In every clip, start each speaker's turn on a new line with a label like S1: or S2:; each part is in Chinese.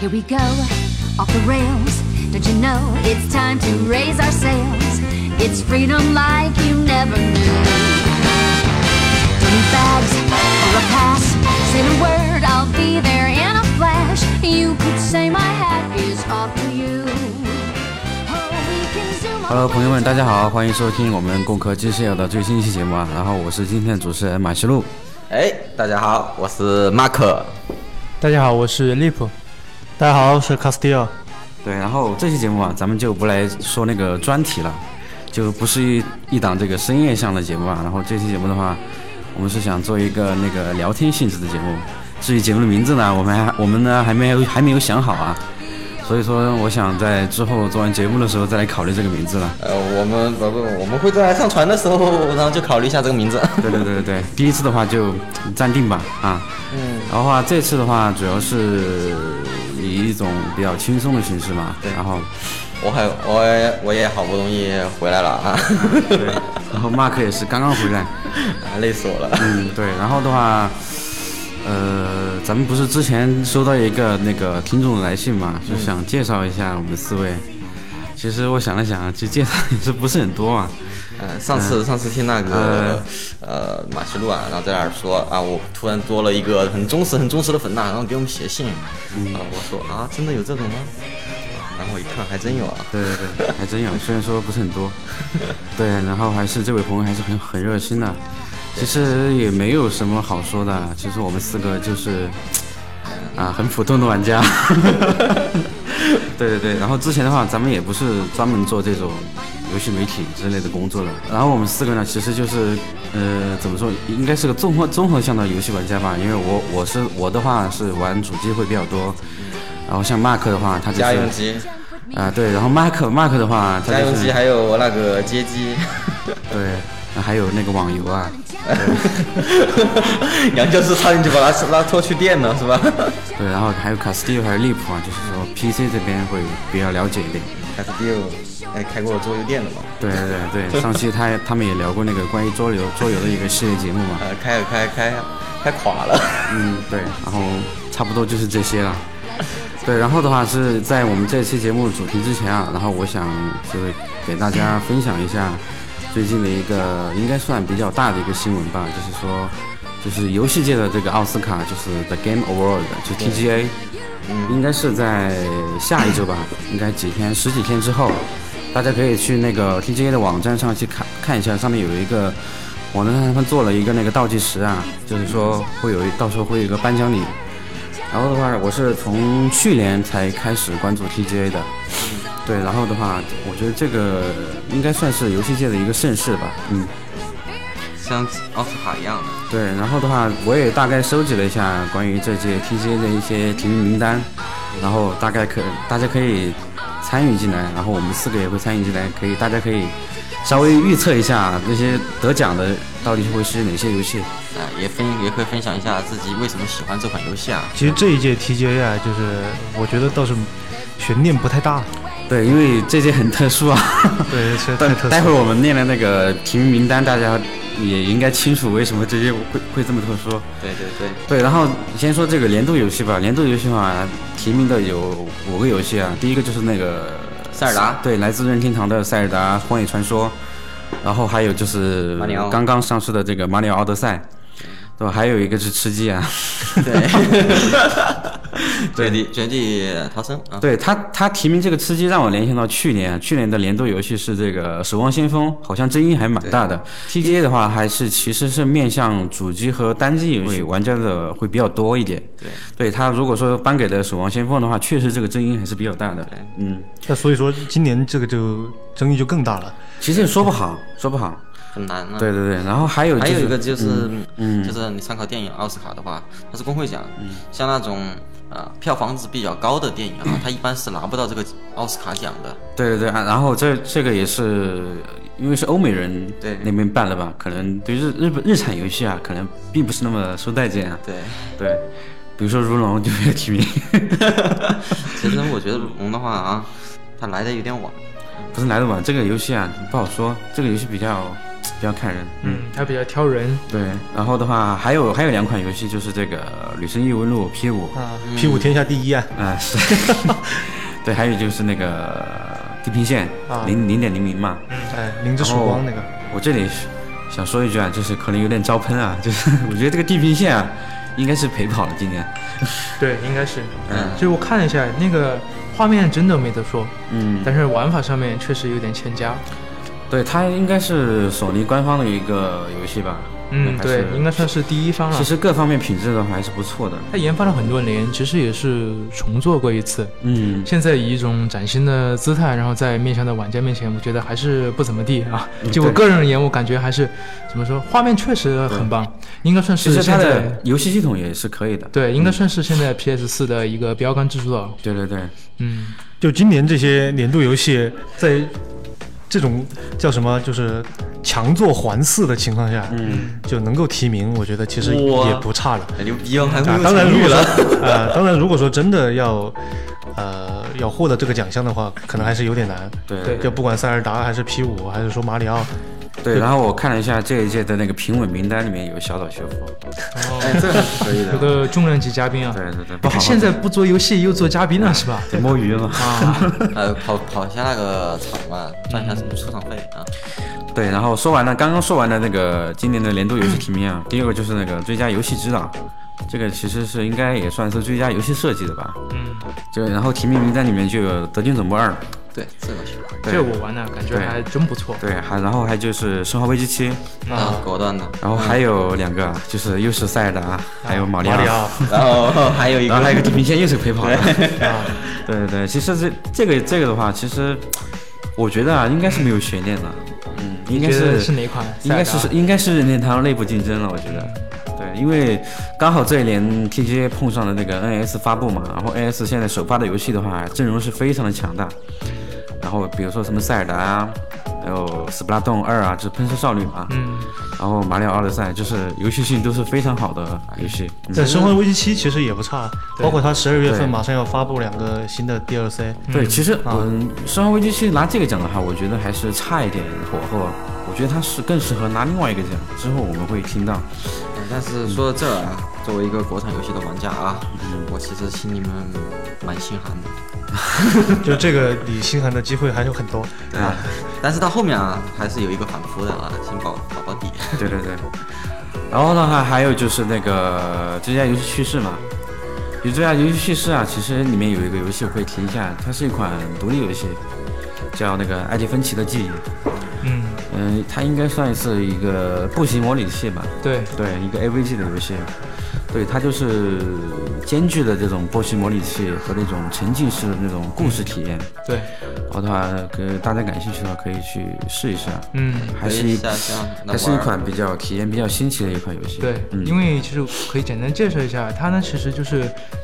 S1: Here we go, off the rails. Don't you know it's time to raise our sails? It's freedom like you never knew. Don't need bags or a pass. Say the word, I'll be there in a flash. You could say my hat is off to you. Oh, we can zoom our
S2: Hello，朋友们，
S1: planes
S2: 大家
S1: around.
S2: 好，欢迎收听我们工科机室友的最新一期节目啊。然后我是今天的主持人马西路。
S3: 哎，大家好，我是马克。
S4: 大家好，我是 Lip。大家好，我是 Castillo。
S2: 对，然后这期节目啊，咱们就不来说那个专题了，就不是一一档这个深夜向的节目啊。然后这期节目的话，我们是想做一个那个聊天性质的节目。至于节目的名字呢，我们还我们呢还没有还没有想好啊。所以说，我想在之后做完节目的时候再来考虑这个名字了。
S3: 呃，我们不不，我们会在上传的时候，然后就考虑一下这个名字。
S2: 对对对对对，第一次的话就暂定吧啊。嗯。然后话这次的话，主要是以一种比较轻松的形式嘛。对。然后，
S3: 我很我也我也好不容易回来了啊，
S2: 对。然后 Mark 也是刚刚回来。
S3: 啊累死我了。
S2: 嗯，对。然后的话，呃，咱们不是之前收到一个那个听众来信嘛，就想介绍一下我们四位。其实我想了想，其实介绍也是不是很多啊。
S3: 嗯，上次上次听那个呃马西路啊，然后在那儿说啊，我突然多了一个很忠实很忠实的粉呐、然后给我们写信，啊，我说啊，真的有这种吗？然后我一看，还真有啊。
S2: 对对对，还真有，虽然说不是很多，对，然后还是这位朋友还是很很热心的，其实也没有什么好说的，其实我们四个就是，啊，很普通的玩家， 对对对，然后之前的话，咱们也不是专门做这种游戏媒体之类的工作的，然后我们四个呢，其实就是，呃，怎么说，应该是个综合综合向的游戏玩家吧，因为我我是我的话是玩主机会比较多，然后像 Mark 的话，他就是
S3: 家用机，
S2: 啊，对，然后 Mark Mark 的话，他
S3: 家
S2: 就
S3: 用机
S2: 是
S3: 还有那个街机，
S2: 对，那还有那个网游啊，
S3: 杨教授差点就把他拉拖去电了，是吧？
S2: 对，然后还有 Castillo 还有利普啊，就是说 PC 这边会比较了解一点。
S3: 还是 d 哎开过桌游店的嘛，
S2: 对对对，上期他也他们也聊过那个关于桌游桌游的一个系列节目嘛，
S3: 呃，开开开开垮了。
S2: 嗯，对，然后差不多就是这些了。对，然后的话是在我们这期节目主题之前啊，然后我想就是给大家分享一下最近的一个应该算比较大的一个新闻吧，就是说，就是游戏界的这个奥斯卡，就是 The Game Award，就 TGA，应该是在下一周吧，应该几天十几天之后，大家可以去那个 TGA 的网站上去看看一下，上面有一个网站上他们做了一个那个倒计时啊，就是说会有一到时候会有一个颁奖礼。然后的话，我是从去年才开始关注 TGA 的，对，然后的话，我觉得这个应该算是游戏界的一个盛事吧，嗯，
S3: 像奥斯卡一样的。
S2: 对，然后的话，我也大概收集了一下关于这届 TGA 的一些提名名单，然后大概可大家可以参与进来，然后我们四个也会参与进来，可以大家可以稍微预测一下那些得奖的到底会是哪些游戏，
S3: 啊，也分也会分享一下自己为什么喜欢这款游戏啊。
S4: 其实这一届 TGA 啊，就是我觉得倒是悬念不太大，
S2: 对，因为这届很特殊啊。
S4: 对，实在
S2: 待
S4: 太特
S2: 待
S4: 殊
S2: 会儿
S4: 了。
S2: 我们念了那个提名名单，大家也应该清楚为什么这些会会这么特殊。
S3: 对对对，
S2: 对，然后先说这个联动游戏吧，联动游戏的话，提名的有五个游戏啊，第一个就是那个
S3: 塞尔达
S2: 对，来自任天堂的《塞尔达荒野传说》，然后还有就是
S3: 马里奥
S2: 刚刚上市的这个《马里奥奥德赛》，对吧？还有一个是吃鸡啊。
S3: 绝地绝地逃生啊，
S2: 对他，他提名这个吃鸡让我联想到去年，啊去年的联动游戏是这个《守望先锋》，好像争议还蛮大的。TGA 的话，还是其实是面向主机和单机游戏玩家的会比较多一点。
S3: 对，
S2: 对他如果说颁给的《守望先锋》的话，确实这个争议还是比较大的。嗯，
S4: 那所以说今年这个就争议就更大了。
S2: 其实也说不好，说不好。
S3: 很难啊。
S2: 对对对，然后还有就
S3: 还
S2: 是
S3: 有一个就是，嗯就是你参考电影奥斯卡的话，它是工会奖，像那种啊票房值比较高的电影啊，它一般是拿不到这个奥斯卡奖的。
S2: 对对对，啊然后这这个也是因为是欧美人
S3: 对
S2: 那边办的吧，可能对日日本日产游戏啊，可能并不是那么受待见啊。
S3: 对，
S2: 对，比如说如龙就没有提名，
S3: 其实我觉得龙的话啊，它来的有点晚。
S2: 不是来的晚。这个游戏啊，不好说，这个游戏比较比较看人，嗯，
S5: 嗯，他比较挑人
S2: 对。然后的话，还有还有两款游戏，就是这个《吕深异闻录》P 五，
S4: 啊，屁股天下第一啊，
S2: 啊是， 对，还有就是那个《地平线
S4: 啊》
S2: 零零点零零嘛，
S4: 哎，零之曙光那个，
S2: 我这里想说一句啊，就是可能有点招喷啊， 就是我觉得这个地平线啊，应该是陪跑了今年。
S5: 对，应该是。嗯，就我看了一下那个画面，真的没得说，
S2: 嗯，
S5: 但是玩法上面确实有点欠佳。
S2: 对，它应该是索尼官方的一个游戏吧？
S5: 嗯，
S2: 还是
S5: 对，应该算是第一方了
S2: 其。实各方面品质的话还是不错的。
S5: 他研发了很多年，其实也是重做过一次。
S2: 嗯，
S5: 现在以一种崭新的姿态，然后在面向的玩家面前，我觉得还是不怎么地啊。 就我
S2: 嗯对
S5: 个人而言，我感觉还是怎么说，画面确实很棒，应该算
S2: 嗯其
S5: 是
S2: 实它
S5: 现在
S2: 的嗯游戏系统也是可以的。
S5: 对，应该算是 现在 PS 四的一个标杆之作了。
S2: 对对对，
S5: 嗯，
S4: 就今年这些年度游戏，在这种叫什么，就是强做环伺的情况下，
S2: 嗯，
S4: 就能够提名，我觉得其实
S3: 哇
S4: 也不差了。
S3: 哎牛逼哦，还会
S4: 啊，
S3: 用
S4: 当然
S3: 成
S4: 如
S3: 语
S4: 果说
S3: 了。
S4: 啊，当然如果说真的要呃要获得这个奖项的话，可能还是有点难。
S2: 对
S5: 对
S4: 就不管塞尔达还是 P 五，还是说马里奥，
S2: 对。然后我看了一下这一届的那个评委名单里面有小岛秀夫。
S5: 啊
S3: 哎，这还是可 以
S5: 有
S3: 的。
S5: 个重量级嘉宾啊，
S2: 对嗯对对，不好
S5: 他
S2: 好
S5: 现在不做游戏又做嘉宾了 是吧？啊
S2: 在摸鱼嘛。
S3: 呃，跑跑一下那个场嘛，赚一下出场费啊。
S2: 对，然后说完了，刚刚说完了那个今年的年度游戏提名啊，第二个就是那个最佳游戏指导，这个其实是应该也算是最佳游戏设计的吧。
S5: 嗯，
S2: 就然后提名名单里面就有《德军总部二》，
S3: 对，这个是
S5: 这我玩了，感觉
S2: 对
S5: 还真不错。
S2: 对，还然后还就是《生化危机七》，
S3: 啊，果 断的。
S2: 然后还有两个就是又是塞尔达，还有马里
S4: 马里
S2: 奥。
S4: 奥，
S3: 然 后还有一
S2: 然后还有
S3: 个
S2: 一个地平线又是陪跑 的，啊对对对，其实这这个这个的话，其实我觉得啊，应该是没有悬念的，嗯，应该
S5: 觉得
S2: 是
S5: 是哪款？
S2: 应该是
S5: 塞
S2: 是
S5: 尔达
S2: 应该是任天堂内部竞争了，我觉得。对，因为刚好这一年 TGA 碰上了那个 NS 发布嘛，然后 NS 现在首发的游戏的话，阵容是非常的强大。然后比如说什么塞尔达啊，还有《斯普拉遁二》啊，就是喷射少女嘛，
S5: 嗯，
S2: 然后《马里奥奥德赛》，就是游戏性都是非常好的游戏。嗯
S4: 但《生化危机七》其实也不差，包括它十二月
S2: 对
S4: 份马上要发布两个新的 DLC，
S2: 对，其实
S4: 啊
S2: 嗯，《生化危机》七拿这个奖的话，我觉得还是差一点火候。啊我觉得它是更适合拿另外一个奖，之后我们会听到。
S3: 嗯但是说到这儿啊，作为一个国产游戏的玩家啊，我其实心里面蛮心寒的。
S4: 就这个你心寒的机会还有很多。
S3: 对啊，但是到后面啊，还是有一个反扑的啊，先保保保底。
S2: 对对 对。然后的话，还有就是那个最佳游戏叙事嘛，就最佳游戏叙事啊，其实里面有一个游戏我会提一下，它是一款独立游戏，叫那个《埃及芬奇的记忆》。
S5: 嗯，
S2: 嗯，它应该算是一个步行模拟器吧？
S5: 对，
S2: 对，一个 AVG 的游戏。对，它就是兼具了这种波形模拟器和那种沉浸式的那种故事体验。
S5: 对，
S2: 然后的话，给大家感兴趣的话可以去试一下。
S5: 嗯，
S2: 还是一
S3: 可以下下那
S2: 还是一
S3: 玩儿
S2: 款比较体验比较新奇的一款游戏。
S5: 对，
S2: 嗯，
S5: 因为其实可以简单介绍一下，它呢其实就是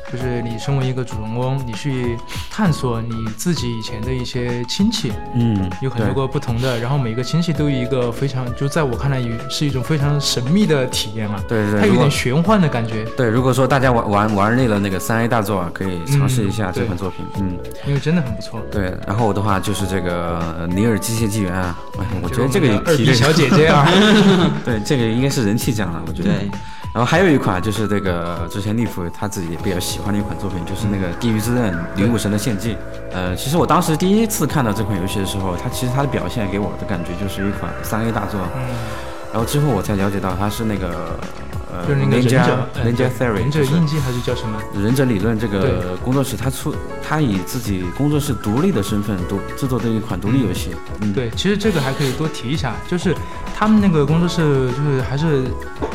S5: 就是你身为一个主人翁，你去探索你自己以前的一些亲戚，
S2: 嗯，
S5: 有很多
S2: 对
S5: 个不同的，然后每个亲戚都有一个非常，就在我看来有是一种非常神秘的体验啊，
S2: 对对对
S5: 它有
S2: 如果
S5: 点玄幻的感觉，
S2: 对，如果说大家玩玩玩累了那个三 A 大作啊，可以尝试一下
S5: 嗯
S2: 这款作品。嗯，
S5: 因为真的很不错。
S2: 对。然后我的话就是这个呃《尼尔机械纪元》啊，哎，我觉得这个
S5: 就是我们嗯的二
S2: 提
S5: 逼
S2: 这
S5: 小
S2: 个，
S5: 姐姐啊，
S2: 对，这个应该是人气奖了，我觉得。
S3: 对。
S2: 然后还有一款就是这个之前利普他自己比较喜欢的一款作品，就是那个
S5: 嗯
S2: 《地狱之刃：女武神的献祭》。呃，其实我当时第一次看到这款游戏的时候，它其实它的表现给我的感觉就是一款三 A 大作。
S5: 嗯
S2: 然后之后我才了解到它是那个呃，
S5: 就是那个忍
S2: 家
S5: 者，呃
S2: 人家 Theory，
S5: 忍者
S2: 就是
S5: 印记还是叫什么？
S2: 忍者理论这
S5: 对
S2: 个工作室，他出他以自己工作室独立的身份独制作的一款独立游戏。嗯，
S5: 对，其实这个还可以多提一下，就是他们那个工作室就是还是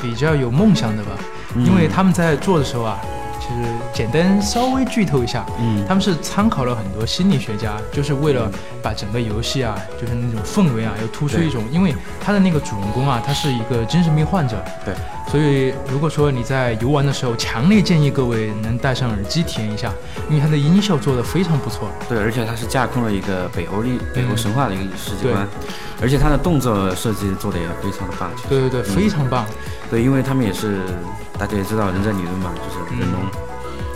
S5: 比较有梦想的吧，
S2: 嗯
S5: 因为他们在做的时候啊，其实简单稍微剧透一下，
S2: 嗯
S5: 他们是参考了很多心理学家，就是为了把整个游戏啊，就是那种氛围啊，要突出
S2: 对
S5: 一种，因为他的那个主人公啊，他是一个精神病患者，
S2: 对，
S5: 所以如果说你在游玩的时候，强烈建议各位能戴上耳机体验一下，因为它的音效做得非常不错，
S2: 对，而且他是架空了一个北欧历北欧神话的一个世界
S5: 对
S2: 观，而且他的动作设计做的也非常的棒。其实
S5: 对对对，非常棒。
S2: 对，因为他们也是大家也知道忍者理论嘛，就是忍龙。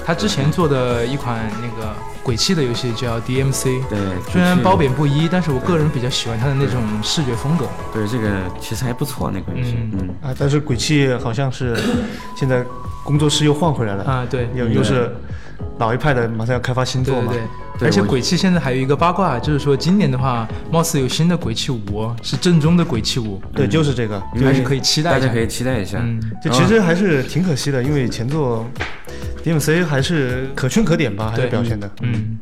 S5: 他他之前做的一款那个鬼泣的游戏叫 DMC，
S2: 对，
S5: 虽然褒贬不一，但是我个人比较喜欢他的那种视觉风格。
S2: 对这个其实还不错，那个游戏，嗯，
S4: 啊，但是鬼泣好像是现在工作室又换回来了
S5: 啊对
S4: 又又是老一派的，马上要开发新
S5: 对
S4: 作嘛
S5: 对，
S2: 对
S5: 对，而且
S2: 我
S5: 鬼泣现在还有一个八卦，就是说今年的话，貌似有新的鬼泣五哦，是正宗的鬼泣五，
S4: 对，就是这个，
S5: 还是可以期待
S2: 嗯大
S5: 一
S2: 家
S5: 下
S2: 可。以期待一下。
S5: 嗯
S4: 就其实还是挺可惜的，因为前作 DMC 还是可圈可点吧，还是
S5: 对
S4: 表现的。
S5: 嗯，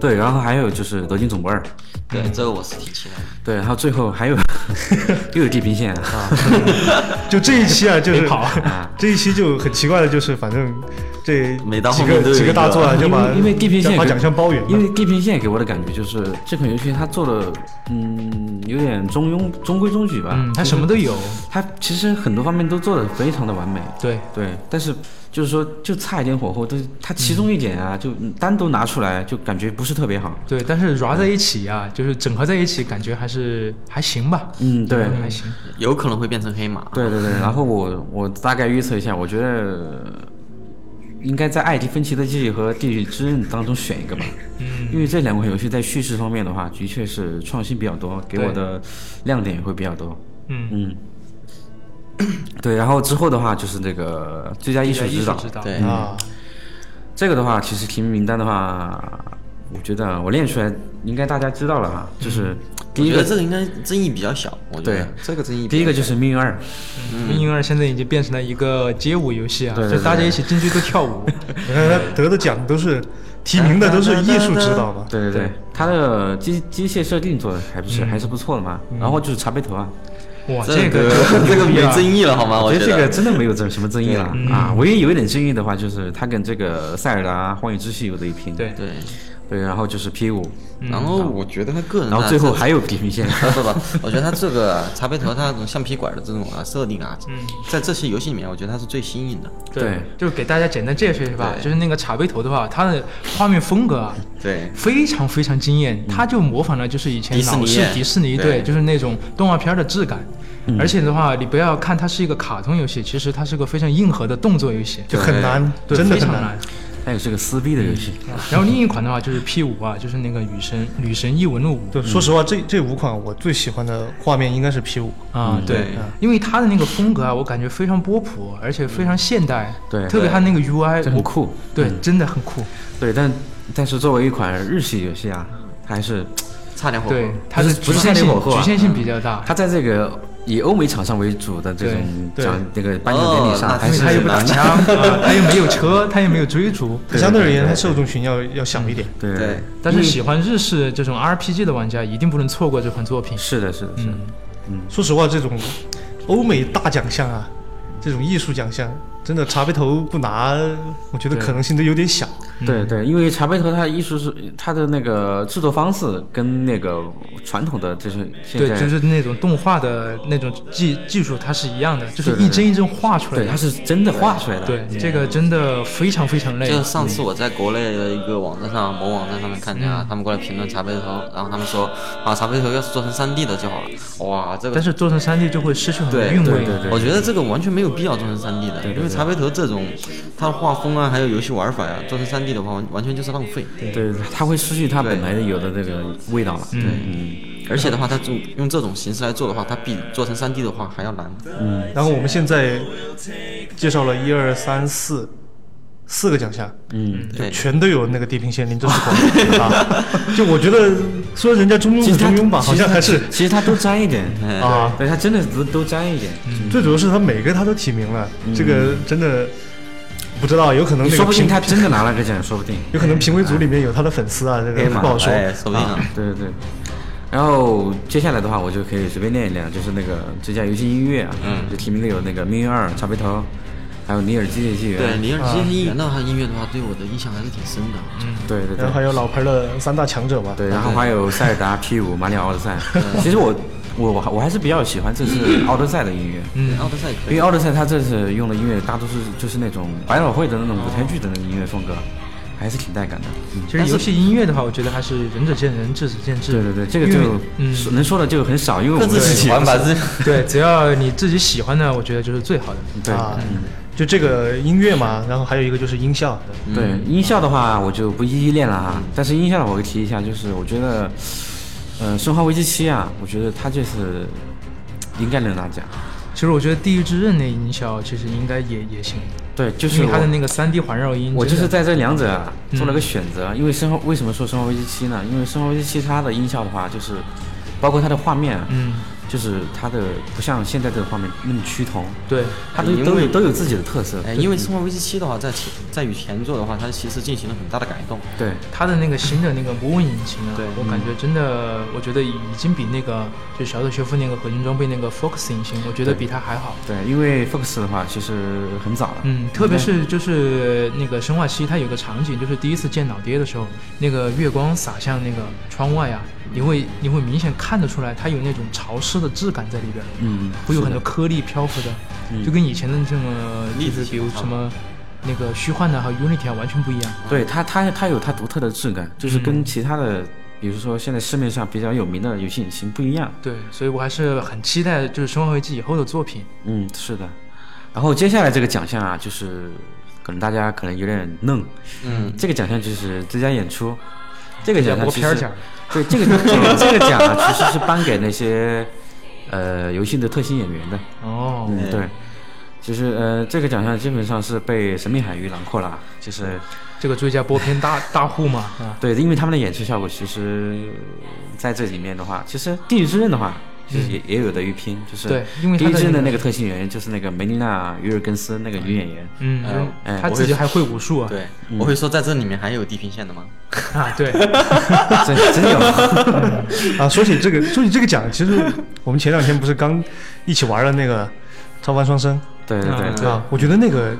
S2: 对，然后还有就是《德军总部二》，
S3: 对，这个我是挺期待的。
S2: 对，然后最后还有又有地平线啊，
S4: 就这一期啊，就是
S5: 没跑
S4: 这一期就很奇怪的，就是反正这
S3: 每到
S4: 几
S3: 后面都
S4: 个
S3: 有
S4: 几
S3: 一个
S4: 个大作啊，就
S2: 因
S4: 把
S2: 为因为地平线
S4: 把
S2: 给
S4: 奖项包圆了。
S2: 因为地平线给我的感觉就是这款游戏它做的嗯有点中庸中规中矩吧，
S5: 嗯，他什么都有，
S2: 它其实很多方面都做的非常的完美，
S5: 对，
S2: 对，但是就是说就差一点火候，但是它其中一点啊，就单独拿出来就感觉不是特别好。
S5: 对，但是 r 在一起啊，就是整合在一起，感觉还是还行吧。
S2: 嗯，对，
S5: 还行。
S3: 有可能会变成黑马。
S2: 对 对对，然后我我大概预测一下，我觉得应该在《艾迪芬奇的记忆》和《地狱之刃》当中选一个吧，因为这两款游戏在叙事方面的话，的确是创新比较多，给我
S5: 对
S2: 的亮点也会比较多。
S5: 嗯，
S2: 嗯，对，然后之后的话就是那个最佳艺术指导，
S5: 知道。
S3: 对，
S4: 啊，
S2: 这个的话，其实提名名单的话，我觉得啊我练出来应该大家知道了哈，就是第一
S3: 我觉
S2: 个
S3: 得这个应该争议比较小，我觉得
S2: 对
S3: 这个争议比较小。
S2: 第一个就是《命运二》，
S5: 命运二现在已经变成了一个街舞游戏啊，
S2: 对对
S5: 就
S2: 对
S5: 是大家一起进去都跳舞。
S4: 你看他得的奖都是提名的都是艺术指导嘛，
S2: 对对对，它的机机械设定做的还不是、还是不错的嘛。然后就是茶杯头啊，
S5: 哇，
S3: 这
S5: 个
S3: 个 这个
S5: 啊
S3: 没争议了好哦吗？我
S2: 觉
S3: 觉
S2: 得
S3: 得
S2: 这个真的没有争什么争议了啊。唯一有一点争议的话，就是它跟这个塞尔达荒野之息有的一拼。
S5: 对
S3: 对。
S2: 对，然后就是 P 五，
S3: 然后我觉得他个人啊，
S2: 然后最后
S3: 这
S2: 还有地平线。
S3: 不不不，我觉得他这个茶杯头，他那种橡皮管的这种啊设定啊，在这些游戏里面，我觉得他是最新颖的。
S5: 对
S2: 对，
S5: 就是给大家简单介绍一下吧，
S3: 对
S5: 就是那个茶杯头的话，它的画面风格啊，
S3: 对
S5: 非常非常惊艳，它就模仿了就是以前
S3: 迪士尼
S5: 老式迪士尼
S3: 对
S5: 对，就是那种动画片的质感。而且的话，你不要看它是一个卡通游戏，其实它是个非常硬核的动作游戏，
S4: 就很难，
S5: 对，
S4: 真的
S5: 非
S4: 很
S5: 常
S4: 难。。
S2: 还有这个撕逼的游戏，
S5: 然后另一款的话就是 P 五啊，就是那个女神女神异闻录五
S4: 对，说实话，这这五款我最喜欢的画面应该是 P 五，
S5: 啊，
S3: 嗯
S5: 对，因为它的那个风格啊，我感觉非常波普，而且非常现代，
S2: 嗯对
S5: 特别它那个 UI
S2: 这很
S5: 我，
S2: 酷。嗯哦
S5: 对，真的很酷，
S2: 对，但但是作为一款日系游戏啊，还是
S3: 差点火。
S5: 对，它
S2: 不
S5: 的
S2: 是不
S5: 局
S2: 是
S5: 限性
S2: 差点火候啊
S5: 局限性比较大，
S2: 它在这个以欧美厂商为主的这种
S4: 对对
S2: 奖那个颁奖典礼上，
S3: 哦
S2: 还
S3: 那
S2: 是
S3: 是
S5: 它又不
S3: 难
S5: 打
S3: 的
S5: 枪，
S2: 嗯
S5: 啊它又没有车， 它又没有追逐，
S4: 相对而言，它受众群要要小一点。
S2: 对
S3: 对
S5: 但是喜欢日式这种 RPG 的玩家一定不能错过这款作品。
S2: 是的，是的，
S4: 嗯
S2: 是的。
S4: 说实话，这种欧美大奖项啊，这种艺术奖项，真的茶杯头不拿，我觉得
S5: 对
S4: 可能性都有点小。
S2: 对对，因为茶杯头它的艺术是它的那个制作方式跟那个传统的就是现
S5: 对，
S2: 在
S5: 就是那种动画的那种技技术，它是一样的，就是
S2: 对对
S5: 一帧一帧画出来
S2: 对，
S5: 的
S2: 它。是真的画出来的。
S5: 对，这个真的非常非常累。
S3: 就是上次我在国内的一个网站上，某网站上面看见啊，他们过来评论茶杯头，然后他们说啊，茶杯头要是做成 3D 的就好了。哇，这个
S5: 但是做成3 D 就会失去很多
S3: 对
S5: 韵味。
S2: 对对
S3: 我觉得这个完全没有必要做成 3D 的，因为茶杯头这种，它的画风啊，还有游戏玩法呀、做成 3D 的话，完完全就是浪费。
S2: 对对，它会失去它本来有的这个味道了。嗯，
S3: 而且的话，它用用这种形式来做的话，它比做成 3D 的话还要难。
S4: 然后我们现在介绍了一二三四四个奖项，嗯，就
S3: 对
S4: 全都有那个《地平线：零真实狂》啊。 就我觉得说人家中庸
S2: 其
S4: 是
S2: 实它
S4: 中庸吧，好像还是
S2: 其实它都沾一点，
S4: 啊。嗯
S2: 对，它真的都都沾一点。
S4: 最主要是他每个他都提名了，这个真的不知道，有可能
S2: 嗯你
S4: 那
S2: 说
S4: 个
S2: 不定
S4: 评
S2: 它真的拿了个奖，说不定。
S4: 有可能评委组里面有他的粉丝啊，这个
S2: 黑马
S4: 不好说。
S3: 哎，说不定啊。
S2: 对对对。然后接下来的话，我就可以随便念一念，就是那个最佳游戏音乐啊，嗯，就提名的有那个《命运二》《茶杯头》，还有《尼尔基的纪元》
S3: 对，零二七
S2: 啊
S3: 音源的话，音乐的话，对我的印象还是挺深的。啊
S2: 对对对
S4: 然后还有老牌的三大强者嘛，
S2: 对，然后还有塞尔达 P 五、马里奥奥德赛。其实我我我还我还是比较喜欢这次奥德赛的音乐，
S3: 嗯，奥德赛也可
S2: 因为。
S3: 以
S2: 奥德赛它这次用的音乐大多是就是那种百老汇的那种舞台剧的那种音乐风格，还是挺带感的。嗯
S5: 其实游戏音乐的话，我觉得还是仁者见仁，智者见智。
S2: 对对对，这个
S5: 因为
S2: 就
S5: 嗯，
S2: 说能说的就很少，因为我
S3: 各
S2: 们
S3: 自喜欢吧，这
S2: 嗯
S5: 对，只要你自己喜欢的，我觉得就是最好的。
S2: 对，
S4: 啊，就这个音乐嘛，然后还有一个就是音效，对
S6: 对
S5: 嗯
S2: 音效的话，我就不一一列了啊。但是音效我会提一下，就是我觉得，呃，《生化危机七》啊，我觉得它这次应该能拿奖。
S5: 其实我觉得《地狱之刃》那营销其实应该也也行，
S2: 对，就
S5: 因
S2: 是
S5: 为它的
S2: 我
S5: 那个3 D 环绕音，
S2: 我就
S5: 真
S2: 是
S5: 的
S2: 在这两者啊
S5: 嗯
S2: 做了个选择，因为生化为什么说生化危机七呢？因为生化危机七它的音效的话，就是包括它的画面，
S5: 嗯，
S2: 就是它的不像现在这个画面那么趋同，
S5: 对，
S2: 它都
S3: 因为
S2: 都有都有自己的特色。
S3: 哎，
S2: 对
S3: 因为《生化危机七》的话，在前在与前作的话，它其实进行了很大的改动。
S2: 对
S5: 它的那个新的那个魔纹引擎啊，
S3: 对
S5: 我
S2: 嗯
S5: 感觉真的，我觉得已经比那个就小岛学夫那个合金装备那个 Fox 引擎，我觉得比它还好。
S2: 对，因为 Fox 的话其实很早了，
S5: 嗯，特别是就是那个生化七，它有个场景，就是第一次见老爹的时候，那个月光洒向那个窗外啊，你会你会明显看得出来，它有那种潮湿的质感在里边，
S2: 嗯，
S5: 会有
S2: 是
S5: 很
S2: 的嗯
S5: 多颗粒漂浮的，就跟以前的这么
S3: 立
S5: 就是
S3: 体
S5: 比如
S3: 化
S5: 什么那个虚幻的和 Unity 啊完全不一样。
S2: 对它，它它有它独特的质感，就是
S5: 嗯
S2: 跟其他的，比如说现在市面上比较有名的游戏引擎不一样。
S5: 对，所以我还是很期待就是《生化危机》以后的作品。
S2: 嗯，是的。然后接下来这个奖项啊，就是可能大家可能有点愣，
S3: 嗯，
S2: 这个奖项就是最佳演出，这个奖项
S5: 国
S2: 其
S5: 片儿
S2: 实
S5: 奖，
S2: 对这个这个这个奖 啊，其实是颁给那些呃游戏的特型演员的。
S5: 哦，
S2: 嗯，对。其实呃，这个奖项基本上是被《神秘海域》囊括了啊，就是
S5: 这个最佳播片大大户嘛，啊，
S2: 对，因为他们的演出效果，其实呃在这里面的话，其实《地狱之刃》的话，其实也、也有得一拼，就是
S5: 嗯对因为
S2: 地
S5: 他
S2: 狱
S5: 的
S2: 之刃》
S5: 那
S2: 的
S5: 个
S2: 那个特型演员就是那个梅丽娜·于尔根斯那个女演员，
S5: 嗯，
S2: 哎
S5: 他
S2: 我
S5: 自己
S2: 会
S5: 还会武术啊，
S3: 对，
S2: 嗯
S3: 我会说在这里面还有地平线的吗？
S5: 啊， 对，
S2: 真真 有，
S4: 啊，说起 这个，说起这个奖，其实我们前两天不是刚一起玩了那个《超凡双生
S2: 对对对，
S5: 嗯》
S4: 啊，我觉得那个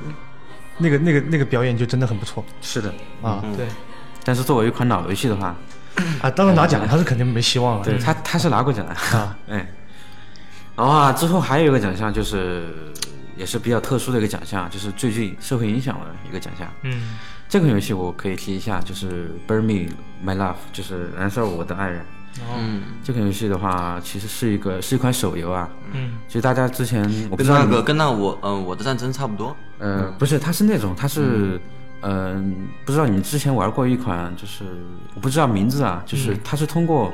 S4: 那个那个那个表演就真的很不错
S2: 是的。
S4: 啊
S2: 嗯
S5: 对，
S2: 但是作为一款老游戏的话，
S4: 啊，当然拿奖他是肯定没希望了，
S2: 对他他是拿过奖的，
S4: 啊，
S2: 哎，然后啊，之后还有一个奖项就是也是比较特殊的一个奖项，啊就是最具社会影响的一个奖项，
S5: 嗯，
S2: 这款游戏我可以提一下，就是《Burn Me My Love》，就是燃烧我的爱人。
S3: 嗯，
S2: 这款游戏的话，其实是一个是一款手游啊。
S5: 嗯，
S2: 就大家之前我不
S3: 跟
S2: 知道
S3: 那
S2: 你
S3: 个
S2: 们
S3: 跟那我嗯我的战争差不多。
S2: 呃不是，它是那种它是嗯、不知道你们之前玩过一款，就是我不知道名字啊，就是它是通过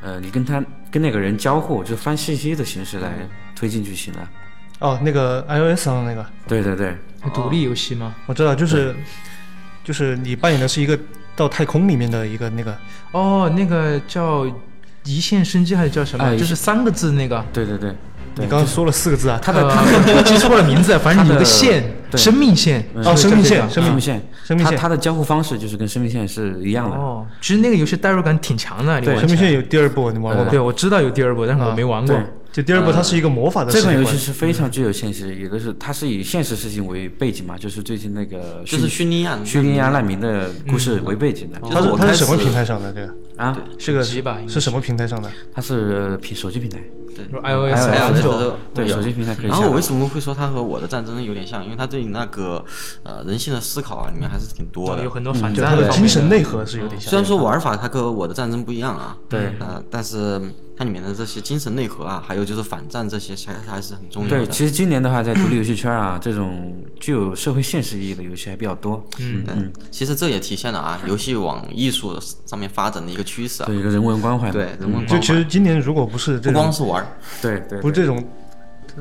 S2: 呃你跟他跟那个人交互，就翻信息的形式来推进剧情的。
S4: 哦，那个 iOS 上的那个
S2: 对对对，
S5: 独立游戏嘛，
S4: 我知道，就是就是你扮演的是一个到太空里面的一个那个
S5: 哦，那个叫一线生机还是叫什么？
S2: 哎
S5: 就是三个字那个，
S2: 对对对，
S4: 你刚刚说了四个字啊，
S2: 它的
S5: 呃，我记错了名 字，反正有一个线，
S2: 对
S5: 生命线，
S2: 呃
S4: 哦，生命线，
S5: 嗯
S4: 生
S5: 是
S2: 生
S4: 命
S2: 命
S4: 线，
S2: 线，
S4: 生命线
S2: 嗯它它的交互方式就是跟生命线是一样的。
S5: 哦，其实那个游戏代入感挺强的，你玩
S4: 生
S5: 起
S4: 命
S5: 来
S4: 线有第二部，你玩过吗？
S5: 对，我知道有第二部，但是我
S4: 啊
S5: 没玩过
S2: 对，
S4: 就第二部它是一个魔法的世
S2: 这
S4: 界
S2: 款
S4: 观
S2: 游戏是
S3: 嗯
S2: 非常具有现实，也就是它是以现实事情为背景嘛，就是最近那个
S3: 就
S2: 叙
S3: 是叙利亚，嗯
S2: 叙利亚难民的故事为背景的、
S4: 它
S3: 就是我
S4: 它
S3: 开
S4: 是
S3: 始
S4: 什么平台上的？这个
S2: 啊，
S4: 是个
S5: 手机吧应该
S4: 是什么平台上的？
S2: 它是平手机平台，
S3: 对
S5: 说
S2: 哎
S5: iOS
S2: 哎
S3: 哎
S2: 安
S5: 安
S2: 卓
S5: 卓，
S2: 对手机平台可以
S3: 然
S2: 下
S3: 后
S2: 载。
S3: 我为什么会说它和我的战争有点像？因为它对那个呃人性的思考啊，里面还是挺多的
S5: 有。很多反
S4: 就
S5: 战
S4: 它
S5: 的
S4: 的
S5: 方
S4: 精
S5: 面
S4: 神内核是有点像。
S3: 虽然说玩法它和我的战争不一样啊，
S2: 对
S3: 呃，但是它里面的这些精神内核啊，还有就是反战这些，其实还是很重要的。
S2: 对，其实今年的话，在独立游戏圈啊，这种具有社会现实意义的游戏还比较多。嗯，
S3: 嗯，其实这也体现了啊，游戏往艺术上面发展的一个趋势啊。
S2: 对一个嗯人文关怀嘛。
S3: 对，人文
S4: 就
S3: 关
S4: 其
S3: 怀
S4: 实今年如果不是这
S3: 嗯不
S4: 种
S3: 光是玩儿，
S2: 对对
S4: 不是这种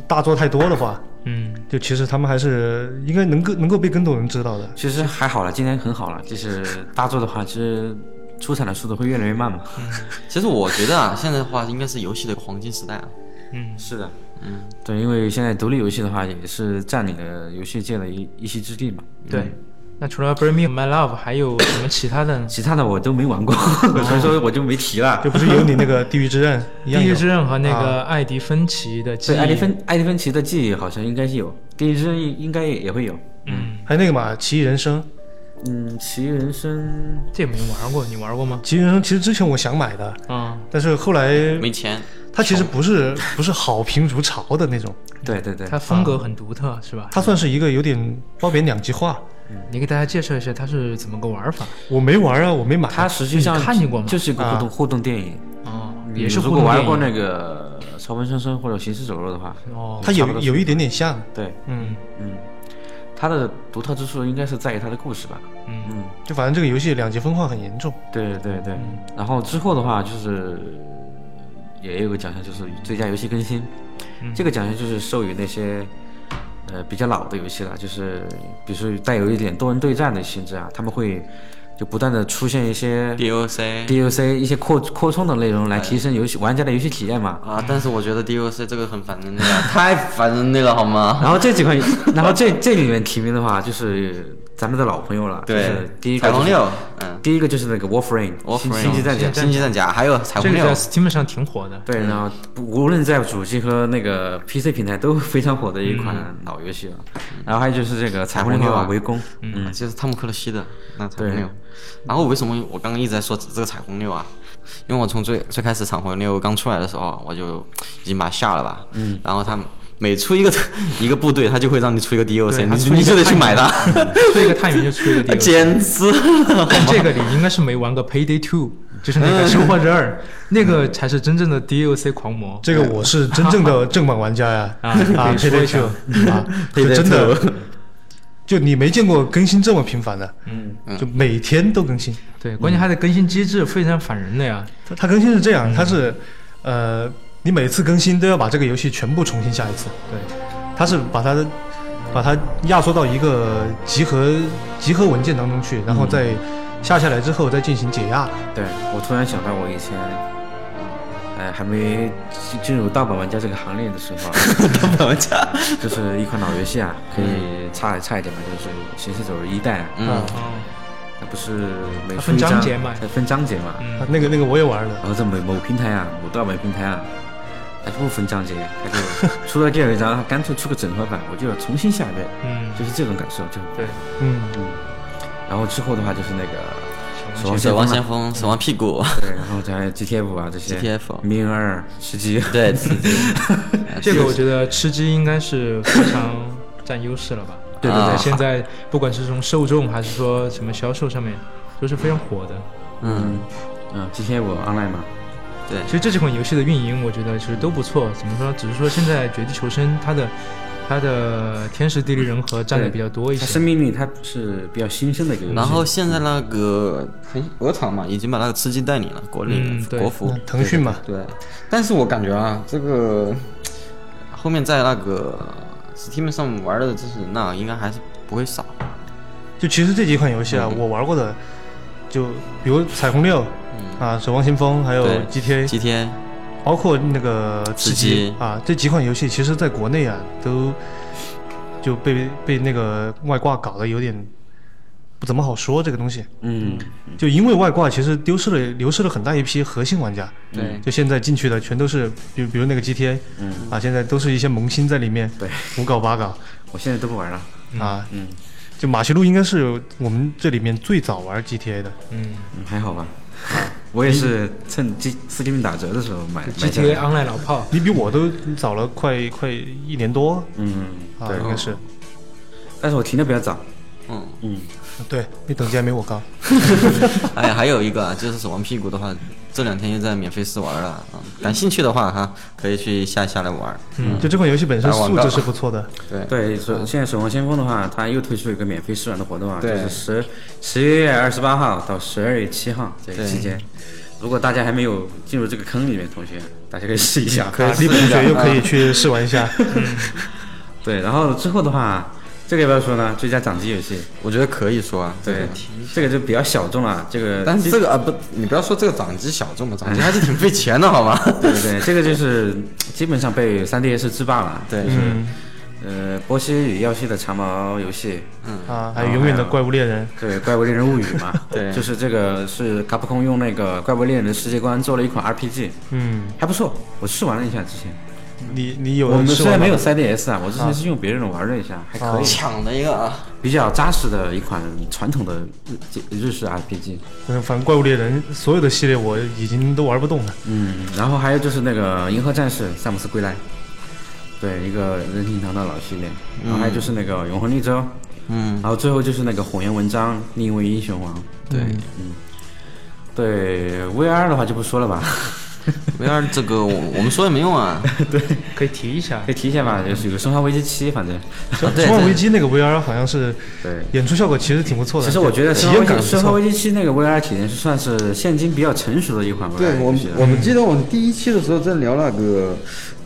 S4: 大作太多的话，
S5: 嗯，
S4: 就其实他们还是应该能够能够被更多人知道的。
S2: 其实还好了，今年很好了。就是大作的话，其实出产的速度会越来越慢嘛。
S3: 其实我觉得啊，现在的话应该是游戏的黄金时代啊。
S2: 是的，嗯，对，因为现在独立游戏的话，也是占领了游戏界的一一席之地嘛。嗯
S5: 对。那除了《Bring Me My Love》，还有什么其他的呢？
S2: 其他的我都没玩过，
S5: 哦
S2: 所以说我就没提了
S4: 就。不是有你那个《地狱之刃》一样
S5: 地
S4: 有
S5: 狱之刃和那
S4: 啊
S5: 个艾迪芬奇的记
S2: 对，
S5: 忆，
S2: 艾迪芬艾迪芬奇的记忆好像应该是有，第一针应该也会有。
S4: 还有那个嘛，《奇异人生》。
S2: 嗯，奇异人生
S5: 这也没玩过，你玩过吗？
S4: 《奇异人生》其实之前我想买的，
S5: 啊，
S4: 但是后来
S3: 没钱，
S4: 它其实不是不是好评如潮的那种，
S2: 对对对，
S5: 它风格很独特，是吧？
S4: 它算是一个有点褒贬两极化。
S5: 你给大家介绍一下它是怎么个玩法
S4: 我没玩啊，我没买。
S2: 它实际上
S5: 你看见过吗
S2: 就是一个互动互动电影，
S5: 哦，也是
S2: 嗯如
S5: 互
S2: 果
S5: 动电
S2: 玩
S5: 影
S2: 过那个《超凡生生》或者《行尸走肉》的话，
S5: 哦，
S4: 它有有一点点像，
S2: 对，
S4: 嗯，
S2: 嗯，它的独特之处应该是在于它的故事吧。
S5: 嗯，
S4: 就反正这个游戏两极分化很严重。
S2: 对对对，
S3: 嗯
S2: 然后之后的话就是呃也有个奖项，就是最佳游戏更新，
S3: 嗯
S2: 这个奖项就是授予那些呃比较老的游戏了，就是比如说带有一点多人对战的性质啊，他们会就不断的出现一些
S3: DOC
S2: DUC 一些扩扩充的内容来提升游戏玩家的游戏体验嘛。
S3: 啊，但是我觉得 DOC 这个 很烦人类啊，太烦人类了好吗？
S2: 然后这几款， 然后这这里面提名的话，就是咱们的老朋友了，就
S3: 对
S2: 是第一，个
S3: 彩
S2: 就
S3: 虹
S2: 是
S3: 六，嗯，
S2: 第一个就是那个 Warframe，
S3: 我
S2: 星星际战甲，
S3: 星际战甲，还有彩
S5: 这
S3: 虹
S5: 个
S3: 六
S5: 在，Steam 上挺火的。
S2: 对，然后不无论在主机和那个 PC 平台都非常火的一
S5: 嗯
S2: 款老游戏了。然后还有就是这个《彩虹六
S3: 彩虹六啊
S2: 号围攻》，
S3: 嗯，就是汤姆克鲁西的那彩虹
S2: 对
S3: 六。然后为什么我刚刚一直在说这个彩虹六啊？因为我从最最开始彩虹六刚出来的时候，我就已经把它下了吧。嗯。然后他每出一个 一个部队，他就会让你出一个 DOC，
S5: 对他出一
S3: 你 你
S5: 个
S3: 就得去买它，
S5: 出一个探员 就出一个 D，
S3: 简直了。
S5: 但这个你应该是没玩过 Payday Two，就是那
S2: 嗯
S5: 个生化之二，那个才是真正的 DOC 狂魔。
S4: 这个我是真正 的正版玩家呀，
S5: 啊可以
S4: 啊
S5: 说一
S4: ，Payday
S5: 下
S4: Two 啊，
S2: 嗯
S4: 就
S3: Payday
S4: 真的，就你没见过更新这么频繁的，嗯，就每天都更新。
S5: 对，关键它的更新机制非常反人类啊。
S4: 它更新是这样，它是，呃，你每次更新都要把这个游戏全部重新下一次，
S5: 对，
S4: 它是把它的把它压缩到一个集合集合文件当中去，
S5: 嗯
S4: 然后再下下来之后再进行解压。
S2: 对我突然想到我以前。呃，还没进进入盗版玩家这个行列的时候啊，
S3: 盗版玩家，
S2: 就是一款老游戏啊，可
S5: 嗯
S2: 以差差一点吧，就是《行尸走肉一代》啊，
S3: 嗯，
S5: 哦，
S2: 它不是每出
S5: 它分
S2: 一
S5: 章节嘛嗯
S2: 它分章节嘛，
S4: 啊那个那个我也玩了，
S2: 然后在某某平台啊，某盗版平台啊，它就不分章节，它就出了第二章，它干脆出个整合版，我就要重新下一遍，
S5: 嗯，
S2: 就是这种感受，就
S5: 对，
S4: 嗯，
S2: 然后之后的话就是那个守望
S3: 守望
S2: 先
S3: 先嗯
S2: 锋
S3: 锋，啊守望屁股，
S2: 啊，对，然后再 GTA 五啊这些
S3: GTF
S2: 命运二、吃鸡，
S3: 对，刺激
S2: 哎
S5: 这个我觉得吃鸡应该是非常占优势了吧？
S2: 对对
S3: 啊
S5: 对，现在不管是从受众还是说什么销售上面，都是非常火的。
S2: 嗯 嗯，GTA 五 online 嘛，
S3: 对，
S5: 其实这几款游戏的运营，我觉得其实都不错。怎么说？只是说现在《绝地求生》它的它的天时地利人和占的比较多一
S2: 它生
S5: 些。
S2: 命力它是比较新生的一个游戏，
S3: 然后现在那个鹅厂嘛，已经把那个吃鸡代理了，国理
S5: 嗯对
S3: 国服。
S4: 那腾讯嘛，
S3: 对，但是我感觉啊，这个后面在那个 Steam 上玩的这些人呐、应该还是不会少。
S4: 就其实这几款游戏啊，我玩过的，就比如彩虹六。啊，守望先锋，还有
S3: 对
S4: GTA，
S3: GTA
S4: 包括那个
S3: 吃
S4: 吃
S3: 鸡
S4: 鸡啊，这几款游戏其实在国内啊都就被被那个外挂搞得有点不怎么好说这个东西。
S2: 嗯，
S4: 就因为外挂，其实丢失了流失了很大一批核心玩家。
S3: 对
S4: 就现在进去的全都是，比如比如那个 GTA，嗯啊，现在都是一些萌新在里面，
S2: 对，
S4: 胡搞八搞
S2: 我现在都不玩了，
S4: 啊，嗯，就马西路应该是我们这里面最早玩 GTA 的，
S5: 嗯
S2: 嗯，还好吧， 我也是趁 G 四 G 打折的时候买买下来
S5: ，GTA Online 老炮，
S4: 你比我都早了快快一年多
S2: 嗯，
S4: 啊，
S2: 对
S4: 应该是，
S2: 但是我停的比较早，
S3: 嗯，
S4: 对你等级还没我高，
S3: 哎，还有一个啊， 就是守望屁股的话，这两天又在免费试玩了，啊感兴趣的话哈，可以去下下来玩。
S4: 嗯，就这款游戏本身
S3: 打广
S4: 素
S3: 告
S4: 质是不 错的，
S3: 对，
S2: 对，守现在守望先锋的话，它又推出一个免费试玩的活动啊，就
S3: 啊对
S2: 是十十一月二十八号到十二月七号这个期间，如果大家还没有进入这个坑里面，同学大家可以试一下。
S3: 可以
S4: 李
S3: 试
S4: 同
S3: 一下
S4: 学又可以去试玩 一下，
S2: 对，然后之后的话，这个要不要说呢？最佳掌机游戏，
S3: 我觉得可以说啊。
S2: 对，这个就比较小众了。这个，
S3: 但是这个啊不，你不要说这个掌机小众嘛，掌机还是挺费钱的，好吗？
S2: 对对对，这个就是基本上被 3DS 制霸了。
S3: 对，
S4: 嗯
S2: 呃，波西与耀西的长毛游戏，
S4: 啊，还有永远的怪物猎人，
S2: 对《怪物猎人物语》嘛，
S3: 对
S2: 就是这个是卡普空用那个《怪物猎人》的世界观做了一款 RPG，
S4: 嗯，
S2: 还不错，我试玩了一下之前。
S4: 你你有
S2: 我们
S4: 试
S2: 虽
S4: 玩
S2: 然没
S4: 吗
S2: 有 3DS 啊，我之前是用别人的玩了一下，还可以，
S3: 抢了一个啊，
S2: 比较扎实的一款传统的日日式 RPG。
S4: 嗯，反正怪物猎人所有的系列我已经都玩不动了。
S2: 嗯，然后还有就是那个《银河战士：萨姆斯归来》，对，一个任天堂的老系列。然后还有就是那个《永恒绿洲》，
S3: 嗯，
S2: 然后最后就是那个《火焰纹章：嗯另一位英雄王》。
S3: 对，
S2: 对 VR 的话就不说了吧，
S3: VR 这个我我们说也没用啊。
S5: 可以提一下
S2: 可以。提一下吧，就是有个《生化危机七》，反正
S3: 啊对
S4: 生化危
S3: 对，
S4: 机》那个 VR 好像是
S2: 对。
S4: 演出效果其实挺不错的。
S2: 其实我觉得
S4: 体
S2: 生化
S4: 验
S2: 危机
S4: 感不
S2: 生化
S4: 错。
S2: 危机七》那个 VR 体验是算是现今比较成熟的一款 VR
S6: 对我
S2: 游
S6: 们
S2: 戏了，
S6: 我们记得我们第一期的时候正聊那个，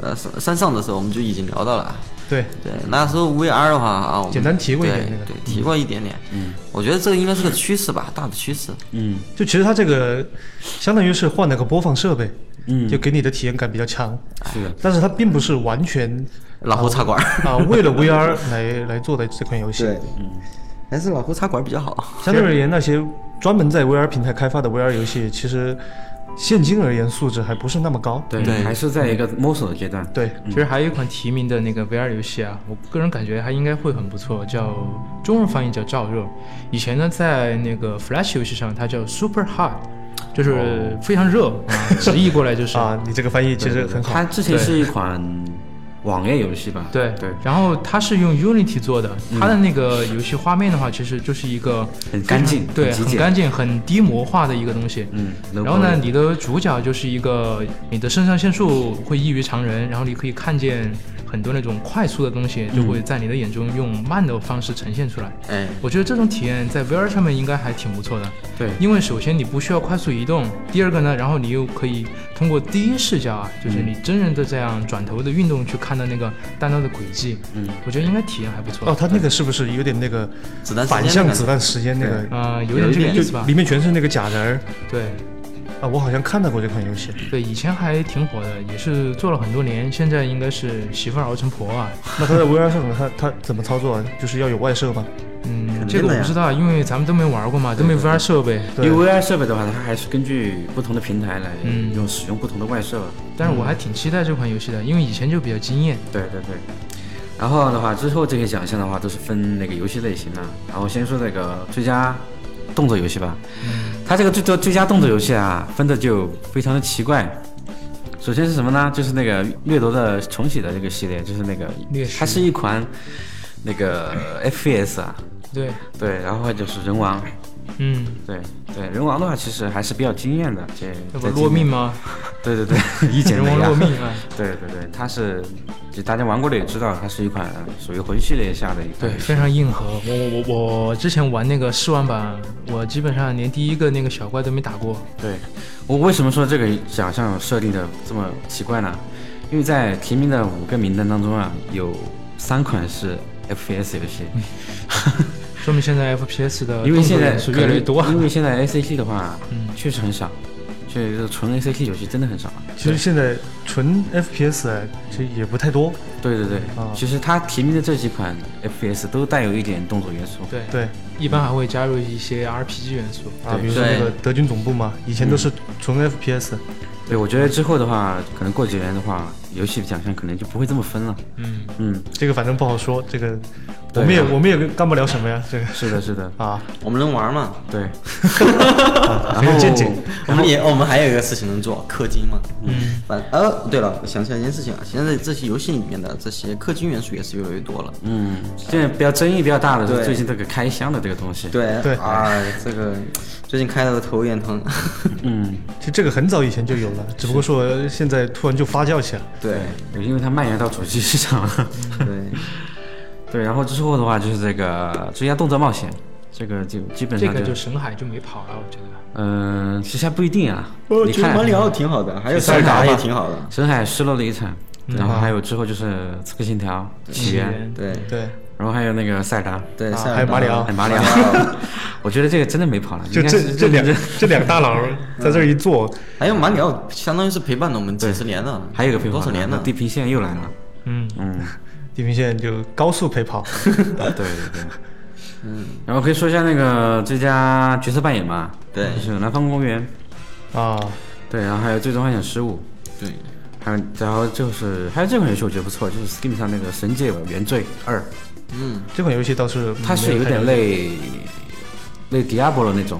S3: 呃，山山上的时候我们就已经聊到了。啊
S4: 对，
S3: 对，那时候 VR 的话啊，我们
S4: 简单提过一点
S3: 对
S4: 那个
S3: 对，提过一点点。嗯，我觉得这个应该是个趋势吧，大的趋势。
S2: 嗯
S4: 就其实它这个相当于是换了个播放设备，
S2: 嗯，
S4: 就给你的体验感比较强，
S2: 是的，
S4: 但是它并不是完全
S3: 老胡插管儿，
S4: 啊 为了 VR 来来做的这款游戏。
S6: 对，
S3: 还是老胡插管儿比较好。
S4: 相对而言，那些专门在 VR 平台开发的 VR 游戏，其实现今而言素质还不是那么高。
S2: 对，
S3: 对
S2: 还是在一个摸索的阶段。
S4: 对，
S5: 其实还有一款提名的那个 VR 游戏啊，我个人感觉它应该会很不错，叫中文翻译叫《照热》。以前呢，在那个 Flash 游戏上，它叫 Super Hard，就是非常热啊，直译过来就 是。
S4: 啊，你这个翻译其实很好
S2: 它。之前是一款网页游戏吧？
S5: 对
S2: 对，嗯
S5: 然后它是用 Unity 做的，它的那个游戏画面的话，其实就是一个
S2: 很干净
S5: 非常对，
S2: 很极
S5: 很
S2: 简
S5: 干净、很低模化的一个东西。
S2: 嗯
S5: 然后呢，
S2: low poly
S5: 你的主角就是一个，你的肾上腺素会异于常人，然后你可以看见很多那种快速的东西，就会在你的眼中用慢的方式呈现出来。
S2: 嗯
S3: 哎，
S5: 我觉得这种体验在 VR 上面应该还挺不错的。
S2: 对
S5: 因为首先你不需要快速移动，第二个呢，然后你又可以通过第一视角啊，就是你真人的这样转头的运动去看到那个弹道的轨迹。嗯，我觉得应该体验还不错。
S4: 哦，它那个是不是有点那个
S3: 子弹时间
S4: 反
S3: 的
S4: 向
S3: 感觉
S4: 子弹时间那个？
S5: 呃，有点这个意
S4: 就
S5: 思吧
S4: 里？面全是那个假人儿
S5: 对，
S4: 啊！我好像看到过这款游戏，
S5: 对，以前还挺火的，也是做了很多年，现在应该是媳妇儿熬成婆啊。
S4: 那它在 VR 上它它怎么操作啊？就是要有外设吗？
S5: 嗯，
S3: 肯定
S5: 这个我
S3: 的呀
S5: 不知道，因为咱们都没玩过嘛，都没 VR 设备。
S4: 对
S2: 因为 VR 设备的话，它还是根据不同的平台来
S5: 嗯
S2: 用使用不同的外设吧。
S5: 但是我还挺期待这款游戏的，因为以前就比较惊艳。
S2: 对对对。然后的话，之后这些奖项的话都是分那个游戏类型的。然后先说那个最佳动作游戏吧，它这个最最最佳动作游戏啊，分的就非常的奇怪。首先是什么呢？就是那个掠夺的重启的这个系列，就是那个
S5: 猎食
S2: 它是一款那个 FPS 啊，
S5: 对，
S2: 对，然后就是人王，
S5: 嗯，
S2: 对对，人王的话其实还是比较惊艳的，这
S5: 要不落命？吗？
S2: 在今年对对对， 一剪
S5: 人
S2: 梅
S5: 王
S2: 啊
S5: 落命啊！
S2: 对对对，它是就大家玩过的也知道，它是一款属于魂系列下的一款
S5: 对，非常硬核。我我我之前玩那个试玩版，我基本上连第一个那个小怪都没打过。
S2: 对，我为什么说这个奖项设定的这么奇怪呢？因为在提名的五个名单当中啊，有三款是 FPS 游戏，
S5: 说明现在 FPS 的
S2: 因为
S5: 嗯动作
S2: 现在
S5: 元素越来越多嗯
S2: 可。能因为现在 ACT 的话，确实很少，所以这个纯 ACT 游戏真的很少。
S4: 其实现在纯 FPS 啊，其实也不太多。
S2: 对对对，
S5: 哦
S4: 啊
S2: 其实它提名的这几款 FPS 都带有一点动作元素。
S5: 对，
S4: 对
S5: 一般还会加入一些 RPG 元素。
S4: 啊，
S2: 对嗯
S4: 比如说
S3: 对
S4: 那个德军总部嘛，以前都是纯 FPS。
S2: 对，我觉得之后的话，可能过几年的话，游戏奖项可能就不会这么分了。
S5: 嗯，
S2: 嗯，
S4: 这个反正不好说，这个我
S2: 对
S4: 们也
S2: 啊
S4: 我们也干不了什么呀，这个
S2: 是的，是的，
S4: 啊，
S3: 我们能玩嘛？
S2: 对。
S4: 很有见解。
S3: 我们也我们还有一个事情能做，氪金嘛。嗯，反呃，对了，我想起来一件事情啊，现在这些游戏里面的这些氪金元素也是越来越多了。
S2: 嗯，现在比较争议比较大的是
S3: 对
S2: 最近这个开箱的这个东西。，
S3: 对
S4: 对
S3: 啊，这个最近开的头有点疼。
S2: 嗯，
S4: 就这个很早以前就有了，只不过说现在突然就发酵起来。
S3: 对
S2: 因为它蔓延到主机市场了。
S3: 对，
S2: 对，然后之后的话就是这个最佳动作冒险，这个就基本
S5: 这
S2: 上
S5: 个
S2: 就
S5: 就神海就没跑了，我觉得。
S2: 嗯、其实还不一定啊。
S3: 我
S2: 你
S3: 觉得
S2: 看，
S3: 马里奥挺好的，还有
S2: 塞尔
S3: 塞
S2: 达吧
S3: 达也挺好的。
S2: 深海失落的遗产，然后还有之后就是《刺客信条：起源》，
S3: 对
S4: 对，
S2: 然后还有那个塞尔达。
S3: 对，
S4: 啊
S3: 塞尔达
S4: 还有马里奥
S2: 哎马里奥，我觉得这个真的没跑了，
S4: 就
S2: 应该
S4: 这
S2: 是嗯
S4: 这两
S2: 认真
S4: 这两大 佬在这儿一坐，
S3: 还有马里奥，相当于是陪伴了我们几十年了，
S2: 还有一个平
S3: 多
S2: 衡
S3: 少年
S2: 那
S3: 了？
S2: 地平线又来了。
S5: 嗯，
S2: 嗯，
S4: 地平线就高速陪跑。
S2: 对对对。嗯，然后可以说一下那个最佳角色扮演嘛，
S3: 对
S2: 就是《南方公园》，
S4: 啊，
S2: 对，然后还有《最终幻想十五
S3: 对，》，
S2: 还有然后就是还有这款游戏我觉得不错，就是 Steam 上那个《神界原罪二》，
S3: 嗯，
S4: 这款游戏倒是
S2: 它是
S4: 没
S2: 有
S4: 太
S2: 点
S4: 了解，
S2: 类类 Diablo 那种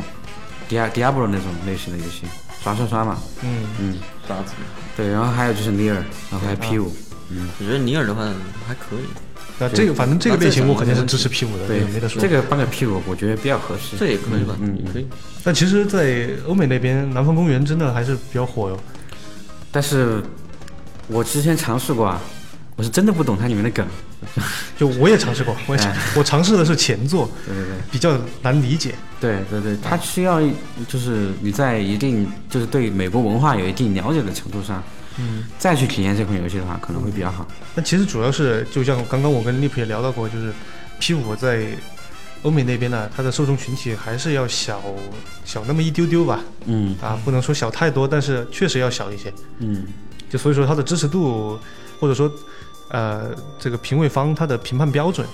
S2: ，Dia Diablo 那种类型的游戏，刷刷刷嘛，
S4: 嗯，
S2: 嗯，
S3: 啥子？
S2: 对，然后还有就是 Near，然后还有 P 五、
S4: 啊
S3: 我觉得尼尔的话还可以，
S4: 那啊这个反正这个
S2: 啊
S3: 那这
S4: 类型
S3: 种
S4: 我肯定
S3: 没
S4: 是
S3: 问
S4: 支持 P 五的，
S2: 对
S4: 也没得，说。
S2: 这个搬给 P 五我觉得比较合适，
S3: 这也可以吧？嗯，可以。
S4: 但其实，在欧美那边，《南方公园》真的还是比较火哟。
S2: 但是我之前尝试过啊，我是真的不懂它里面的梗。
S4: 就我也尝试过，
S2: 哎
S4: 我也尝我尝试的是前作，
S2: 对对对。
S4: 比较难理解。
S2: 对对对，它需要就是你在一定就是对美国文化有一定了解的程度上，嗯，再去体验这款游戏的话，可能会比较好。
S4: 但其实主要是，就像刚刚我跟 Lip 也聊到过，就是 P 五在欧美那边呢，它的受众群体还是要小小那么一丢丢吧，
S2: 嗯
S4: 啊，不能说小太多，但是确实要小一些。
S2: 嗯，
S4: 就所以说它的支持度，或者说呃这个评委方他的评判标准，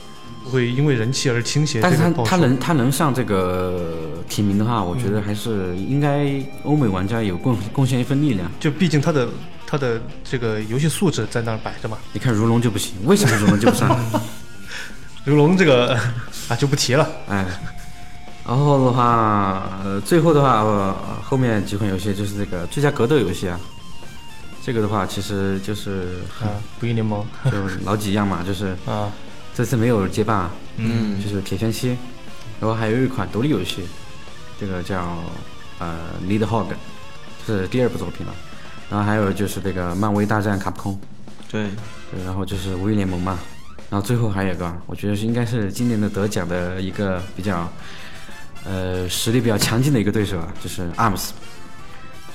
S4: 会因为人气而倾斜。
S2: 但是
S4: 这
S2: 它
S4: 个不好
S2: 它
S4: 说
S2: 能它能上这个提名的话，我
S4: 嗯
S2: 觉得还是应该欧美玩家有贡贡献一份力量。
S4: 就毕竟它的它的这个游戏素质在那儿摆着嘛。
S2: 你看如龙就不行，为什么如龙就不上？
S4: 如龙这个 啊就不提了，
S2: 哎，然后的话，呃，最后的话，呃、后面几款游戏就是这个最佳格斗游戏啊。这个的话，其实就是
S4: 啊，不义联盟
S2: 就老几样嘛， 就是
S4: 啊，
S2: 这次没有街霸，
S3: 嗯
S2: 就是铁拳七，然后还有一款独立游戏，这个叫呃《Need Hog》，是第二部作品了。然后还有就是这个《漫威大战卡普空》，
S3: 对，
S2: 对，然后就是《无语联盟》嘛。然后最后还有一个，我觉得是应该是今年的得奖的一个比较，呃，实力比较强劲的一个对手啊，就是 ARMS，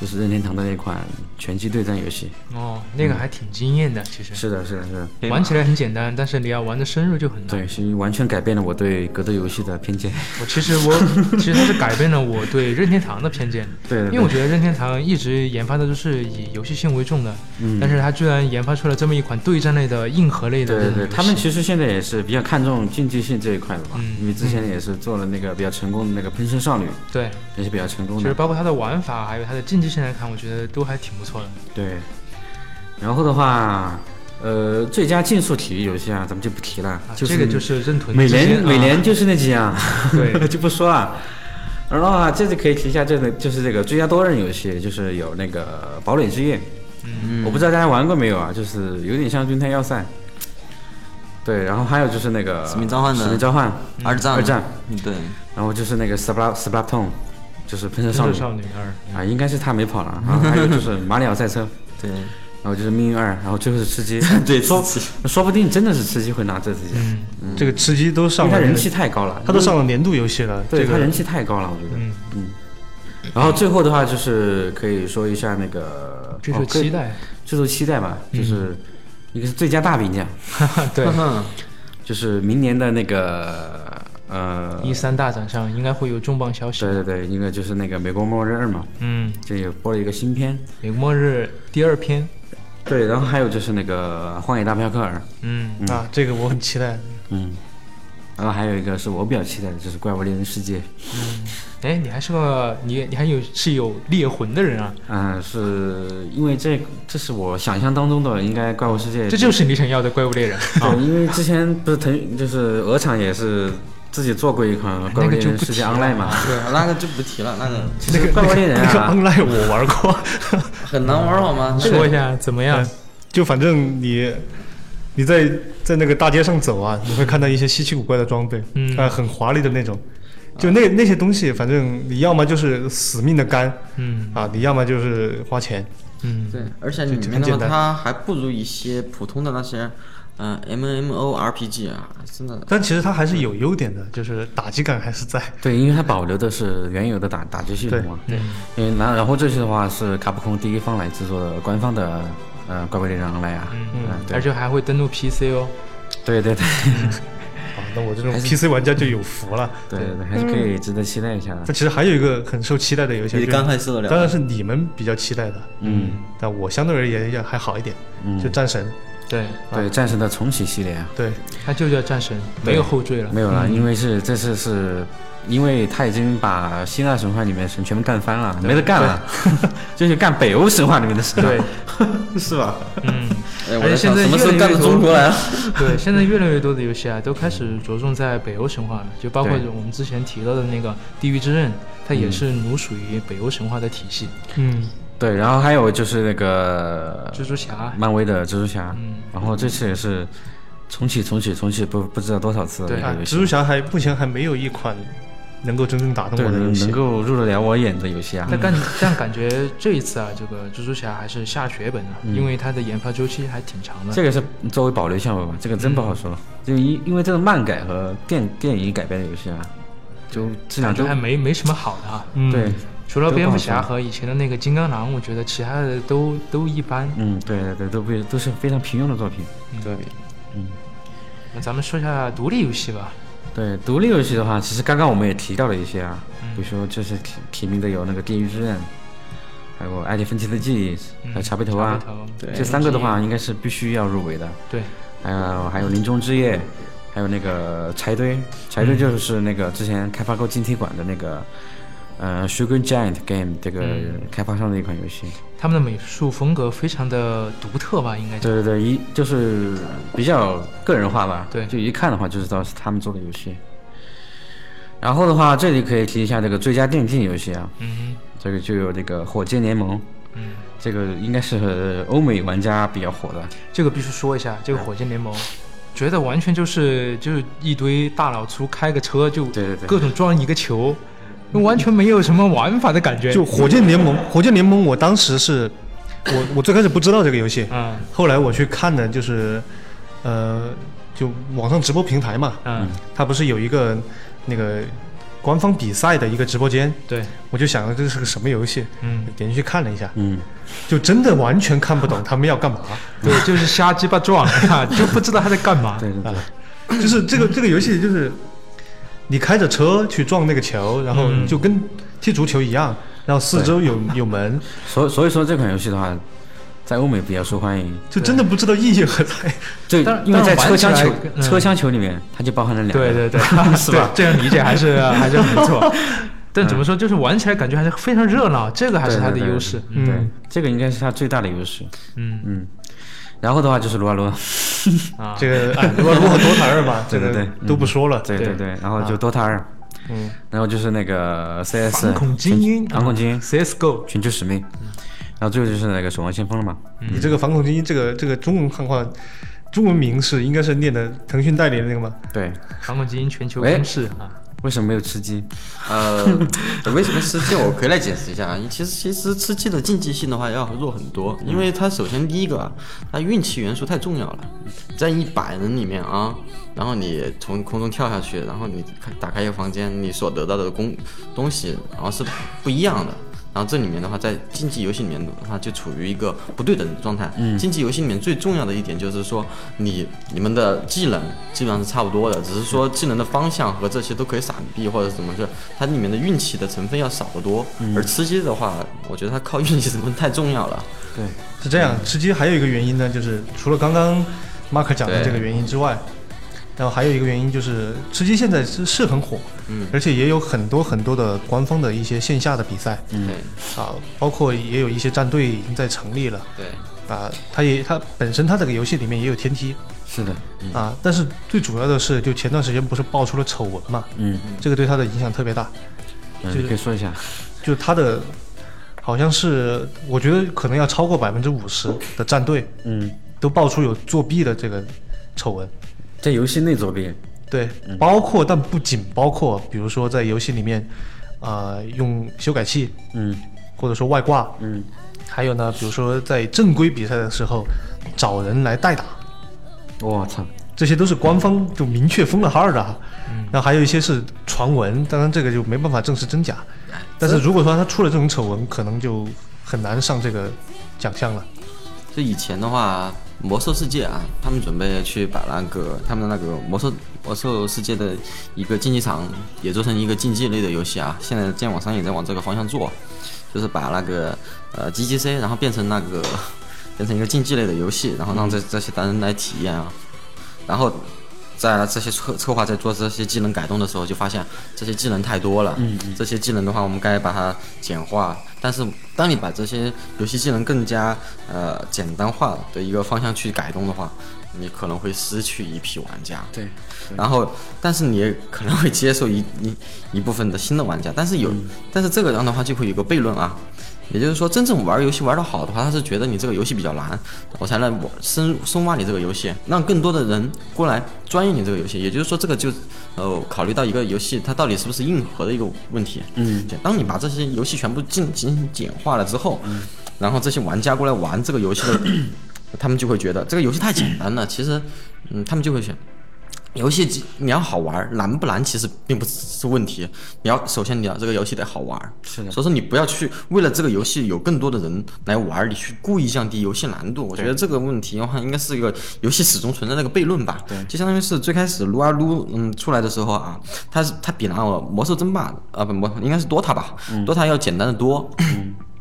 S2: 就是任天堂的那款拳击对战游戏。
S5: 哦，那个还挺惊艳的，其实
S2: 是的，是的，是的，
S5: 玩起来很简单，但是你要玩的深入就很难。
S2: 对，是完全改变了我对格斗游戏的偏见。
S5: 我其实我其实它是改变了我对任天堂的偏见，
S2: 对对
S5: 因为我觉得任天堂一直研发的都是以游戏性为重的，
S2: 嗯
S5: 但是它居然研发出了这么一款对战类的硬核类的
S2: 对
S5: 这
S2: 对
S5: 种游
S2: 对，
S5: 戏，
S2: 他们其实现在也是比较看重竞技性这一块的吧，
S5: 嗯
S2: 因为之前也是做了那个比较成功的那个《喷射少女》，
S5: 对，
S2: 也是比较成功
S5: 其
S2: 的。
S5: 实包括它的玩法还有它的竞技性来看，我觉得都还挺不错的。
S2: 对，然后的话，呃，最佳竞速体育游戏啊，咱们就不提了，
S5: 啊
S2: 就是
S5: 这个就是认屯
S2: 美
S5: 之间
S2: 联，美
S5: 啊
S2: 联就是那几样，
S5: 对
S2: 就不说了。然后啊，这次可以提一下，这个就是这个最佳多人游戏，就是有那个《堡垒之夜》，嗯，我不知道大家玩过没有啊，就是有点像《军团要塞》。对，然后还有就是那个《
S3: 使命召唤呢
S2: 使命召唤，
S3: 二战，
S2: 二战，
S3: 嗯，对，
S2: 然后就是那个 Splat Splatoon，就是喷射
S5: 《
S2: 少
S5: 少
S2: 女
S5: 少女二
S2: 啊，应该是他没跑了。然后还有就是马里奥赛车，
S3: 对，，
S2: 然后就是命运二，然后最后是吃鸡
S3: 对
S2: 说
S3: 吃鸡
S2: 说不定真的是吃鸡会拿这次奖，
S5: 嗯
S4: 这个吃鸡都
S2: 因
S4: 上
S2: 为
S4: 了
S2: 他
S4: 那个，
S2: 人气太高了，
S4: 他都上了年度游戏了，
S2: 对
S4: 这
S2: 他
S4: 个
S2: 人气太高了，我觉得，嗯然后最后的话就是可以说一下那个
S5: 最受期，待
S2: 哦，最受期待吧，就是一个是最佳大饼奖，
S5: 对，
S3: 嗯，
S2: 就是明年的那个呃，
S5: 一 E 三大展上应该会有重磅消息
S2: 对。对对，一个就是那个美国末日二嘛，
S5: 嗯，
S2: 这也播了一个新片，
S5: 《美国末日》第二篇，
S2: 对，然后还有就是那个《荒野大镖客二》，
S5: 嗯，
S4: 啊，这个我很期待。
S2: 嗯，然后还有一个是我比较期待的，就是《怪物猎人世界》。
S5: 哎，你还是个你你还有是有猎魂的人啊，
S2: 嗯，是因为这这是我想象当中的，应该怪物世界。
S5: 这就是你想要的怪物猎人。
S2: 对，因为之前不是腾就是鹅厂也是自己做过一款怪
S5: 那
S2: 物
S5: 个
S2: 猎
S5: 就
S2: 人
S5: 不
S2: 世
S5: 提
S2: 界
S5: 了
S2: Online 嘛。
S3: 对，啊那个就不提了，那个
S2: 其实怪物猎人
S4: 那个
S2: 啊，
S4: online 我玩过，
S3: 很难玩好 吗？这
S5: 说一
S3: 个
S5: 下怎么样？
S4: 就反正你你在在那个大街上走啊，你会看到一些稀奇古怪的装备，
S5: 嗯
S4: 啊，很华丽的那种。
S2: 啊
S4: 就那那些东西，反正你要么就是死命的干，
S5: 嗯
S4: 啊，你要么就是花钱，
S5: 嗯，
S3: 对，而且里
S4: 就
S3: 面
S4: 很
S3: 的
S4: 简
S3: 话，
S4: 单
S3: 它还不如一些普通的那些，嗯，M M O R P G 啊，真的，
S4: 但其实它还是有优点的，就是打击感还是在。
S2: 对，因为它保留的是原有的打打击系统嘛。对。因为然然后这些的话是卡普空第一方来制作的官方的呃怪物猎人 Online 啊。嗯对
S5: 而且还会登录 PC 哦。
S2: 对对对
S4: 啊，那我这种 PC 玩家就有福了。
S2: 对对对，还是可以值得期待一下的
S4: 那。其实还有一个很受期待的游戏，
S3: 你
S4: 就是
S3: 刚开始的聊
S4: 当然是你们比较期待的，嗯，但我相对而言也还好一点，
S3: 嗯
S4: 就战神，
S5: 对，
S2: 对，战神的重启系列啊。
S4: 对，
S5: 他就叫战神，没有后缀了。
S2: 没有了，因为是这次是，因为他已经把希腊神话里面的神全部干翻了，没得干了， 就是干北欧神话里面的神。
S5: 对，
S2: 是吧？
S5: 嗯，
S3: 哎，我
S5: 而且
S3: 在想
S5: 现在
S3: 什么时候
S5: 越来
S3: 干
S5: 越
S3: 到
S5: 多
S3: 中国来了？
S5: 对，现在越来越多的游戏啊，都开始着重在北欧神话了，就包括
S2: 对
S5: 我们之前提到的那个《地狱之刃》，它
S3: 嗯
S5: 也是奴属于北欧神话的体系。
S4: 嗯，
S2: 对，然后还有就是那个
S5: 蜘蛛侠，嗯
S2: 漫威的蜘蛛侠，然后这次也是重启、重启、重启，不不知道多少次了。
S5: 对
S2: 那
S4: 啊
S2: 个游，
S4: 蜘
S2: 戏
S4: 蛛侠还目前还没有一款能够真正
S5: 啊
S4: 打动
S2: 对
S4: 我的游
S2: 能
S4: 戏
S2: 能。够入得了我眼的游戏啊。
S5: 但感但感觉这一次啊，这个蜘蛛侠还是下血本的，啊
S3: 嗯
S5: 因为它的研发周期还挺长的。
S2: 这个是作为保留项目吧，这个真不好说。
S5: 嗯
S2: 就因因为这个漫改和电电影改编的游戏啊，就质量啊
S5: 感
S2: 都
S5: 觉还没没什么好的啊。
S4: 嗯，
S2: 对，
S5: 除了
S2: 都不好
S5: 蝙蝠侠
S2: 说
S5: 和以前的那个金刚狼，我觉得其他的都都一般。
S2: 嗯，对对对，都不都是非常平庸的作品。
S3: 对，
S5: 那咱们说一下独立游戏吧。
S2: 对独立游戏的话，其实刚刚我们也提到了一些啊，
S5: 嗯
S2: 比如说就是提提名的有那个《地狱之刃》，还有《埃迪芬奇的记忆》，还有《茶杯头》啊
S5: 嗯茶杯头，
S3: 对
S2: 这三个的话应该是必须要入围的。
S5: 对，
S2: 还有还有《林中之夜》，还有那个柴堆，柴
S5: 嗯
S2: 堆就是那个之前开发过晶体管的那个，呃，Sugar Giant Game 这个
S5: 嗯
S2: 开发商的一款游戏。
S5: 他们的美术风格非常的独特吧，应该
S2: 对
S5: 讲。
S2: 对对，一就是比较个人化吧。
S5: 对
S2: 就一看的话就知道是他们做的游戏。然后的话，这里可以提一下这个最佳电竞游戏啊，
S5: 嗯
S2: 这个就有这个《火箭联盟》，
S5: 哼嗯，
S2: 这个应该是欧美玩家比较火的。
S5: 这个必须说一下，这个火箭联盟。觉得完全就是就是一堆大老粗开个车就
S2: 对对对嗯
S5: 各种撞一个球，完全没有什么玩法的感觉。
S4: 就火箭联盟，火箭联盟，我当时是，我我最开始不知道这个游戏，
S2: 啊
S5: 嗯
S4: 后来我去看的就是，呃，就网上直播平台嘛，
S5: 嗯，
S4: 它不是有一个那个官方比赛的一个直播间，
S5: 对，
S4: 我就想这是个什么游戏，
S5: 嗯，
S4: 点进去看了一下，
S2: 嗯，
S4: 就真的完全看 不懂他们要干嘛，
S5: 对，就是瞎鸡巴撞， 啊，就不知道他在干嘛。
S2: 对对对，
S4: 就是这个
S2: 嗯
S4: 这个游戏就是你开着车去撞那个球，然后
S5: 嗯
S4: 就跟踢足球一样，然后四周有 有门，
S2: 所以所以说这款游戏的话，在欧美比较受欢迎。
S4: 就真的不知道意义何在。
S2: 对
S5: 但，
S2: 因为在
S5: 但
S2: 车
S5: 玩起
S2: 厢
S5: 来
S2: 球、
S5: 嗯
S2: 车厢球里面，它就包含了两个。
S5: 对对对，
S2: 是吧
S5: 对这样理解还是 还是很不错。但怎么说，就是玩起来感觉还是非常热闹，这个还是它的优势。
S2: 对，对
S4: 嗯
S2: 这个应该是它最大的优势。
S5: 嗯
S2: 嗯，然后的话就是撸啊撸，
S5: 啊，
S4: 这个哎，如果如何多 塔二吧，这
S2: 对
S4: 个
S2: 对对
S4: 都不说了。
S2: 对
S5: 对
S2: 对对，然后就 DOTA 二，
S4: 嗯，
S2: 然后就是那个 CS
S5: 反恐精英，啊嗯
S2: 全反恐精英、
S5: CS:GO，
S2: 全球使命，然后最后就是那个守望先锋了嘛。
S4: 你这个反恐精英这个这个中文汉化，中文名是应该是念的腾讯代理的那个吗？
S2: 对，
S5: 反恐精英全球
S2: 喂
S5: 攻势啊，
S2: 为什么没有吃鸡？
S3: 呃，为什么吃鸡？我可以来解释一下啊。其实其实吃鸡的竞技性的话要弱很多，因为它首先第一个啊，它运气元素太重要了。在一百人里面啊，然后你从空中跳下去，然后你开打开一个房间，你所得到的工东西，然后是不一样的。然后这里面的话，在竞技游戏里面的话，就处于一个不对等的状态。嗯，竞技游戏里面最重要的一点就是说，你你们的技能基本上是差不多的，只是说技能的方向和这些都可以闪避或者怎么是，它里面的运气的成分要少得多。而吃鸡的话，我觉得它靠运气成分太重要了。
S2: 对，
S4: 是这样，吃鸡还有一个原因呢，就是除了刚刚 Mark 讲的
S3: 对
S4: 这个原因之外，然后还有一个原因就是吃鸡现在是是很火，
S3: 嗯
S4: 而且也有很多很多的官方的一些线下的比赛，
S3: 对
S4: 啊，包括也有一些战队已经在成立了，
S3: 对，
S4: 啊，它也它本身它这个游戏里面也有天梯，
S2: 是的，
S3: 嗯
S4: 啊，但是最主要的是，就前段时间不是爆出了丑闻嘛，
S2: 嗯，
S4: 这个对他的影响特别大。
S2: 嗯，
S4: 就是
S2: 你可以说一下。
S4: 就他的好像是，我觉得可能要超过百分之五十的战队
S2: 嗯，
S4: 都爆出有作弊的这个丑闻。
S2: 在游戏内作弊，
S4: 对，
S2: 嗯
S4: 包括但不仅包括，比如说在游戏里面，呃，用修改器
S2: 嗯
S4: 或者说外挂，
S2: 嗯，
S4: 还有呢，比如说在正规比赛的时候找人来代打，
S2: 我操，
S4: 这些都是官方就明确封了号的啊。
S3: 嗯
S4: 那还有一些是传闻，当然这个就没办法证实真假。
S3: 哎
S4: 但是如果说他出了这种丑闻，可能就很难上这个奖项了。
S3: 就以前的话，魔兽世界啊，他们准备去把那个他们的那个魔兽魔兽世界的一个竞技场也做成一个竞技类的游戏啊。现在剑网商也在往这个方向做，就是把那个呃 GGC，然后变成那个呃变成一个竞技类的游戏，然后让这这些达人来体验啊。然后在这些策策划在做这些技能改动的时候，就发现这些技能太多了。嗯这些技能的话，我们该把它简化。但是，当你把这些游戏技能更加呃简单化的一个方向去改动的话，你可能会失去一批玩家。
S2: 对，
S3: 然后，但是你也可能会接受一一一部分的新的玩家，但是有，但是这个样的话就会有个悖论啊，也就是说，真正玩游戏玩得好的话，他是觉得你这个游戏比较难，我才来我深深挖你这个游戏，让更多的人过来专业你这个游戏。也就是说，这个就呃考虑到一个游戏它到底是不是硬核的一个问题。嗯，当你把这些游戏全部进行简化了之后，然后这些玩家过来玩这个游戏的， 他们就会觉得这个游戏太简单了。其实，嗯，他们就会选。游戏机你要好玩，难不难其实并不是问题。你要首先你要这个游戏得好玩，
S2: 是的
S3: 所以说你不要去为了这个游戏有更多的人来玩，你去故意降低游戏难度。我觉得这个问题的话，应该是一个游戏始终存在那个悖论吧。对，就相当于是最开始撸啊撸嗯出来的时候啊，它是它比那个魔兽争霸啊不魔应该是 DOTA 吧、d
S2: 嗯
S3: o t a 要简单的多。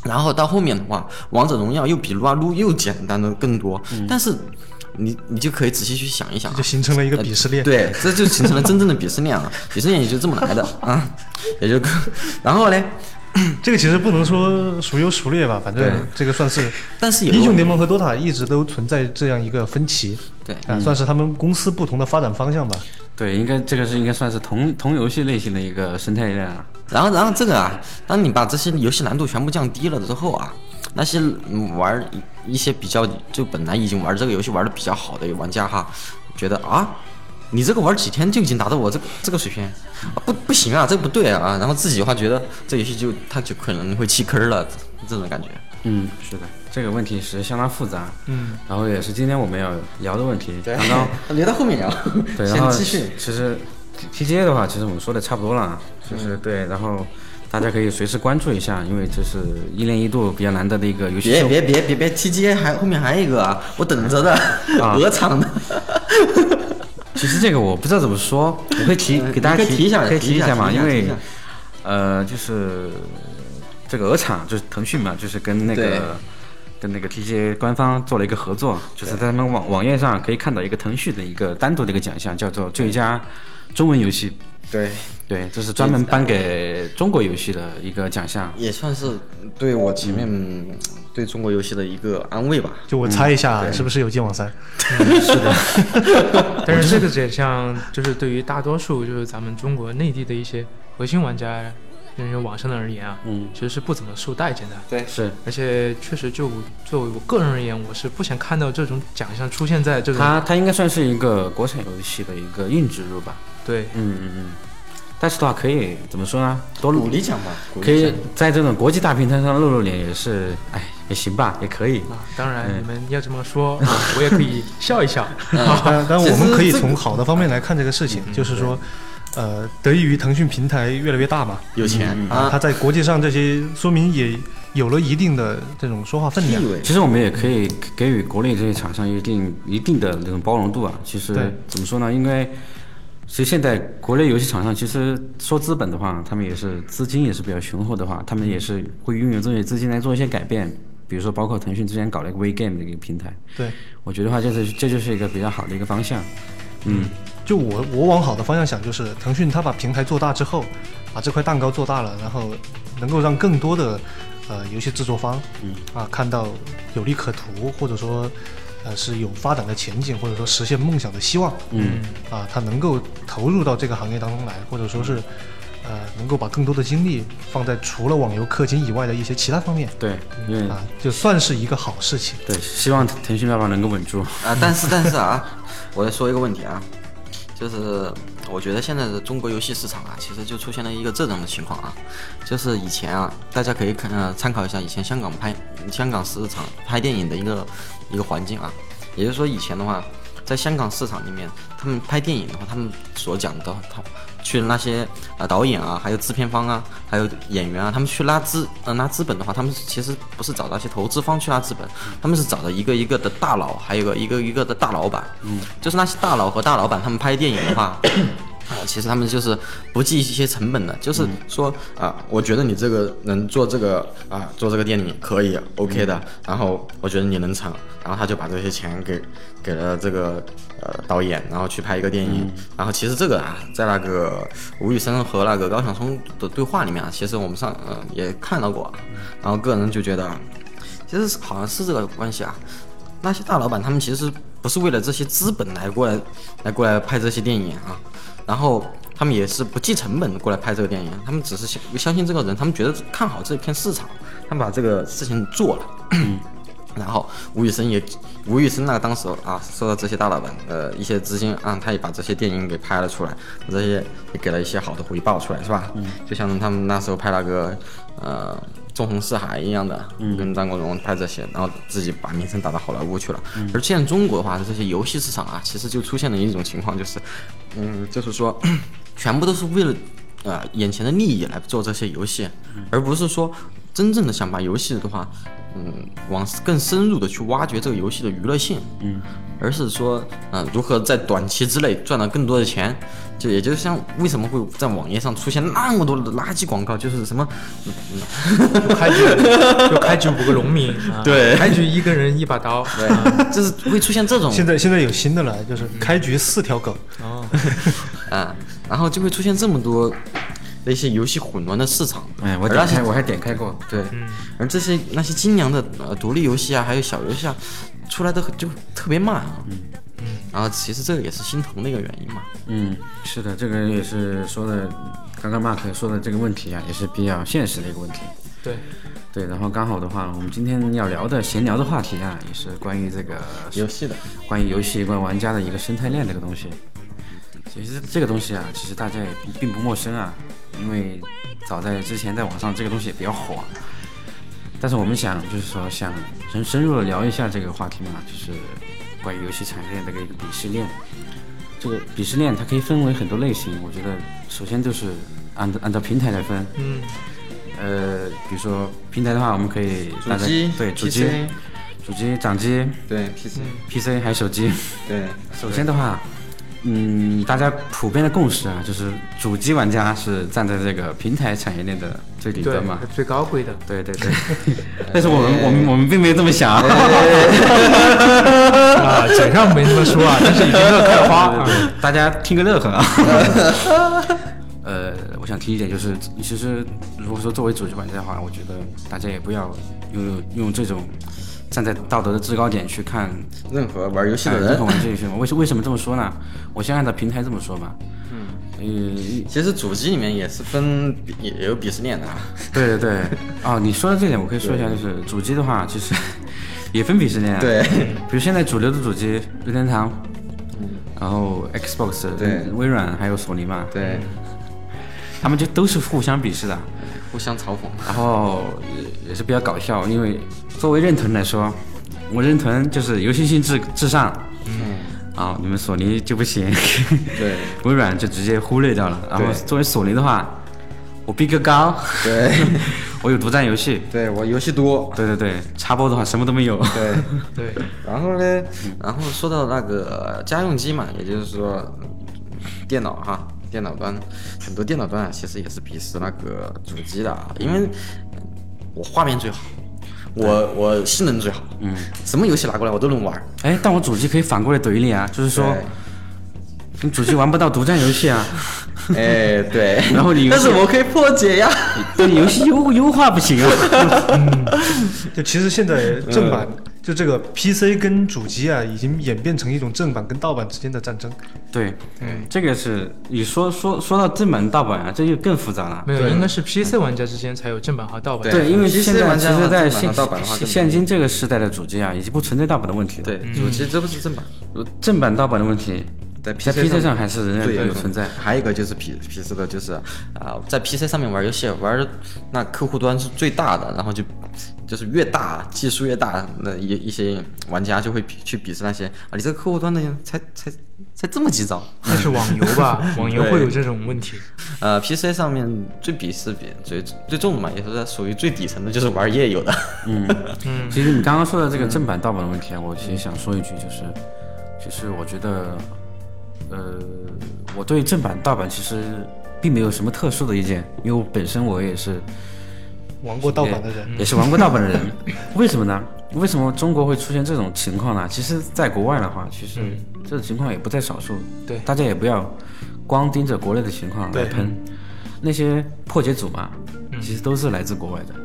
S3: 然后到后面的话，王者荣耀又比撸啊撸又简单的更多，
S2: 嗯
S3: 但是你你就可以仔细去想一想、啊，
S4: 就形成了一个鄙视链。，
S3: 对，这就形成了真正的鄙视链了。鄙视链也就这么来的啊，也就然后嘞，
S4: 这个其实不能说孰优孰劣吧，反
S3: 对
S4: 正这个算是
S3: 但是有
S4: 英雄联盟和 DOTA 一直都存在这样一个分歧，
S3: 对
S4: 啊，算是他们公司不同的发展方向吧。
S2: 对，应该这个是应该算是同同游戏类型的一个生态链啊。
S3: 然后，然后这个啊，当你把这些游戏难度全部降低了之后啊，那些嗯玩一些比较就本来已经玩这个游戏玩的比较好的玩家哈，觉得啊，你这个玩几天就已经达到我这个这个水平，啊不不行啊，这不对啊，然后自己的话觉得这游戏就它就可能会弃坑了，这种感觉。
S2: 嗯，是的，这个问题是相当复杂。嗯，然后也是今天我们要聊的问题。刚 刚
S3: 留到后面聊，
S2: 对，然后其实 T G A 的话，其实我们说的差不多了啊，就是对，然后大家可以随时关注一下，因为这是一年一度比较难得的一个游戏
S3: 别
S2: 秀。
S3: 别别别别，TGA 还后面还有一个啊，我等着的， 鹅厂的，
S2: 其实这个我不知道怎么说，我可以提给大家
S3: 你可以提一下
S2: 可以
S3: 提一
S2: 一
S3: 下
S2: 下嘛，
S3: 提一下
S2: 因为
S3: 提一下
S2: 呃，就是这个鹅厂就是腾讯嘛，就是跟那
S3: 对
S2: 个。跟那个 TGA 官方做了一个合作，就是在他们网网页上可以看到一个腾讯的一个单独的一个奖项，叫做最佳中文游戏。
S3: 对，
S2: 对，这是专门颁给中国游戏的一个奖项。
S3: 也算是对我前面嗯对中国游戏的一个安慰吧。
S4: 就我猜一下
S3: 嗯
S4: 啊，是不是有剑 网三？
S5: 但是这个奖项就是对于大多数就是咱们中国内地的一些核心玩家，人员网上的而言啊，
S2: 嗯
S5: 其实是不怎么受待见的。
S3: 对
S2: 是
S5: 而且确实就我作为我个人而言，我是不想看到这种奖项出现在这种
S2: 它，它应该算是一个国产游戏的一个硬植入吧。
S5: 对
S2: 嗯嗯嗯。但是的话，可以怎么说呢？多
S3: 努力讲吧，鼓
S2: 可
S3: 励
S2: 以
S3: 讲
S2: 在这种国际大平台上露露脸，也是，哎，也行吧，也可以。
S5: 啊，当然你们要这么说，
S3: 哎
S5: 啊我也可以笑 一笑。啊
S4: 但但我
S3: 其
S4: 们
S3: 实
S4: 可以
S3: 这个嗯
S4: 从好的方面来看这个事情，就是说，呃，得益于腾讯平台越来越大嘛，
S3: 有钱
S4: 啊，它
S3: 啊，
S4: 在国际上这些说明也有了一定的这种说话分量
S3: 地。位
S2: 其实我们也可以给予国内这些厂商一定一定的那种包容度啊。其实
S4: 对
S2: 怎么说呢？因为其实现在国内游戏厂商，其实说资本的话，他们也是资金也是比较雄厚的话，他们也是会运用这些资金来做一些改变。比如说，包括腾讯之前搞了一个 We Game 的一个平台，
S4: 对，
S2: 我觉得话就是这就是一个比较好的一个方向。
S4: 就我我往好的方向想，就是腾讯它把平台做大之后，把这块蛋糕做大了，然后能够让更多的呃游戏制作方，嗯啊看到有利可图，或者说呃是有发展的前景，或者说实现梦想的希望，嗯啊，它能够投入到这个行业当中来，或者说是呃能够把更多的精力放在除了网游氪金以外的一些其他方面。
S2: 对，因为
S4: 啊，就算是一个好事情。
S2: 对，希望腾讯爸爸能够稳住。
S3: 啊，但是但是啊，我再说一个问题啊，就是我觉得现在的中国游戏市场啊，其实就出现了一个这种的情况啊，就是以前啊，大家可以看呃参考一下以前香港拍香港市场拍电影的一个一个环境啊，也就是说以前的话，在香港市场里面，他们拍电影的话，他们所讲的他去那些啊、呃导演啊，还有制片方啊，还有演员啊，他们去拉资呃拉资本的话，他们其实不是找那些投资方去拉资本，他们是找的一个一个的大佬，还有个一个一个的大老板，嗯，就是那些大佬和大老板他们拍电影的话。啊，其实他们就是不计一些成本的，就是说啊，我觉得你这个能做这个啊，做这个电影可以，OK 的，然后我觉得你能成，然后他就把这些钱给给了这个呃导演，然后去拍一个电影，然后其实这个啊，在那个吴宇森和那个高晓松的对话里面啊，其实我们上呃也看到过啊，然后个人就觉得啊，其实是好像是这个关系啊。那些大老板他们其实不是为了这些资本来过来来过来拍这些电影啊，然后他们也是不计成本的过来拍这个电影，他们只是相相信这个人，他们觉得看好这片市场，他们把这个事情做了。然后吴宇森也，吴宇森那个当时啊，受到这些大老板呃一些资金啊，他也把这些电影给拍了出来，这些也给了一些好的回报出来，是吧？嗯，就像他们那时候拍那个呃《纵横四海》一样的，跟张国荣拍这些，然后自己把名声打到好莱坞去了。而现在中国的话，这些游戏市场啊，其实就出现了一种情况，就是嗯，就是说全部都是为了呃眼前的利益来做这些游戏，而不是说真正的想把游戏的话，嗯，往更深入的去挖掘这个游戏的娱乐性，嗯，而是说，嗯、如何在短期之内赚到更多的钱，就也就像为什么会在网页上出现那么多的垃圾广告，就是什么，
S5: 开局就开局五个农民，啊
S3: 对
S5: 开局一个人一 把刀，对
S3: 对，啊就是会出现这种，
S4: 现在现在有新的了，就是开局四条狗，
S3: 啊、然后就会出现这么多的一些游戏混乱的市场，
S2: 哎，我
S3: 而
S2: 点
S3: 那些
S2: 开我还点开过，
S3: 对，而这些那些精良的呃独立游戏啊，还有小游戏啊，出来的就特别慢啊。嗯然后其实这个也是心疼的一个原因嘛。
S2: 嗯，是的，这个也是说的，刚刚 Mark 说的这个问题啊，也是比较现实的一个问题。
S5: 对，
S2: 对，然后刚好的话，我们今天要聊的闲聊的话题啊，也是关于这个
S3: 游戏的，
S2: 关于游戏、关于玩家的一个生态链这个东西。其实这个东西啊，其实大家也并并不陌生啊，因为早在之前在网上这个东西也比较火。啊但是我们想就是说想深深入的聊一下这个话题嘛，就是关于游戏产业链这个一个鄙视链。这个鄙视链它可以分为很多类型，我觉得首先就是按照按照平台来分，
S5: 嗯，
S2: 呃，比如说平台的话，我们可以
S3: 主
S2: 大家
S3: 机
S2: 对主
S3: PC
S2: 机、主机、掌机、
S3: 对 PC，
S2: PC 还有手机。
S3: 对
S2: 首先的话，嗯，大家普遍的共识啊，就是主机玩家是站在这个平台产业链的最顶
S5: 对
S2: 端嘛。，
S5: 最高 贵的，
S2: 对对对， 但是我们我们我们并没有这么想啊，
S5: 啊，嘴上没这么 说啊，但是已经乐开花啊。
S2: 大家听个乐呵啊。 呃，我想提一点就是，其实如果说作为主机玩家的话，我觉得大家也不要用用这种站在道德的制高点去看
S3: 哎任何玩游戏的
S2: 认
S3: 人
S2: 同，玩这一些 嘛。为什为什么这么说呢？我先按照平台这么说嘛。嗯，
S3: 其实主机里面也是分也也有鄙视链的啊。
S2: 对对对，哦，你说到这点，我可以说一下，就是主机的话，其实 也分鄙视链啊。
S3: 对
S2: 比如现在主流的主机，任天堂，然后 Xbox，
S3: 嗯对
S2: 微软还有索尼嘛，
S3: 对，
S2: 他们就都是互相鄙视的。
S3: 互相嘲讽。
S2: 然后也也是比较搞笑，因为作为任腾来说，我任腾就是游戏性至至上，嗯，啊，你们索尼就不行，
S3: 对，
S2: 微软就直接忽略掉了。然后
S3: 对
S2: 作为索尼的话，我逼格高，
S3: 对，
S2: 我有独占游戏，
S3: 对我游戏多。
S2: 对对对，插播的话什么都没有，
S3: 对，
S5: 对，
S3: 然后呢，然后说到那个呃家用机嘛，也就是说电脑哈，电脑端很多电脑端啊，其实也是鄙视那个主机的啊，因为我画面最好，我我性能最好，嗯，什么游戏拿过来我都能玩儿，
S2: 哎，但我主机可以反过来怼你啊，就是说
S3: 对
S2: 你主机玩不到独占游戏 啊，
S3: 哎，对，
S2: 然后你游
S3: 但
S2: 戏嗯
S3: 是我可以破解呀，
S2: 对游戏 优优化不行啊，
S4: 就其实现在正版
S3: 嗯
S4: 就这个 PC 跟主机啊，已经演变成一种正版跟盗版之间的战争。
S2: 对，这个是你说说说到正版盗版啊，这就更复杂了
S5: 没。有，应该是 PC 玩家之间才有正版和盗版。
S3: 对
S2: 对，因为
S3: PC
S2: 现在
S3: 玩
S2: 其
S3: 家的
S2: 实，
S3: 话
S2: 在
S3: 正版
S2: 现
S3: 和盗版的话
S2: 现
S3: 更
S2: 现今这个时代的主机啊，已经不存在盗版的问题了。
S3: 对，，主机这不是正版，我
S2: 正版盗版的问题，
S3: 在
S2: 在
S3: PC
S2: PC 上还是仍
S3: 对
S2: 然有存在。
S3: 还有一个就是 P P C 的，就是啊、在 P C 上面玩游戏，玩儿那客户端是最大的，然后就就是越大技术越大，那一一些玩家就会比去鄙视那些啊，你这个客户端的才才才这么几招。
S5: 那是网游 吧？网游会有这种问题。
S3: 呃，P C 上面最鄙视比最最重的嘛，也是属于最底层的，就是玩页游的。
S2: 其实你刚刚说的这个正版盗版的问
S5: 嗯
S2: 题啊，我其实想说一句，就是，就是我觉得，呃，我对正版盗版其实并没有什么特殊的意见，因为我本身我也是
S4: 玩过盗版的人，
S3: 嗯
S5: 嗯
S2: 也是玩过盗版的 人。为什么呢？为什么中国会出现这种情况呢？其实，在国外的话，其实这种情况也不在少数。
S5: 嗯对
S2: 大家也不要光盯着国内的情况来喷。那些破解组嘛，其实都是来自国外的。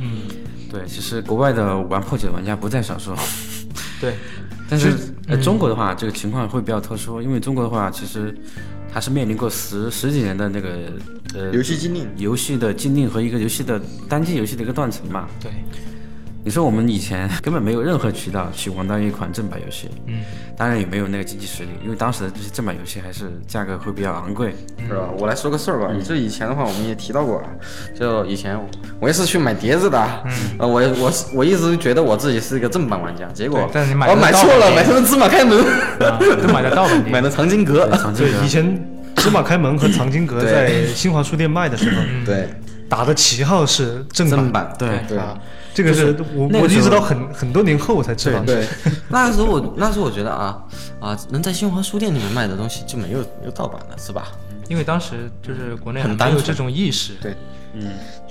S5: 嗯，
S2: 对，其实国外的玩破解的玩家不在少数。
S5: 对，
S3: 嗯
S2: 但是、呃，中国的话，这个情况会比较特殊，因为中国的话，其实它是面临过十十几年的那个呃
S3: 游戏禁令
S2: 游戏的禁令和一个游戏的单机游戏的一个断层嘛。
S5: 对，
S2: 你说我们以前根本没有任何渠道去玩到一款正版游戏，
S5: 嗯，
S2: 当然也没有那个经济实力，因为当时的这些正版游戏还是价格会比较昂贵。
S3: 是吧？我来说个事儿吧，这以前的话我们也提到过啊，就以前我也是去买碟子的，呃，我我是我一直觉得我自己是一个正版玩家，结果
S5: 对但是你买
S3: 我
S5: 的
S3: 买
S5: 盗
S3: 错
S5: 版
S3: 了，
S5: 碟
S3: 买成了芝麻开门，
S5: 啊，都买得到的
S3: 买的藏经阁，
S4: 对，以前芝麻开门和藏经阁
S3: 对
S4: 在新华书店卖的时候，
S3: 对，
S4: 打的旗号是正
S3: 正版，
S2: 对
S3: 对。
S4: 啊，这个是我
S2: 那
S4: 我
S2: 个时
S4: 一
S2: 候
S4: 直到很很多年后我才知道，
S3: 对，那时候我那时候我觉得啊啊，能在新华书店里面卖的东西就没有没有盗版了，是吧？
S5: 因为当时就是国内还
S3: 很单
S5: 没有
S3: 纯
S5: 这种意识，
S3: 对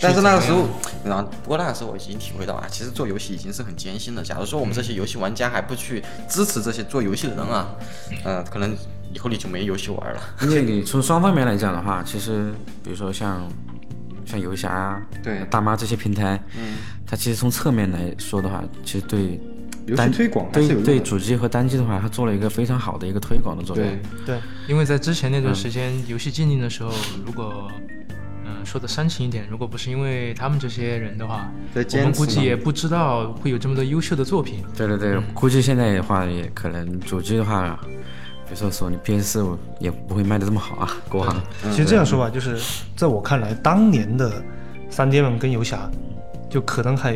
S3: 但是那个时候，然后不过那个时候我已经体会到啊，其实做游戏已经是很艰辛的。假如说我们这些游戏玩家还不去支持这些做游戏的人啊，嗯，可能以后你就没游戏玩了。
S2: 因为你从双方面来讲的话，其实比如说像像游侠啊、
S3: 对
S2: 大妈这些平台，嗯，它其实从侧面来说的话，其实对
S3: 游戏
S2: 单
S3: 推广还
S2: 对
S3: 是有用
S2: 对
S3: 的
S2: 主机和单机的话，它做了一个非常好的一个推广的作用。
S4: 对
S5: 因为在之前那段时间游戏禁令的时候，如果嗯、说的煽情一点，如果不是因为他们这些人的话，
S3: 在
S5: 我
S3: 坚
S5: 们
S3: 持
S5: 估计
S3: 嘛
S5: 也不知道会有这么多优秀的作品。
S2: 对对
S3: 嗯
S2: 对，估计现在的话，也可能主机的话，比如说索尼 PS 四也不会卖的这么好啊，国行。
S4: 其实这样说吧，就是在我看来，当年的三 D 们跟游侠，就可能还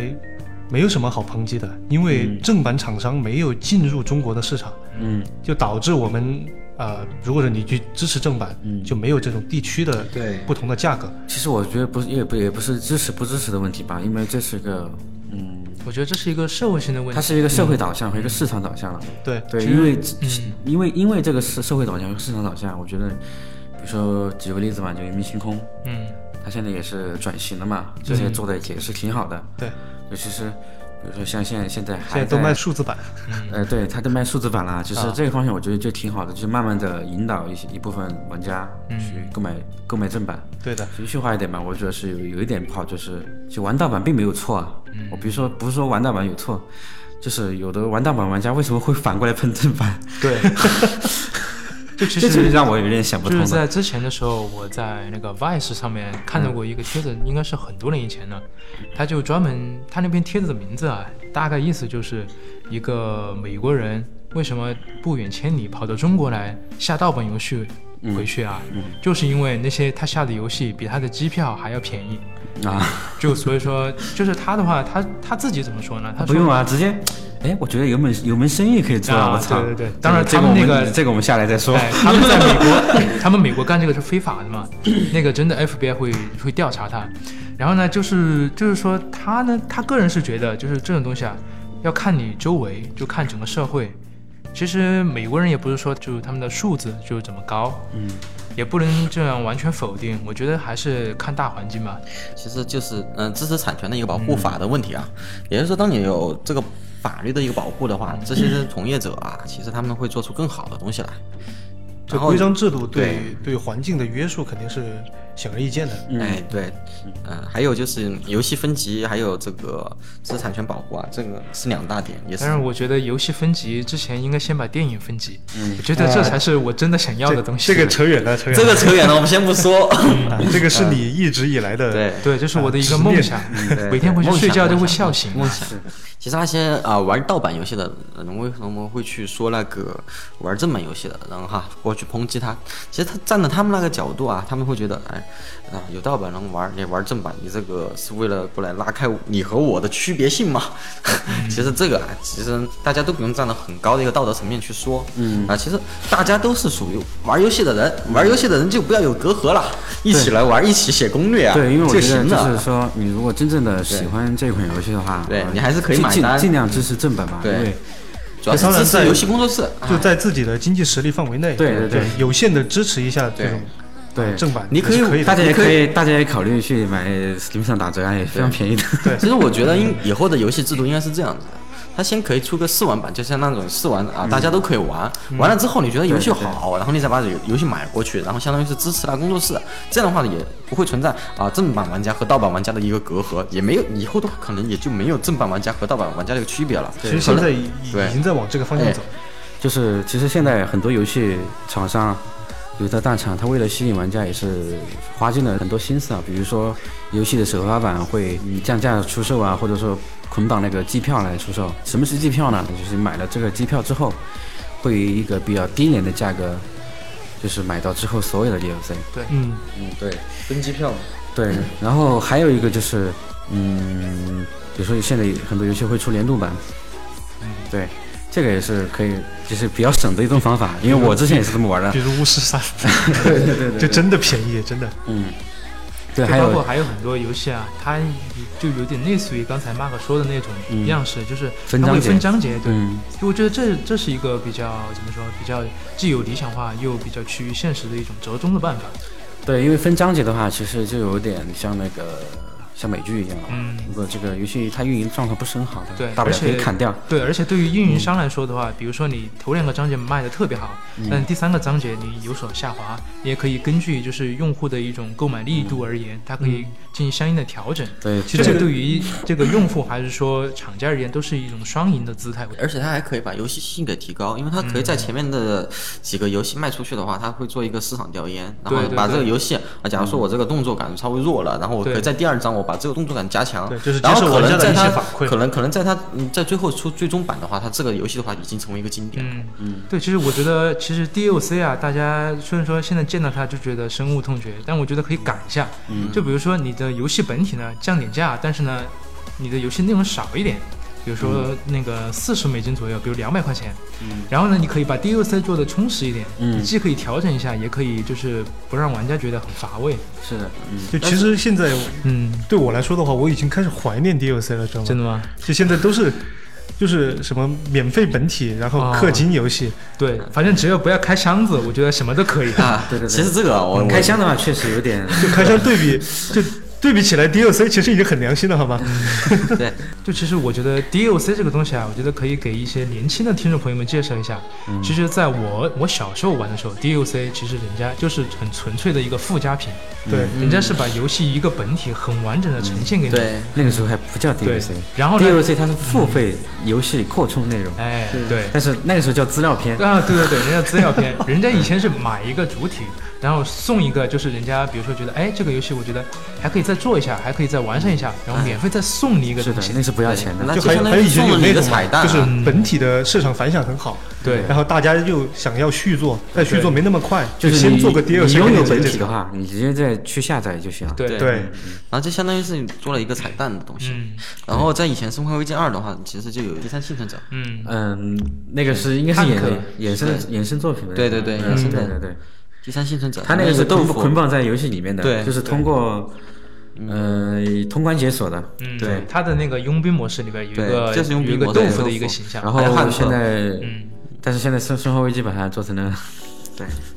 S4: 没有什么好抨击的，因为正版厂商没有进入中国的市场，
S2: 嗯，
S4: 就导致我们呃，如果是你去支持正版，就没有这种地区的
S3: 对
S4: 不同的价格。
S2: 其实我觉得不是也不也不是支持不支持的问题吧，因为这是个嗯，
S5: 我觉得这是一个社会性的问
S2: 它
S5: 题。
S2: 是一个
S3: 嗯
S2: 社会导向和一个市场导向了。
S4: 对，
S2: 对，因为、
S4: 嗯
S2: 因为因为这个是社会导向和市场导向，我觉得，比如说举个例子嘛，就《人民星空》，
S5: 嗯，
S2: 它现在也是转型了嘛，这
S4: 嗯
S2: 些做的也是挺好的。
S4: 对，
S2: 尤其是比如说像现在现在还
S4: 现在都卖数啊字版，
S2: 呃，对，它都卖数字版啦，其实这个方向我觉得就挺好的，就是慢慢的引导一些一部分玩家
S4: 嗯
S2: 去购买、购买正版。
S4: 对的，
S2: 情绪化一点吧，我觉得是有有一点不好，就是就玩盗版并没有错啊。
S4: 嗯
S2: 我比如说不是说玩盗版有错，就是有的玩盗版玩家为什么会反过来喷正版？
S5: 对，就其
S2: 这就
S5: 实
S2: 是让我有点想不
S5: 就
S2: 通
S5: 是
S2: 的。啊
S5: 在之前的时候，我在那个 Vice 上面看到过一个帖子，应该是很多年以前了。他就专门他那篇帖子的名字啊，大概意思就是一个美国人为什么不远千里跑到中国来下盗版游戏
S2: 嗯
S5: 回去啊，就是因为那些他下的游戏比他的机票还要便宜。
S2: 啊，
S5: 就所以说，就是他的话，他他自己怎么说呢？他
S2: 不
S5: 说
S2: 用啊，直接，哎，我觉得有门有门生意可以做
S5: 啊
S2: 我操！
S5: 对对对当然
S2: 这
S5: 他
S2: 个
S5: 们
S2: 我
S5: 那
S2: 们
S5: 个
S2: 这个我们下来再说。
S5: 哎，他们在美国，他们美国干这个是非法的嘛？那个真的 FBI 会会调查他。然后呢，就是就是说他呢，他个人是觉得就是这种东西啊，要看你周围，就看整个社会。其实美国人也不是说就是他们的素质就是怎么高，嗯，也不能这样完全否定。我觉得还是看大环境吧。
S3: 其实就是嗯、呃知识产权的一个保护法的问题啊。也就是说，当你有这个法律的一个保护的话，这些从业者啊，其实他们会做出更好的东西来。
S4: 就
S3: 然后
S4: 规章制度对对环境的约束肯定是显而易见的。
S3: 哎，对，嗯，还有就是游戏分级，还有这个知识产权保护啊，这个是两大点，也是
S5: 但是我觉得游戏分级之前应该先把电影分级，我觉得这才是我真的想要的东西。
S4: 这个扯远了，扯远
S3: 这
S4: 了
S3: 个扯远了，我们先不说。
S4: 啊这个是你一直以来的
S3: 对，
S5: 对，这是我的一个梦想，
S3: 对
S5: 每天回去
S3: 梦想
S5: 睡觉都
S3: 梦
S5: 会
S3: 想
S5: 笑醒。
S3: 其实那些啊、玩盗版游戏的呃人，为什么会去说那个玩正版游戏的人哈，过去抨击他？其实他站在他们那个角度啊，他们会觉得，哎，啊、有盗版人玩，你玩正版，你这个是为了过来拉开你和我的区别性嘛？其实这个啊，其实大家都不用站到很高的一个道德层面去说，嗯啊，其实大家都是属于玩游戏的人，玩游戏的人就不要有隔阂了，一起来玩，一起写攻略啊，
S2: 对，因为我
S3: 就
S2: 觉得
S3: 行
S2: 就
S3: 了
S2: 是。说，你如果真正的喜欢这款游戏的话，
S3: 对
S2: 呃
S3: 你还是可以
S2: 尽
S3: 买
S2: 尽
S3: 单
S2: 尽量支持正版嘛，因
S3: 对
S2: 为
S5: 啊
S3: 主要是
S4: 当然
S3: 支持
S4: 在
S3: 游戏工作室，啊
S4: 就在自己的经济实力范围内，
S2: 对对对
S4: 有限的支持一下这种
S2: 对
S4: 正版，
S3: 你可以
S4: 也是可以的
S2: 大家也可
S3: 你可
S2: 以，大家也考虑去买 Steam 上打折啊，也非常便宜的。
S3: 其实我觉得应以后的游戏制度应该是这样子的，它先可以出个试玩版，就像那种试玩啊，
S4: 嗯
S3: 大家都可以玩。完了之后你觉得游戏好，然后你再把游游戏买过去，然后相当于是支持它工作室。这样的话也不会存在啊正版玩家和盗版玩家的一个隔阂，也没有以后的话可能也就没有正版玩家和盗版玩家这个区别了。
S4: 其实
S3: 可
S4: 现
S3: 能
S4: 在已已
S3: 对
S4: 已经在往这个方向走，
S2: 就是其实现在很多游戏厂商，有的大厂，它为了吸引玩家也是花尽了很多心思啊，比如说游戏的首发版会嗯降价出售啊，或者说捆绑那个机票来出售。什么是机票呢？就是买了这个机票之后，会以一个比较低廉的价格，就是买到之后所有的 DLC。
S4: 嗯，
S3: 嗯，对，分机票嘛，
S2: 对，然后还有一个就是，嗯，比如说现在很多游戏会出年度版，
S5: 嗯
S2: 对，这个也是可以，就是比较省的一种方法，因为我之前也是这么玩的
S4: 比。如巫师三，对对对，就真的便宜，真的。
S2: 嗯，对，
S5: 就
S2: 还
S5: 包括
S2: 有
S5: 还有很多游戏啊，它就有点类似于刚才 Mark 说的那种
S2: 嗯
S5: 样式，就是
S2: 分
S5: 它会
S2: 章节
S5: 分章节，对。
S2: 嗯
S5: 就我觉得这这是一个比较怎么说，比较既有理想化又比较趋于现实的一种折中的办法。
S2: 嗯对，因为分章节的话，其实就有点像那个像美剧一样了。啊
S5: 嗯
S2: 如果这个游戏它运营状况不是很好的，
S5: 对
S2: 大不了
S5: 而
S2: 可以
S5: 且
S2: 砍掉。嗯
S5: 对，而且对于运营商来说的话，比如说你头两个章节卖的特别好，
S2: 嗯
S5: 但第三个章节你有所下滑，你也可以根据就是用户的一种购买力度而言，它可以进行相应的调整。
S2: 嗯对，
S5: 其实这个对于这个用户还是说厂家而言，都是一种双赢的姿态。
S3: 而且它还可以把游戏性给提高，因为它可以在前面的几个游戏卖出去的话，它会做一个市场调研，然
S5: 对
S3: 后
S5: 对
S3: 把
S5: 对
S3: 这个游戏啊，假如说我这个动作感稍微弱了，然后我可以
S5: 对
S3: 在第二章我把这个动作感加强
S4: 对就是，接
S3: 然后
S4: 受
S3: 可
S4: 玩
S3: 能
S4: 家的
S3: 在
S4: 一些
S3: 它
S4: 反馈
S3: 可能可能在它嗯在最后出最终版的话，它这个游戏的话已经成为一个经典了。
S5: 嗯嗯，对，其实我觉得，其实 DLC 啊，大家虽然说现在见到它就觉得深恶痛绝，但我觉得可以赶一下。嗯，就比如说你的游戏本体呢降点价，但是呢，你的游戏内容少一点，比如说那个四十美金左右，比如两百块钱。嗯，然后呢，你可以把 DLC 做的充实一点，
S2: 嗯
S5: 你既可以调整一下，也可以就是不让玩家觉得很乏味。
S2: 是的，嗯，
S4: 就其实现在
S5: 嗯，
S4: 对我来说的话，我已经开始怀念 DLC 了，知道吗？
S5: 真的吗？
S4: 就现在都是就是什么免费本体，然后氪金游戏，
S5: 对，反正只要不要开箱子，我觉得什么都可 以。
S3: 啊，
S2: 对对对
S3: 其实这个我我
S2: 开箱的话确实有点，
S4: 就开箱对比，就对比起来 DLC 其实已经很良心了，好吗？
S3: 对，
S5: 就其实我觉得 DLC 这个东西啊，我觉得可以给一些年轻的听众朋友们介绍一下。
S2: 嗯
S5: 其实，在我我小时候玩的时候，DLC 其实人家就是很纯粹的一个附加品，
S4: 对，
S2: 嗯
S5: 人家是把游戏一个本体很完整的呈现给你。
S3: 对，
S2: 那个时候还不叫
S5: 对
S2: DLC，
S5: 然后呢？
S2: DLC 它是付费游戏扩充内容，
S5: 哎，对。
S2: 但是那个时候叫资料片。
S5: 啊，对对对，人家资料片， 人家以前是买一个主体，然后送一个，就是人家比如说觉得，哎，这个游戏我觉得还可以再做一下，还可以再完善一下，然后免费再送你一个
S2: 哎是
S5: 东
S2: 的
S5: 西，。
S2: 那是不要钱的
S3: 那。
S4: 就
S3: 就
S4: 还有
S3: 相
S4: 还
S3: 当
S4: 有
S3: 于
S4: 以前
S3: 送
S4: 有
S3: 了你一
S4: 那
S3: 个
S4: 种嘛
S3: 彩蛋
S4: 就是
S3: 啊。
S4: 本体的市场反响很好，
S5: 对
S4: 然后大家又想要续作，但续作没那么快，
S2: 就
S4: 就是先
S2: 你
S4: 做个
S2: 你
S4: DLC
S2: 拥有
S4: 给
S2: 本
S4: 你
S2: 体的话，你直接再去下载就行了。
S5: 对
S4: 对，
S3: 然后就相当于是你做了一个彩蛋的东西。
S5: 嗯
S3: 然后在以前《生化危机二》的话，其实就有第三幸存者，
S5: 嗯，
S2: 嗯，那个是应该是
S5: 汉
S2: 衍
S5: 克
S2: 衍生衍生作品的。
S3: 对对对
S2: 嗯
S3: 衍生
S2: 对
S3: 的
S2: 对对，
S3: 第三幸存者，
S2: 它那
S3: 个
S2: 个是
S3: 豆
S2: 捆
S3: 腐
S2: 捆绑在游戏里面的，
S3: 对嗯
S2: 就是通过呃通关解锁的。
S5: 嗯，
S2: 对，
S5: 他的那个佣兵模式里边有一
S3: 对
S5: 个
S3: 这是佣兵
S5: 有一个
S3: 模式
S5: 豆
S3: 对
S5: 腐的一
S3: 豆
S5: 个
S3: 腐
S5: 形象，
S2: 然
S3: 还有汉
S2: 后
S3: 克
S2: 现在，
S5: 嗯
S2: 但是现在生生化危机把它做成了，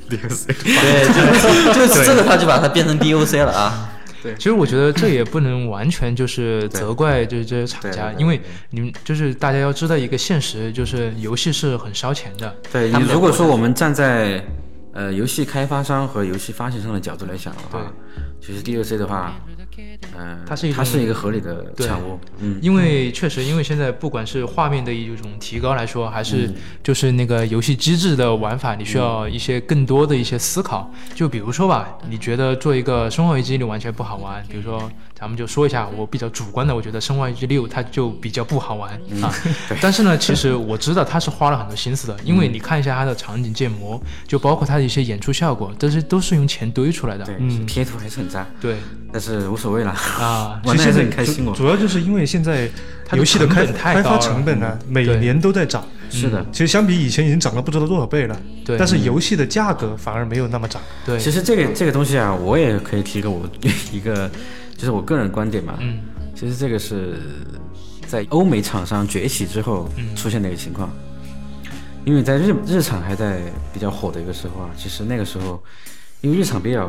S3: 对，就是就是这个，他就把它变成 DOC 了啊。
S5: 其实我觉得这也不能完全就是责怪就是这些厂家，
S2: 对对对
S5: 因为你们就是大家要知道一个现实，就是游戏是很烧钱的。
S2: 对
S3: 他们
S2: 你如果说我们站在呃游戏开发商和游戏发行商的角度来想的话，其实 DLC 的话，嗯，
S5: 它是一种
S2: 它是一个合理的
S5: 对
S2: 产物，嗯，
S5: 因为确实，因为现在不管是画面的一种提高来说，还
S2: 嗯
S5: 是就是那个游戏机制的玩法，你需要一些更多的一些思考。就比如说吧，你觉得做一个《生化危机》你完全不好玩，比如说咱们就说一下，我比较主观的，我觉得《生化危机六》它就比较不好玩
S2: 嗯
S5: 啊。但是呢，其实我知道它是花了很多心思的，因
S2: 嗯
S5: 为你看一下它的场景建模，就包括它的一些演出效果，都是都是用钱堆出来的。
S2: 对，
S5: 嗯，
S2: 贴图还是很渣，
S5: 对
S2: 但是无所谓啦。
S5: 啊，
S2: 玩
S4: 其
S2: 的还
S4: 实
S2: 是
S4: 现
S2: 很
S4: 在
S2: 开心
S4: 主
S2: 哦。
S4: 主要就是因为现在
S5: 它的
S4: 游戏的开
S5: 成本太
S4: 开
S5: 高
S4: 发
S5: 了
S4: 成本呢，每
S5: 对
S4: 年都在涨。嗯
S2: 是的，
S4: 其实相比以前已经涨了不知道多少倍了，
S5: 对
S4: 但是游戏的价格反而没有那么涨。
S5: 对，
S2: 其实这个这个东西啊，我也可以提个我 一个，就是我个人观点嘛。
S5: 嗯，
S2: 其实这个是在欧美厂商崛起之后
S5: 嗯
S2: 出现的一个情况，因为在日日产还在比较火的一个时候啊，其实那个时候，因为日产比 较。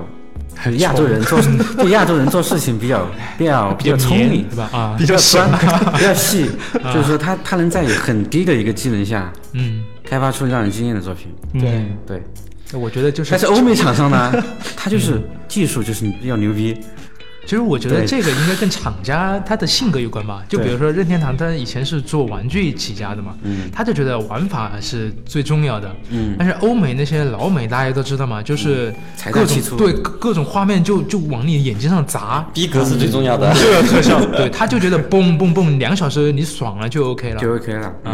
S2: 就是亚洲人做对亚洲人做事情比 较比较比较聪明，
S5: 对吧？啊，
S4: 比较深，
S2: 比较 细，就是说他他能在很低的一个技能下
S5: 嗯。
S2: 开发出让人惊艳的作品。
S5: 对，
S2: 对，
S5: 我觉得就是，
S2: 啊但是欧美厂商呢，它就是技术就是要牛逼，
S5: 就是我觉得这个应该跟厂家他的性格有关吧。就比如说任天堂，他以前是做玩具起家的嘛，他就觉得玩法是最重要的。
S2: 嗯
S5: 但是欧美那些老美大家都知道嘛，就是
S2: 财大
S5: 各
S2: 气粗
S5: 种对各各种画面就就往你眼睛上砸，
S3: 逼格是最重要的。
S5: 特效，对，他就觉得嘣嘣嘣，两小时你爽了就 OK 了。
S2: 就 OK 了。嗯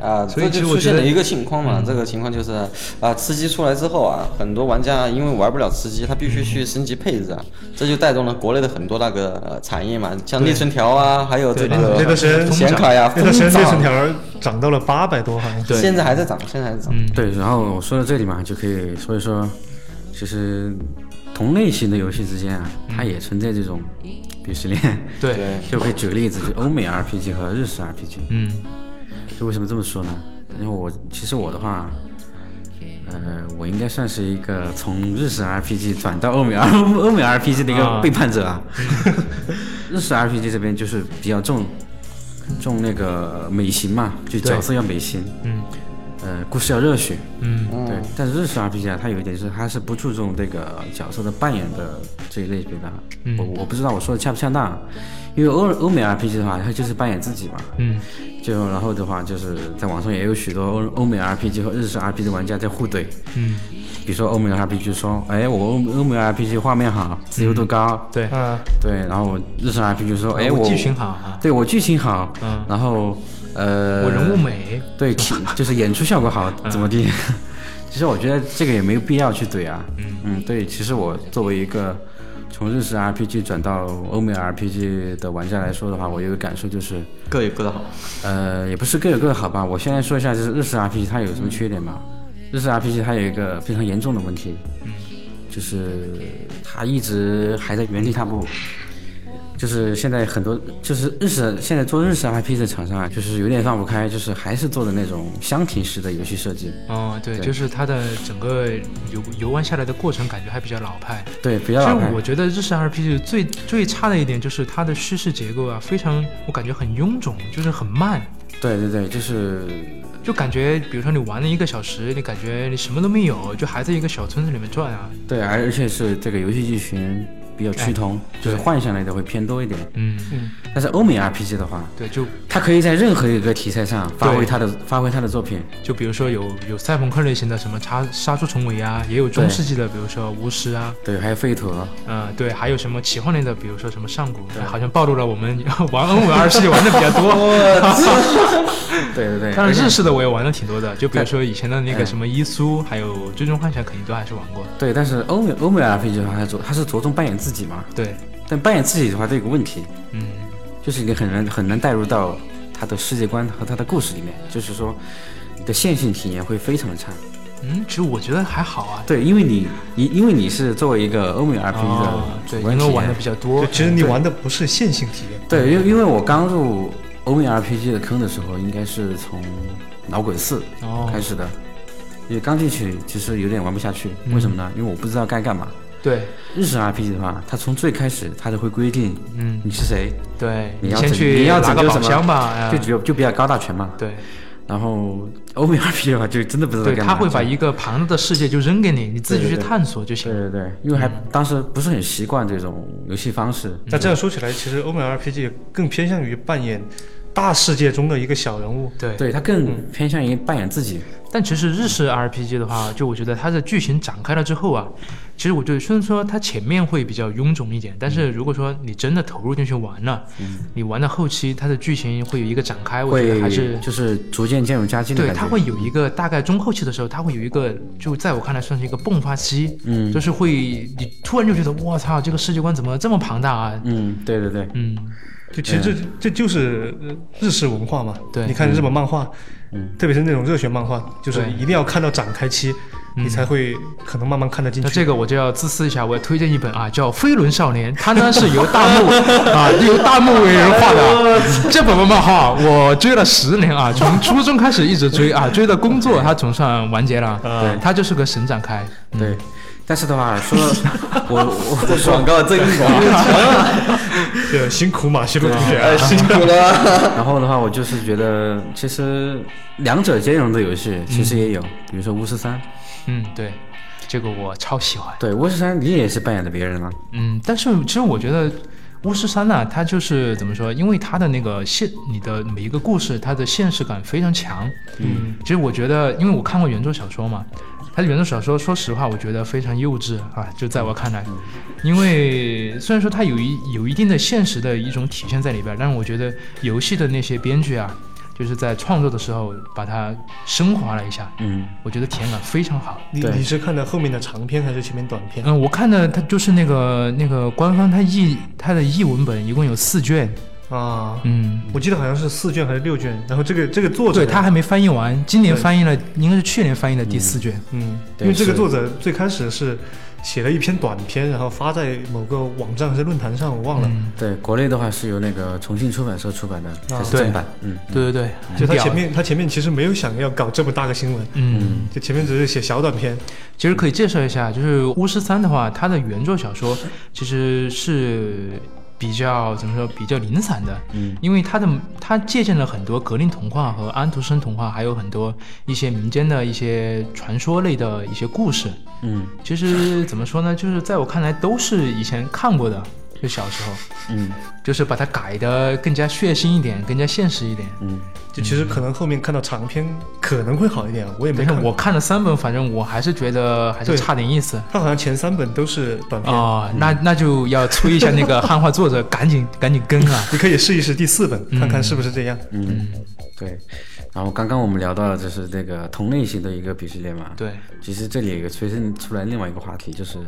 S5: 啊，
S3: 啊，
S5: 所以
S3: 这
S5: 其实
S3: 就
S5: 我
S3: 出
S5: 觉
S3: 现
S5: 得
S3: 了一个情况嘛，这个情况就是啊，吃鸡出来之后啊，很多玩家因为玩不了吃鸡，他必须去升级配置啊，这就带动了国内的很多那个呃产业嘛，像内存条啊，还有这
S5: 对内
S3: 个
S5: 存
S4: 那个时候
S3: 显卡呀，
S4: 那个时候
S3: 疯
S4: 内存条
S3: 涨，
S4: 儿涨到了八百多，好像是。
S5: 对
S3: 现在还在涨，现在还在涨。
S2: 对，然后我说到这里嘛，就可以所以说，其实同类型的游戏之间啊，它也存在这种鄙视链。
S5: 对，
S3: 对，
S2: 就可以举个例子，就欧美 RPG 和日式 RPG。
S5: 嗯，
S2: 就为什么这么说呢？因为我其实我的话，呃，我应该算是一个从日式 RPG 转到欧美 欧美 RPG 的一个
S5: 啊
S2: 背叛者啊。 日式 RPG 这边就是比较重重那个美型嘛，就角色要美型，
S5: 嗯，
S2: 呃，故事要热血，
S5: 嗯，
S2: 对。但是日式 RPG 啊，它有一点就是它是不注重这个角色的扮演的这一类别的。
S5: 嗯
S2: 我我不知道我说的恰不恰当，啊因为欧欧美 RPG 的话，它就是扮演自己嘛，
S5: 嗯，
S2: 就然后的话，就是在网上也有许多欧欧美 RPG 和日式 RPG 的玩家在互怼。
S5: 嗯，
S2: 比如说欧美 RPG 说，哎，我欧欧美 RPG 画面好，自由度高，
S5: 对，
S4: 嗯，
S2: 对，然后我日式 RPG 说，哎，
S5: 我
S2: 我
S5: 剧情好啊，
S2: 对我剧情好，
S5: 嗯
S2: 然后呃，
S5: 我人物美，嗯
S2: 对， 体就是演出效果好，怎么地？ 其实我觉得这个也没有必要去怼啊。嗯对，其实我作为一个从日式 RPG 转到欧美 RPG 的玩家来说的话，我有个感受就是，
S3: 各有各的好。
S2: 呃，也不是各有各的好吧。我先来说一下，就是日式 RPG 它有什么缺点吧。日式 RPG 它有一个非常严重的问题，就是它一直还在原地踏步。就是现在很多，就是日式现在做日式 IP 的厂商啊，就是有点放不开，就是还是做的那种箱体式的游戏设计，
S5: 哦，对，
S2: 对
S5: 就是它的整个游游玩下来的过程感觉还比较老派。
S2: 对，比
S5: 其
S2: 较
S5: 实
S2: 老派
S5: 我。觉得日式 RPG 最最差的一点就是它的叙事结构啊，非常我感觉很臃肿，就是很慢，
S2: 对对对，就是
S5: 就感觉比如说你玩了一个小时，你感觉你什么都没有，就还在一个小村子里面转啊。
S2: 对，而而且是这个游戏剧情比较趋同，就是幻想类的会偏多一点。
S5: 嗯，
S2: 但是欧美 RPG 的话，
S5: 对，就
S2: 它可以在任何一个题材上发挥
S5: 对
S2: 它的发挥它的作品。
S5: 就比如说有有赛朋克类型的什么杀杀出重围啊，也有中
S2: 对
S5: 世纪的，比如说巫师啊，
S2: 对，还有吠陀，
S5: 嗯，对，还有什么奇幻类的，比如说什么上古，好像暴露了我们 玩 N 五 R 世界玩的比较 多。
S2: 对对对，
S5: 但
S2: 而
S5: 是
S2: 且
S5: 日式的我也玩的挺多的，就比如说以前的那个什么伊苏，还有最终幻想，肯定都还是玩过的。
S2: 对，但是欧美欧美 RPG 的话，它着它是着重扮演自己嘛，
S5: 对，
S2: 但扮演自己的话，它有个问题，
S5: 嗯，
S2: 就是你很难很难带入到它的世界观和它的故事里面，就是说你的线性体验会非常的差。
S5: 嗯，其实我觉得还好啊。
S2: 对，因为你你因为你是作为一个欧美 RPG 的
S5: 哦，对，
S2: 主
S5: 因
S2: 观
S5: 为
S2: 体验
S5: 玩的比较多
S4: 就，其实你玩的不是线性体验，
S2: 对，因为因为我刚入欧美 RPG 的坑的时候，应该是从老鬼四
S5: 哦
S2: 开始的，因为刚进去其实有点玩不下去，
S5: 嗯
S2: 为什么呢？因为我不知道该干嘛。
S5: 对，
S2: 日式 RPG 的话，它从最开始它就会规定，
S5: 嗯
S2: 你是谁，
S5: 对，
S2: 你要
S5: 先
S2: 拯
S5: 去
S2: 你要拯
S5: 拿个
S2: 救
S5: 宝
S2: 什么
S5: 箱吧，哎呀
S2: 就只有就比较高大全嘛。
S5: 对，
S2: 然后欧美 RPG 的话，就真的不知道
S5: 对，
S2: 干嘛。
S5: 他会把一个庞大的世界就扔给你，你自己
S2: 对
S5: 去
S2: 对对
S5: 探索就行
S2: 对
S5: 了。
S2: 对对，因为还
S5: 嗯
S2: 当时不是很习惯这种游戏方式。
S4: 那这样说起来，其实欧美 RPG 更偏向于扮演大世界中的一个小人物。
S5: 对，
S2: 对，它
S5: 嗯
S2: 更偏向于扮演自己。
S5: 但其实日式 RPG 的话，就我觉得它的剧情展开了之后啊，其实我觉得虽然说它前面会比较臃肿一点，
S2: 嗯
S5: 但是如果说你真的投入进去玩了，你玩到后期它的剧情会有一个展开，我觉
S2: 会
S5: 得还是
S2: 就是逐渐渐入佳境的
S5: 对，
S2: 感觉。
S5: 它会有一个大概中后期的时候，它会有一个，就在我看来算是一个迸发期，嗯，就是会你突然就觉得我操，这个世界观怎么这么庞大啊？
S2: 嗯，对对对，
S5: 嗯，
S4: 就其实这这就是呃日式文化嘛。
S5: 对嗯
S4: 你看日本漫画，特别是那种热血漫画，就是
S5: 对嗯
S4: 一定要看到展开期，你才会可能慢慢看得进
S5: 那
S4: 去。
S5: 这个我就要自私一下，我要推荐一本啊，叫《飞轮少年》，它呢是由大 木啊由大木为人画的啊。这本漫画我追了十年啊，从初中开始一直追啊，追到工作，它总算完结了。对，它就是个神展开。
S2: 对，但是的话，说 我我我说，
S3: 广告真广，
S4: 个辛苦马西路同学啊，
S3: 辛苦了。
S2: 然后的话，我就是觉得其实两者兼容的游戏其实也有，比如说巫师三，
S5: 嗯，对，这个我超喜欢。
S2: 对，巫师三你也是扮演的别人了，
S5: 嗯，但是其实我觉得巫师三呢，它就是怎么说？因为它的那个现，你的每一个故事，它的现实感非常强。嗯，其实我觉得，因为我看过原著小说嘛，它的原著小说，说实话，我觉得非常幼稚啊，就在我看来，因为虽然说它有一有一定的现实的一种体现在里边儿，但是我觉得游戏的那些编剧啊，就是在创作的时候把它升华了一下，
S7: 嗯，
S5: 我觉得体验感非常好。
S4: 你
S2: 对
S4: 你是看的后面的长篇还是前面短篇？
S5: 嗯，我看的它就是那个那个官方它译它的译文本一共有四卷，
S4: 啊，
S5: 嗯，
S4: 我记得好像是四卷还是六卷，然后这个这个作者
S5: 对，他还没翻译完，今年
S4: 对
S5: 翻译了，应该是去年翻译的第四卷。
S4: 嗯，因
S2: 对
S4: 为这个
S2: 是
S4: 作者最开始是写了一篇短篇，然后发在某个网站还是论坛上，我忘了。
S5: 嗯，
S2: 对，国内的话是由那个重庆出版社出版的，它是
S5: 啊对
S2: 正版。嗯，
S5: 对对对，
S4: 就
S5: 很
S4: 他
S5: 屌
S4: 前，面他前面其实没有想要搞这么大个新闻，
S5: 嗯，
S4: 就前面只是写小短篇。
S5: 其实可以介绍一下，就是《巫师三》的话，它的原作小说其实是比较怎么说，比较零散的，
S2: 嗯，
S5: 因为它的它借鉴了很多格林童话和安徒生童话，还有很多一些民间的一些传说类的一些故事，
S2: 嗯
S5: 其实怎么说呢，就是在我看来都是以前看过的，就小时候，
S2: 嗯
S5: 就是把它改的更加血腥一点，更加现实一点。
S2: 嗯，
S4: 就其实可能后面看到长篇可能会好一点，啊我也没
S5: 但是
S4: 看
S5: 我
S4: 过。
S5: 看了三本，反正我还是觉得还是
S4: 对
S5: 差点意思。
S4: 他好像前三本都是短篇，
S5: 哦，那那就要催一下那个汉化作者，赶紧赶紧更啊！
S4: 你可以试一试第四本，看看是不是这样。
S2: 嗯对。然后刚刚我们聊到的就是这个同类型的一个鄙视链嘛。。
S5: 对，
S2: 其实这里也催生出来另外一个话题，就是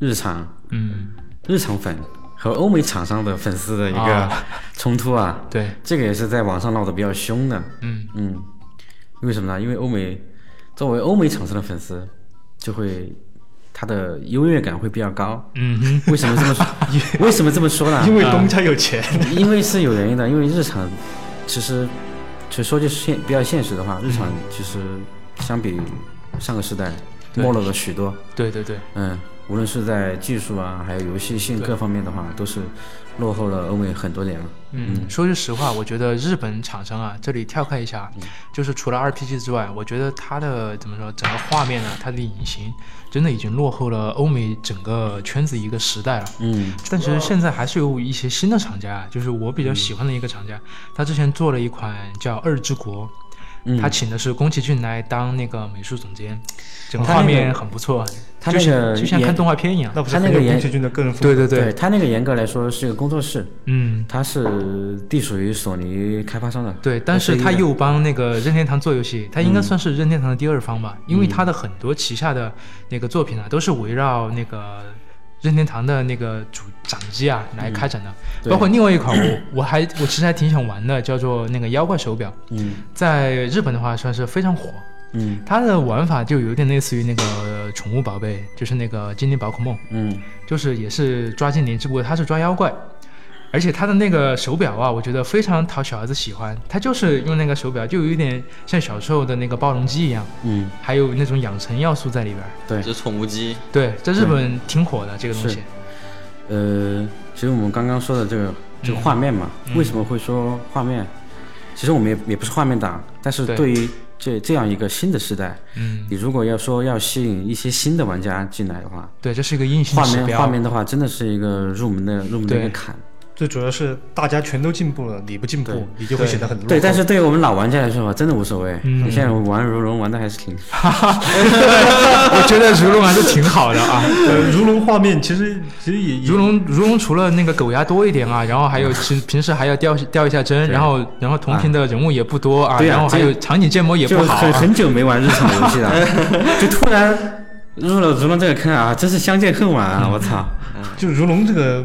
S2: 日常
S5: 嗯，
S2: 日常粉和欧美厂商的粉丝的一个
S5: 啊
S2: 冲突啊。
S5: 对，
S2: 这个也是在网上闹得比较凶的。
S5: 嗯
S2: 嗯，为什么呢？因为欧美作为欧美厂商的粉丝，就会他的优越感会比较高。
S5: 嗯哼，
S2: 为什么这么 说？ 为什么这么说呢？
S5: 嗯
S4: 因为东家有钱，
S2: 因为是有原因的，因为日常其实，其实说句现比较现实的话，日
S5: 嗯
S2: 常其实相比上个时代没落了许多。
S5: 对对对，
S2: 嗯，无论是在技术啊，还有游戏性各方面的话，都是落后了欧美很多年了。
S5: 嗯，说句实话，我觉得日本厂商啊，这里跳开一下，
S2: 嗯
S5: 就是除了 RPG 之外，我觉得它的怎么说，整个画面啊，它的引擎真的已经落后了欧美整个圈子一个时代了。
S2: 嗯，
S5: 但是现在还是有一些新的厂家，啊就是我比较喜欢的一个厂
S2: 嗯
S5: 家，他之前做了一款叫《二之国》，
S2: 嗯
S5: 他请的是宫崎骏来当那个美术总监，整
S2: 哦
S5: 个
S2: 他那
S5: 画
S2: 个
S5: 面很不错，
S2: 他
S5: 就
S2: 那
S5: 像
S2: 个
S5: 就像看
S2: 演
S5: 动画片一样
S4: 那。不是
S2: 他那
S4: 很
S2: 个
S4: 有宫
S2: 也
S4: 崎骏的个人风格？
S5: 对对对，
S2: 他那个严格来说是一个工作室，
S5: 嗯，
S2: 它是隶属于索尼开发商的。
S5: 对，但是他又帮那个任天堂做游戏，他应
S2: 嗯
S5: 该算是任天堂的第二方吧，因为他的很多旗下的那个作品啊，都是围绕那个任天堂的那个主掌机啊来开展的，
S2: 嗯对
S5: 包括另外一款我我还我其实还挺想玩的，叫做那个妖怪手表，
S2: 嗯
S5: 在日本的话算是非常火，
S2: 嗯
S5: 它的玩法就有点类似于那个呃宠物宝贝，就是那个精灵宝可梦，
S2: 嗯
S5: 就是也是抓精灵，只不过它是抓妖怪。而且它的那个手表啊，我觉得非常讨小孩子喜欢。它就是用那个手表，就有一点像小时候的那个暴龙机一样，
S2: 嗯，
S5: 还有那种养成要素在里边儿。
S2: 对
S3: 就。是宠物鸡，
S5: 对，在日本挺火的这个东西
S2: 是。呃，其实我们刚刚说的这
S5: 嗯
S2: 个这个画面嘛，为什么会说画面？其实我们也也不是画面党，但是
S5: 对
S2: 对于这这样一个新的时代，
S5: 嗯，
S2: 你如果要说要吸引一些新的玩家进来的话，
S5: 对，这是一个硬性
S2: 画
S5: 指
S2: 面
S5: 标。
S2: 画面的话，真的是一个入门的入门的一
S5: 对
S2: 个坎。
S4: 最主要是大家全都进步了，你不进步，你就会显得很落后。
S2: 对，但是对于我们老玩家来说吧，真的无所谓。
S5: 嗯
S2: 你现在玩如龙玩的还是挺
S5: 我觉得如龙还是挺好的啊。
S4: 呃，如龙画面其实其实也
S5: 如龙如龙除了那个狗牙多一点啊，然后还有平平时还要掉掉一下帧，然后然后同屏的人物也不多啊，
S2: 啊对啊
S5: 然后还
S2: 这
S5: 有场景建模也
S2: 就
S5: 不好、
S2: 很
S5: 啊。
S2: 很久没玩日常游戏 了，就突然入了如龙这个坑啊，真是相见恨晚
S5: 嗯
S2: 啊！我操，
S4: 就如龙这个，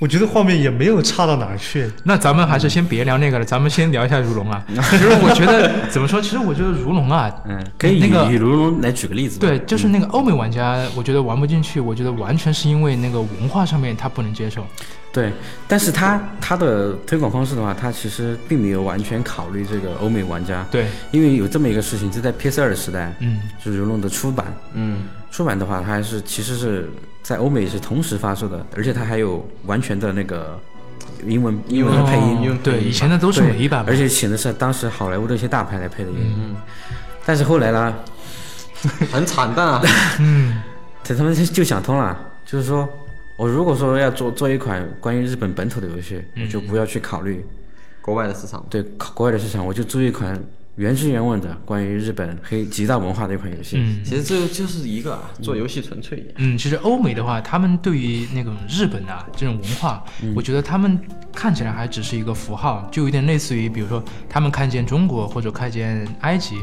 S4: 我觉得画面也没有差到哪儿去。
S5: 那咱们还是先别聊那个了，咱们先聊一下如 龙啊。其实我觉得怎么说，其实我觉得如龙啊，
S2: 嗯，可以以
S5: 那个
S2: 以如龙来举个例子吧。
S5: 对，就是那个欧美玩家，我觉得玩不进去，我觉得完全是因为那个文化上面他不能接受。
S2: 对，但是它它的推广方式的话，它其实并没有完全考虑这个欧美玩家。，
S5: 对，
S2: 因为有这么一个事情，就在 PS 二的时代，
S5: 嗯，
S2: 就是如龙的出版，
S3: 嗯，
S2: 出版的话，它还是其实是在欧美是同时发售的，而且它还有完全的那个英文英文的配音，
S5: 哦对，以前的都是
S2: 对
S5: 美版嘛，嗯
S2: 而且请的是当时好莱坞的一些大牌来配的音。但是后来呢，
S3: 很惨淡啊。
S5: 嗯，
S2: 他他们就想通了，就是说我如果说要做做一款关于日本本土的游戏，
S5: 嗯
S2: 我就不要去考虑
S3: 国外的市场，
S2: 对国外的市场，我就做一款原汁原味的关于日本黑极大文化的一款游戏。
S5: 嗯
S3: 其实这就是一个啊，做游戏纯粹一样。
S5: 嗯，其实欧美的话，他们对于那种日本啊这种文化，
S2: 嗯
S5: 我觉得他们看起来还只是一个符号，就有点类似于，比如说他们看见中国或者看见埃及，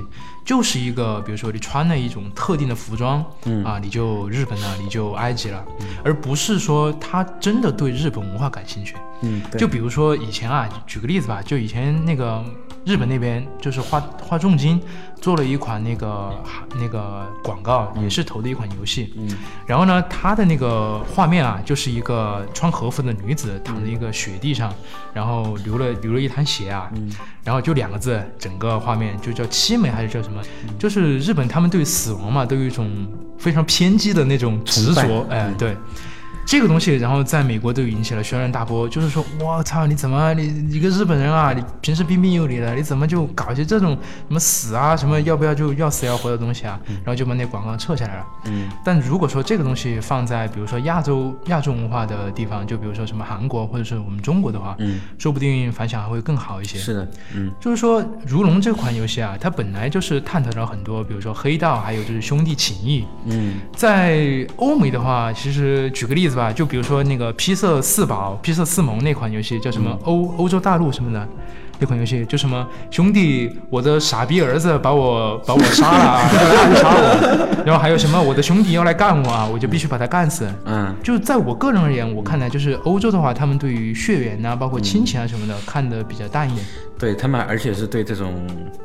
S5: 就是一个，比如说你穿了一种特定的服装，
S2: 嗯
S5: 啊，你就日本了，你就埃及了，而不是说他真的对日本文化感兴趣。
S2: 嗯，对
S5: 就比如说以前啊，举个例子吧，就以前那个日本那边就是花花重金做了一款那个那个广告，也是投的一款游戏。嗯。然后呢，它的那个画面啊，就是一个穿和服的女子躺在一个雪地上，然后流了流了一滩血啊。嗯。然后就两个字，整个画面就叫凄美还是叫什么？就是日本他们对死亡嘛，都有一种非常偏激的那种执着。哎、对。这个东西，然后在美国都引起了轩然大波，就是说，我操，你怎么你你一个日本人啊，你平时彬彬有礼的，你怎么就搞一些这种什么死啊，什么要不要就要死要活的东西啊？然后就把那广告撤下来了。嗯。但如果说这个东西放在比如说亚洲亚洲文化的地方，就比如说什么韩国或者是我们中国的话，嗯，说不定反响还会更好一些。
S2: 是的，嗯，
S5: 就是说，《如龙》这款游戏啊，它本来就是探讨了很多，比如说黑道，还有就是兄弟情谊。嗯，在欧美的话，其实举个例子吧，就比如说那个《披瑟四宝》《披瑟四盟》那款游戏，叫什么
S2: 嗯
S5: 欧、欧洲大陆什么的。那款游戏就什么兄弟，我的傻逼儿子把我把我杀了 啊，暗杀我，然后还有什么我的兄弟要来干我啊，我就必须把他干死。
S2: 嗯，
S5: 就在我个人而言，我看来就是欧洲的话，他们对于血缘呐、包括亲情啊什么的，看得比较淡一点。
S2: 对他们，而且是对这种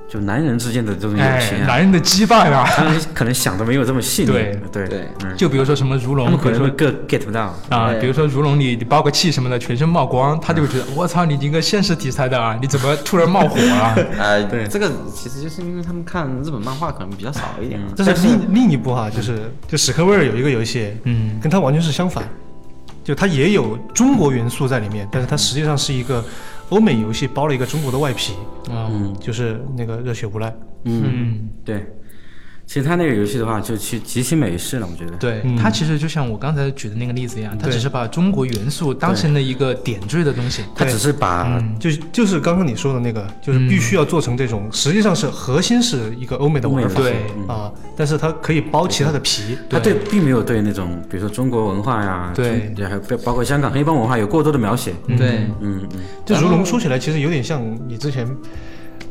S2: 就男人之间的这种友情啊，
S5: 哎男人的羁绊啊。
S2: 他们可能想的没有这么细腻。
S5: 对
S2: 对
S3: 对
S2: 嗯，
S5: 就比如说什么如
S2: 他
S5: 龙，
S2: 们可
S5: 比如
S2: 能
S5: 说
S2: 会 get get 不到。
S5: 啊，比如说如龙你你爆个气什么的，全身冒光，他就会觉得我操，你一个现实题材的啊，你怎么突然冒火啊了？
S3: 呃，
S2: 对
S3: 这个其实就是因为他们看日本漫画可能比较少一点啊。
S4: 但是另另一部哈，就是就史克威尔有一个游戏，
S5: 嗯
S4: 跟它完全是相反，就它也有中国元素在里面，但是它实际上是一个欧美游戏包了一个中国的外皮，嗯
S5: 啊，
S4: 就是那个热血无赖。
S5: 嗯，
S2: 对，其实他那个游戏的话，就去极其美式了，我觉得。
S5: 对，它其实就像我刚才举的那个例子一样，它
S4: 对
S5: 只是把中国元素当成了一个点缀的东西。
S2: 他只是把
S5: 嗯
S4: 就就是刚刚你说的那个，就是必须要做成这种，实际上是核心是一个嗯欧美的玩法，
S5: 对
S4: 啊，但是它可以包其他的皮，
S2: 他对并没有对那种比如说中国文化呀，
S5: 对
S2: 中，还有包括香港黑帮文化有过多的描写。
S3: 对，
S2: 嗯嗯，
S4: 就如龙说起来，其实有点像你之前，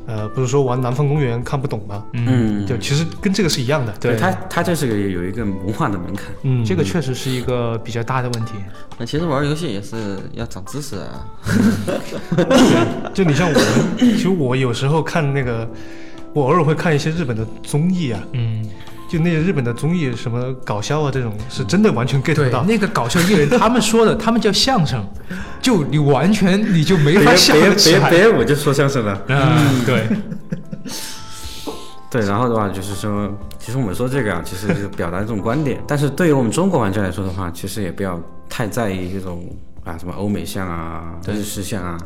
S4: 呃，不是说玩《南方公园》看不懂吗？嗯，就其实跟这个是一样的。
S5: 对，
S2: 他他这是个有一个文化的门槛。
S4: 嗯，
S5: 这个确实是一个比较大的问题。
S3: 那其实玩游戏也是要长知识啊。
S4: 就你像我们，其实我有时候看那个，我偶尔会看一些日本的综艺啊，
S5: 嗯，
S4: 就那些日本的综艺什么搞笑啊这种，是真的完全 get
S5: 对
S4: 不，到。
S5: 那个搞笑艺人他们说的，他们叫相声，就你完全你就没法想得起
S2: 别
S5: 来。
S2: 别，我就说相声了。
S5: 嗯，对，
S2: 对，然后的话就是说，其实我们说这个啊，其实就是表达这种观点。但是对于我们中国玩家来说的话，其实也不要太在意这种啊什么欧美向啊、日式向啊。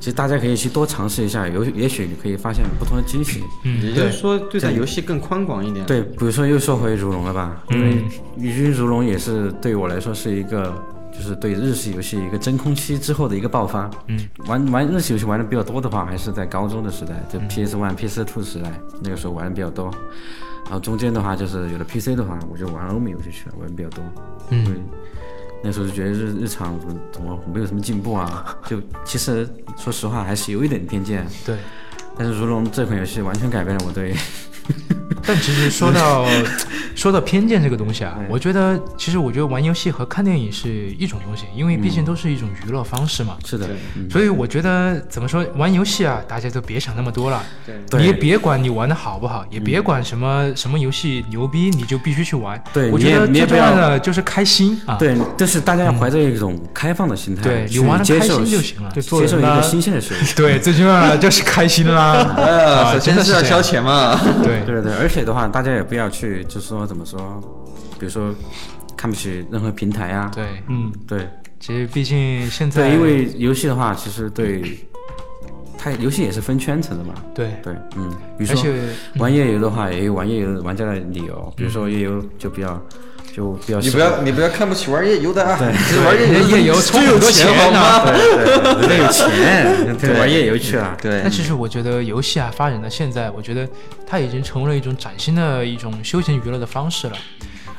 S2: 其实大家可以去多尝试一下，有也许你可以发现不同的惊喜。
S3: 也就是说，对待游戏更宽广一点。，
S2: 对，比如说又说回如龙了吧，因为《与如龙》也是对我来说是一个，就是对日式游戏一个真空期之后的一个爆发。嗯，玩玩日式游戏玩的比较多的话，还是在高中的时代，就 PS One、PS Two 时代，那个时候玩的比较多。然后中间的话，就是有了 PC 的话，我就玩欧美游戏去了，玩的比较多。嗯，那时候就觉得日日常怎么怎么没有什么进步啊，就其实说实话还是有一点偏见。
S5: 对。
S2: 但是《如龙》这款游戏完全改变了我对
S5: 但其实 说到
S2: 嗯
S5: 说到偏见这个东西啊，我觉得其实我觉得玩游戏和看电影是一种东西，因为毕竟都是一种娱乐方式嘛。
S2: 嗯是的，
S5: 所以我觉得怎么说，玩游戏啊，大家都别想那么多了。
S2: 对嗯
S5: 你也别管你玩的好不好，也别管什么、什么游戏牛逼，你就必须去玩。
S2: 对
S5: 我
S2: 你
S5: 觉
S2: 也
S5: 得
S2: 你也
S5: 最重
S2: 不要
S5: 要的就是开心啊。
S2: 对，就是大家要怀着一种开放的心态，
S5: 嗯对
S2: 去
S5: 你玩得
S2: 接
S5: 开
S2: 受
S5: 心就啊行了
S2: 接
S4: 就做
S2: 受一
S4: 人
S2: 个
S4: 啦
S2: 新鲜的事物。
S5: 对，最重要的就是开心啦。
S3: 呃，首
S5: 真
S3: 先
S5: 的
S3: 是
S5: 是
S3: 要
S5: 这
S3: 消
S5: 样。
S3: 遣嘛。
S5: 对
S2: 对对对，而且的话，大家也不要去，就是说怎么说，比如说看不起任何平台啊，
S5: 对，
S4: 嗯，
S2: 对
S5: 其实毕竟现在
S2: 对，因为游戏的话，其实对它游戏也是分圈层的嘛。
S5: 对，
S2: 对，嗯，比如
S5: 而
S2: 说
S5: 且
S2: 玩页游的话，也有玩页游玩家的理由，比如
S5: 嗯
S2: 说页游就比较就比较
S3: 你
S2: 喜
S3: 不
S2: 欢
S3: 要你不要看不起玩夜游的啊，这玩夜
S5: 人
S3: 游
S5: 家也有
S3: 就
S5: 充
S3: 有
S5: 很多
S3: 钱
S5: 钱
S3: 好
S5: 啊
S2: 啊
S3: 吗？
S5: 呢。
S2: 对，人家有 钱，对，
S3: 对
S2: 玩页游去啊了。
S3: 对
S5: 但，其实我觉得游戏啊发展到现在，我觉得它已经成为了一种崭新的一种休闲娱乐的方式了。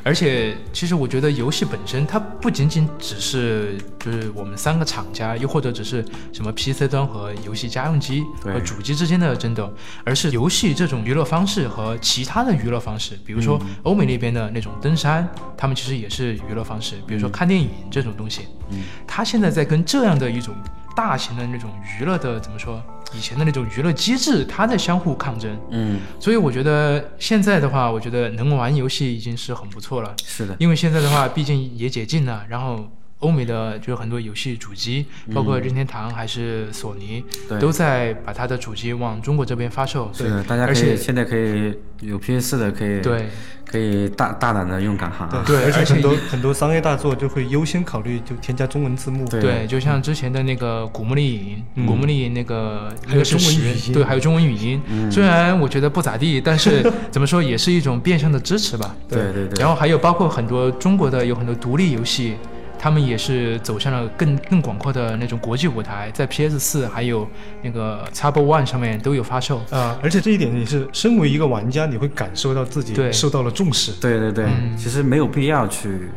S5: 而且，其实我觉得游戏本身它不仅仅只是就是我们三个厂家，又或者只是什么 PC 端和游戏家用机
S2: 对
S5: 和主机之间的争斗，而是游戏这种娱乐方式和其他的娱乐方式，比如说欧美那边的那种登山，他们其实也是娱乐方式，比如说看电影这种东西。它现在在跟这样的一种大型的那种娱乐的怎么说，以前的那种娱乐机制，它在相互抗争。
S2: 嗯，
S5: 所以我觉得现在的话，我觉得能玩游戏已经是很不错了。
S2: 是的，
S5: 因为现在的话，毕竟也解禁了，然后欧美的就是很多游戏主机，包括任天堂还是索尼，
S2: 嗯对
S5: 都在把它的主机往中国这边发售。
S2: 是的，大家可
S5: 而
S2: 以
S5: 且
S2: 现在可以有 PS 的可以
S5: 对
S2: 可以大大胆的用港行啊。
S5: 对
S4: 而且
S5: 而且
S4: 很多
S5: 一
S4: 很多商业大作就会优先考虑就添加中文字幕。
S2: 对
S5: 对，就像之前的那个《古墓丽影》，古墓丽影》那个
S4: 嗯还有
S5: 一个是
S4: 中文语
S5: 十
S4: 音嗯
S5: 对，还有中文语音。虽然我觉得不咋地，但是怎么说也是一种变相的支持吧。
S2: 对对对
S5: 然后还有包括很多中国的有很多独立游戏，他们也是走向了更更广阔的那种国际舞台，在 PS 四还有那个 Xbox One 上面都有发售。
S4: 啊，而且这一点也是身为一个玩家，你会感受到自己
S5: 对
S4: 受到了重视。
S2: 对对对，
S5: 嗯
S2: 其实没有必要去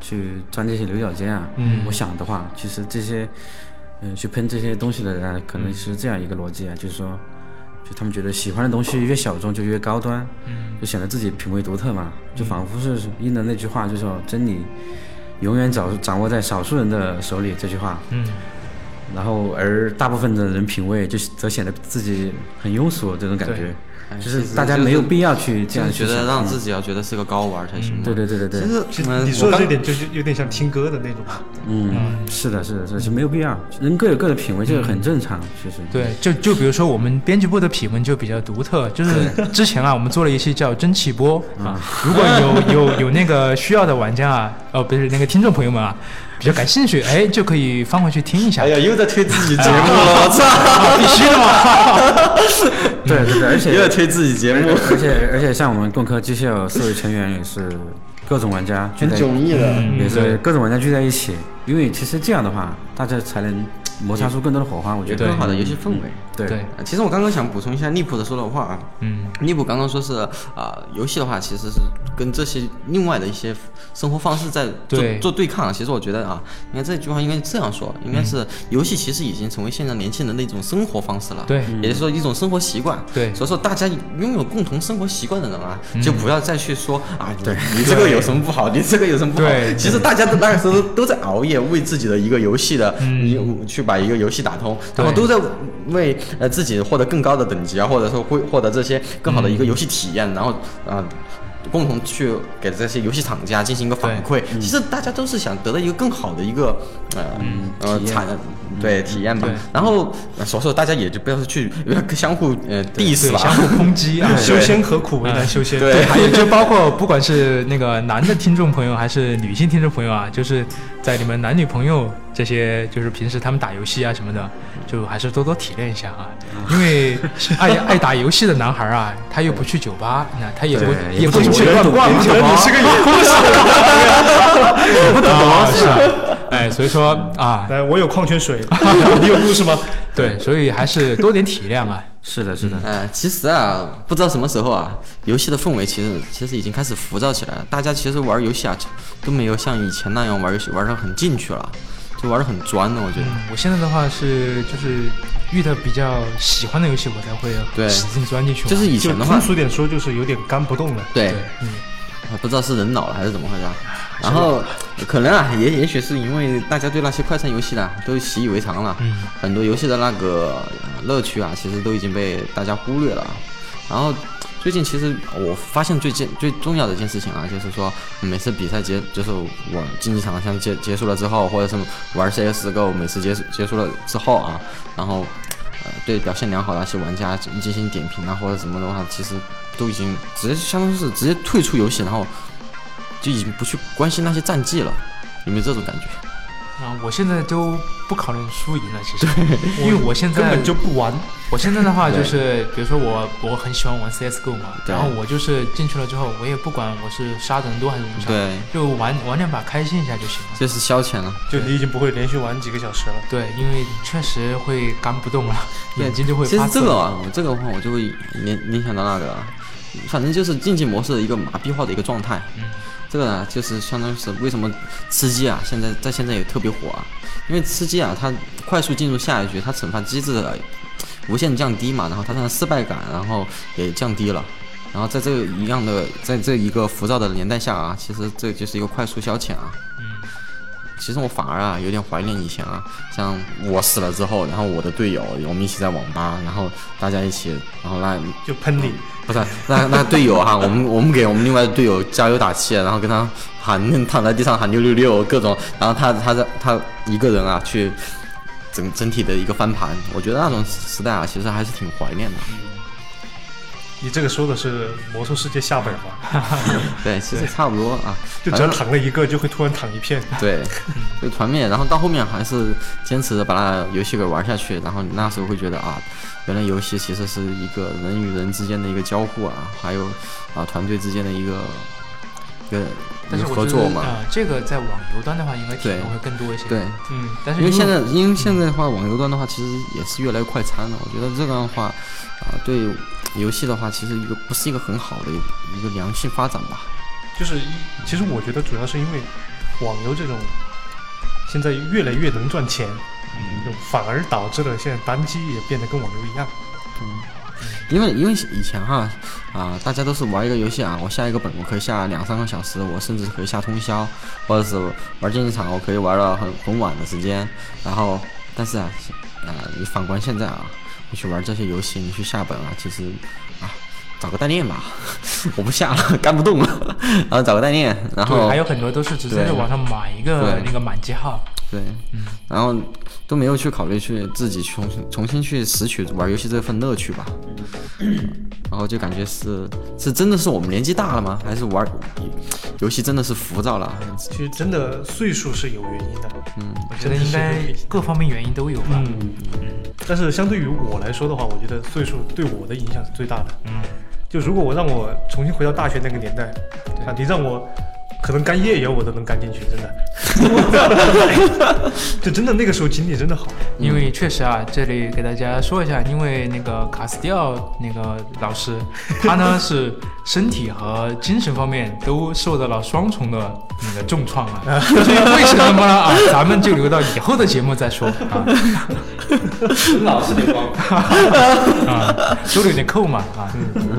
S2: 去钻这些牛角尖啊。
S5: 嗯
S2: 我想的话，其实这些嗯、去喷这些东西的人啊，可能是这样一个逻
S5: 嗯
S2: 辑啊，就是说，就他们觉得喜欢的东西越小众就越高端，
S5: 嗯，
S2: 就显得自己品味独特嘛，就仿佛是应了那句话，就是说真理永远掌掌握在少数人的手里这句话。
S5: 嗯，
S2: 然后而大部分的人品味就则显得自己很庸俗这种感觉，就是大家没有必要去这
S3: 哎就
S2: 样
S3: 是
S2: 去
S3: 觉得
S2: 想
S3: 让
S2: 嗯
S3: 自己要觉得是个高玩才行嘛。
S2: 对对对对对，
S3: 其实
S4: 其实
S3: 嗯
S4: 你说
S3: 我
S4: 的
S3: 刚
S4: 这点就是有点像听歌的那种。
S2: 嗯，是的，是的，是的，就没有必要。人各有各的品味，这个很正常，其实。
S5: 对，就就比如说我们编辑部的品味就比较独特，就是之前啊，我们做了一期叫蒸汽波啊，如果有有有那个需要的玩家啊，哦不是那个听众朋友们啊，比较感兴趣，哎就可以翻回去听一下。
S3: 哎呀，又在推自己节目了，我操！
S5: 啊必须的嘛！
S2: 对对对，而
S3: 又
S2: 且
S3: 在推自己节目，
S2: 而且而且，像我们共科机械有四位成员也是各种玩家聚在，
S3: 义了。
S2: 也是
S5: 嗯对
S2: 各种玩家聚在一起，因为其实这样的话，大家才能摩擦出更多的火花。我觉得
S5: 对
S3: 更好的游戏氛围。
S2: 对
S5: 对，
S3: 啊其实我刚刚想补充一下利普的说的话啊，
S5: 嗯，
S3: 利普刚刚说是啊、游戏的话其实是跟这些另外的一些生活方式在做
S5: 对
S3: 做对抗。其实我觉得啊，应该这句话应该这样说，应该
S5: 嗯
S3: 是游戏其实已经成为现在年轻人的一种生活方式了。
S5: 对
S3: 也就是说一种生活习惯。
S5: 对嗯
S3: 所以说大家拥有共同生活习惯的人啊，就不要再去说啊，对 你这个有什么不好，你这个有什么不好
S5: 对。
S3: 其实大家都那个时候都在熬夜，为自己的一个游戏的，嗯、去把一个游戏打通，然后
S5: 对
S3: 都在为呃自己获得更高的等级啊，或者说会获得这些更好的一
S5: 嗯
S3: 个游戏体验，然后啊。呃共同去给这些游戏厂家进行一个反馈，
S5: 嗯
S3: 其实大家都是想得到一个更好的一个呃、
S5: 嗯
S3: 呃产对体验吧
S5: 对。
S3: 然后呃所以说大家也就不要去 不要相互呃 diss
S5: 对，
S3: 吧，
S5: 相互抨击 啊。
S4: 修仙何苦为难修仙？
S3: 对
S5: 还有就包括不管是那个男的听众朋友还是女性听众朋友啊，就是在你们男女朋友这些，就是平时他们打游戏啊什么的，就还是多多体谅一下啊，因为爱爱打游戏的男孩啊，他又不去酒吧，那他也不
S2: 对
S5: 也
S2: 也不
S5: 不
S2: 去
S5: 去
S2: 酒吧
S5: 乱逛，
S4: 你觉得你是个野猪 啊
S5: 不懂是吧？哎，所以说啊，
S4: 来，我有矿泉 水， 你有故事吗？
S5: 对，所以还是多点体谅啊。
S2: 是的，是的，
S3: 呃，其实啊，不知道什么时候啊，游戏的氛围其实其实已经开始浮躁起来了。大家其实玩游戏啊，都没有像以前那样玩游戏玩的很进去了，就玩的很专了。我觉得，
S5: 嗯我现在的话是就是遇到比较喜欢的游戏，我才
S3: 对
S5: 会使劲钻进去玩。
S3: 就是以
S4: 就
S3: 前的话
S4: 通，俗点说，就是有点干不动了。
S3: 对啊
S5: 对，嗯，
S3: 不知道是人老了还是怎么回事。啊。然后可能啊，也也许是因为大家对那些快餐游戏呢都习以为常了，很多游戏的那个呃乐趣啊，其实都已经被大家忽略了。啊然后最近其实我发现最近最重要的一件事情啊，就是说每次比赛结就是我竞技场像结结束了之后，或者是玩 CSGO 每次结束结束了之后啊，然后呃对表现良好的那些玩家进行点评啊或者什么的话，其实都已经直接相当于是直接退出游戏，然后就已经不去关心那些战绩了，有没有这种感觉？
S5: 啊，我现在都不考虑输赢了，其实，因为我现在
S4: 根本就不玩。
S5: 我现在的话就是，比如说我我很喜欢玩 CS:GO 嘛，
S6: 对
S5: 然后我就是进去了之后，我也不管我是杀的人多还是不杀，
S3: 对，
S5: 就玩玩两把开心一下就行了。
S3: 就是消遣了。
S4: 就你已经不会连续玩几个小时了。
S5: 对，因为确实会干不动了，眼睛就会
S3: 其
S5: 发
S3: 实
S5: 涩
S3: 这个啊，我这个的话，我就会联联想到那个，反正就是竞技模式的一个麻痹化的一个状态。
S5: 嗯，
S3: 这个呢，就是相当于是为什么吃鸡啊，现在在现在也特别火啊，因为吃鸡啊，它快速进入下一局，它惩罚机制的无限降低嘛，然后它的失败感，然后也降低了。然后在这个一样的，在这一个浮躁的年代下啊，其实这就是一个快速消遣啊。其实我反而啊有点怀念以前啊，像我死了之后，然后我的队友我们一起在网吧，然后大家一起，然后那
S4: 就喷你，
S3: 不是那那队友哈、我们我们给我们另外的队友加油打气，然后跟他喊 躺在地上喊六六六各种，然后他他在他一个人啊去整整体的一个翻盘，我觉得那种时代啊其实还是挺怀念的。
S4: 你这个说的是《魔兽世界》下本吧？
S3: 对，其实差不多啊，
S4: 就只要躺了一个，就会突然躺一片。
S3: 对，就团灭，然后到后面还是坚持着把那游戏给玩下去，然后你那时候会觉得啊，原来游戏其实是一个人与人之间的一个交互啊，还有啊团队之间的一个一个一
S5: 但是
S3: 个
S5: 我
S3: 合
S5: 觉得
S3: 作嘛。
S5: 呃这个在网游端的话，应该体验会更多一些。
S3: 对，
S5: 嗯，但是
S3: 因为现在，因为现在的话，网游端的话，其实也是越来越快餐了。我觉得这个的话，啊、对游戏的话，其实一个不是一个很好的一个良性发展吧。
S4: 就是一，其实我觉得主要是因为网游这种现在越来越能赚钱，就反而导致了现在单机也变得跟网游一样。
S3: 因为因为以前哈啊、大家都是玩一个游戏啊，我下一个本我可以下两三个小时，我甚至可以下通宵，或者是玩竞技场我可以玩到很很晚的时间。然后，但是啊，啊、你反观现在啊，你去玩这些游戏，你去下本啊，其实啊，找个代练吧， 我不下了，干不动了， 然后找个代练，然后
S5: 对，还有很多都是直接
S3: 对
S5: 在网上买一个
S3: 对
S5: 那个满级号。
S3: 对，嗯然后都没有去考虑去自己重新重新去拾取玩游戏这份乐趣吧。嗯然后就感觉是是真的是我们年纪大了吗？还是玩游戏真的是浮躁了？
S4: 其实真的岁数是有原因的，
S5: 我觉得应该各方面原因都有吧。
S3: 嗯
S4: 但是相对于我来说的话，我觉得岁数对我的影响是最大的。
S5: 嗯，
S4: 就如果我让我重新回到大学那个年代，啊，你让我可能干夜游我都能干进去， 真的。就真的那个时候精力真的好，
S5: 因为确实啊，这里给大家说一下，因为那个卡斯蒂奥那个老师，他呢是身体和精神方面都受到了双重的那个重创啊。至于为什么呢啊，咱们就留到以后的节目再说啊。
S2: 老是得光。
S5: 啊，说的有点扣嘛啊，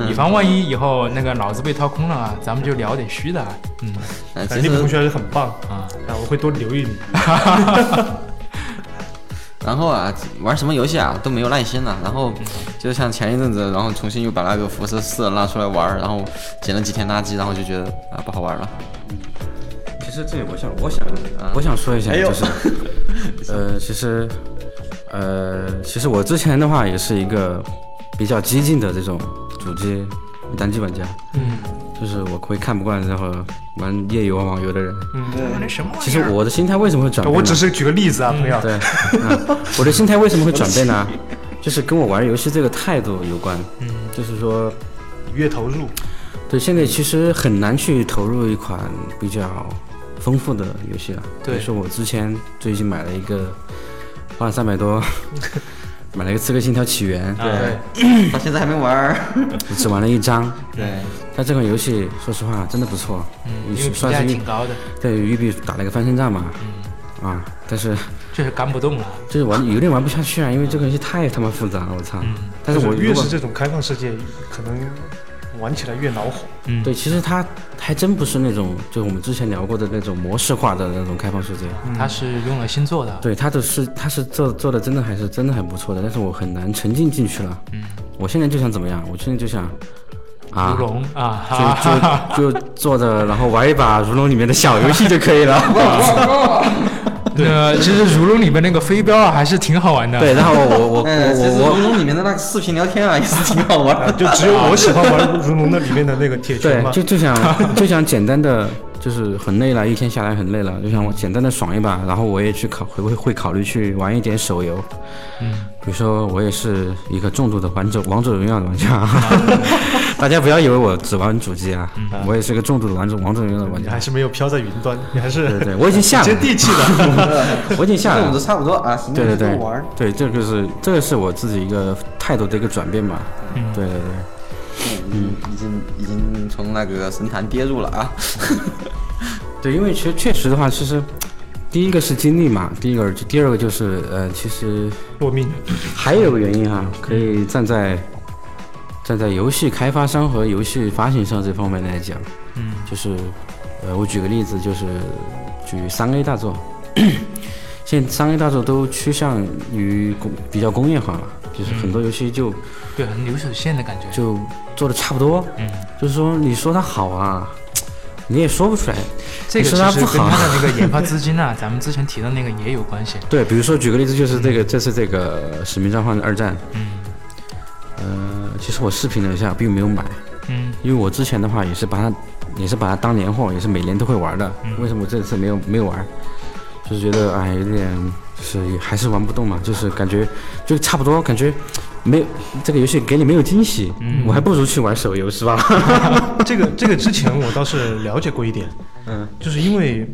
S5: 以防万一以后那个脑子被掏空了啊，咱们就聊点虚的啊。嗯
S3: 哎，
S4: 哎
S3: 其
S4: 那个同学
S3: 实，
S4: 还是很棒
S5: 啊，
S4: 啊，我会多留意你。
S3: 然后啊，玩什么游戏啊都没有耐心了。然后就像前一阵子，然后重新又把那个辐射四拉出来玩，然后捡了几天垃圾，然后就觉得啊不好玩了。
S2: 其实这里我想，我想，
S5: 啊
S2: 我想说一
S5: 哎
S2: 下，就是， 呃，其实，呃，其实我之前的话也是一个比较激进的这种主机单机玩家，
S5: 嗯
S2: 就是我会看不惯然后玩夜游、玩网游的人。
S5: 嗯，那什么玩意儿哎
S2: 其实我的心态为什么会转变呢？
S4: 我只是举个例子啊，朋友。
S2: 对、嗯，我的心态为什么会转变呢？就是跟我玩游戏这个态度有关。嗯，就是说，
S4: 越投入，
S2: 对，现在其实很难去投入一款比较丰富的游戏了。
S5: 对
S2: 比如说我之前最近买了一个，花了三百 多，买了一个《刺客信条：起源》，
S4: 啊
S5: 啊
S3: 对，到现在还没玩 儿。
S2: 我只玩了一章。
S3: 对，
S2: 但这款游戏，说实话真的不错，
S5: 嗯，因为
S2: 也
S5: 评
S2: 算
S5: 价
S2: 是
S5: 挺
S2: 育
S5: 高的，
S4: 嗯
S2: 对育碧打了一个翻身仗嘛。啊，但是
S5: 确实干不动了。
S2: 就是玩有点玩不下去啊，因为这个游戏太他妈复杂了，我操！但是
S4: 嗯就
S2: 我
S4: 越
S2: 如果
S4: 是这种开放世界，可能玩起来越恼 火。
S2: 对，其实它还真不是那种，就我们之前聊过的那种模式化的那种开放世界。
S5: 他是用了星座的，
S2: 对，它的是它是做做的真的还是真的很不错的，但是我很难沉浸进去了。嗯，我现在就想怎么样？我现在就想啊
S5: 如，龙啊，
S2: 就就就坐着，然后玩一把如龙里面的小游戏就可 以了。
S5: 对，呃其实如龙里面那个飞镖啊，还是挺好玩的。
S2: 对，，然后我我我
S3: 哎，其实
S2: 我
S3: 龙
S2: 我，
S3: 龙里面的那个视频聊天啊也是挺好 玩儿的。
S4: 就只有我喜欢玩《如龙》的里面的那个铁拳
S2: 对，
S4: 嘛，
S2: 就就想就想简单的，就是很累了，一天下来很累了，就想我简单的爽一把，然后我也去考会会会考虑去玩一点手游，嗯，比如说我也是一个重度的王者王者荣耀的玩 家，大家不要以为我只玩主机啊，我也是个重度的王者王者荣耀的玩
S4: 你
S2: 家
S4: 嗯还，是没有飘在云端，你还是
S2: 对对，我已经下了
S4: 接，地气的。
S2: 我已经下
S3: 跟
S2: 了
S3: 我们都，差不多啊，行，
S2: 对对
S3: 就
S2: 对
S3: 这么玩儿，
S2: 对，这个是这个是我自己一个态度的一个转变吧，对对对，
S3: 嗯，已经已经从那个神坛跌入了啊，
S2: 对，因为确确实的话，其实第一个是经历嘛，第一个第二个就是呃，其实
S4: 落命，
S2: 还有个原因哈、可以站在站在游戏开发商和游戏发行商这方面来讲，嗯，就是呃，我举个例子，就是举三 A 大作， 现在三 A 大作都趋向于工比较工业化了，就是很多游戏就、
S5: 对，很流水线的感觉。
S2: 就做的差不多，
S5: 嗯，
S2: 就是说你说它好啊，你也说不出来，
S5: 这
S2: 你
S5: 个其
S2: 说它
S5: 实
S2: 不
S5: 跟
S2: 好
S5: 他。的那个研发资金啊，咱们之前提到那个也有关系。
S2: 对，比如说举个例子，就是这个、这次这个《使命召唤二战》，
S5: 嗯
S2: 呃，其实我试评了一下，并没有买，
S5: 嗯
S2: 因为我之前的话也是把它，也是把它当年货，也是每年都会玩的。
S5: 嗯
S2: 为什么我这次没有没有玩？就是觉得哎，有点就是还是玩不动嘛，就是感觉就差不多，感觉没有这个游戏给你没有惊喜，
S5: 嗯
S2: 我还不如去玩手游是吧？
S4: 这个这个之前我倒是了解过一点，
S2: 嗯，
S4: 就是因为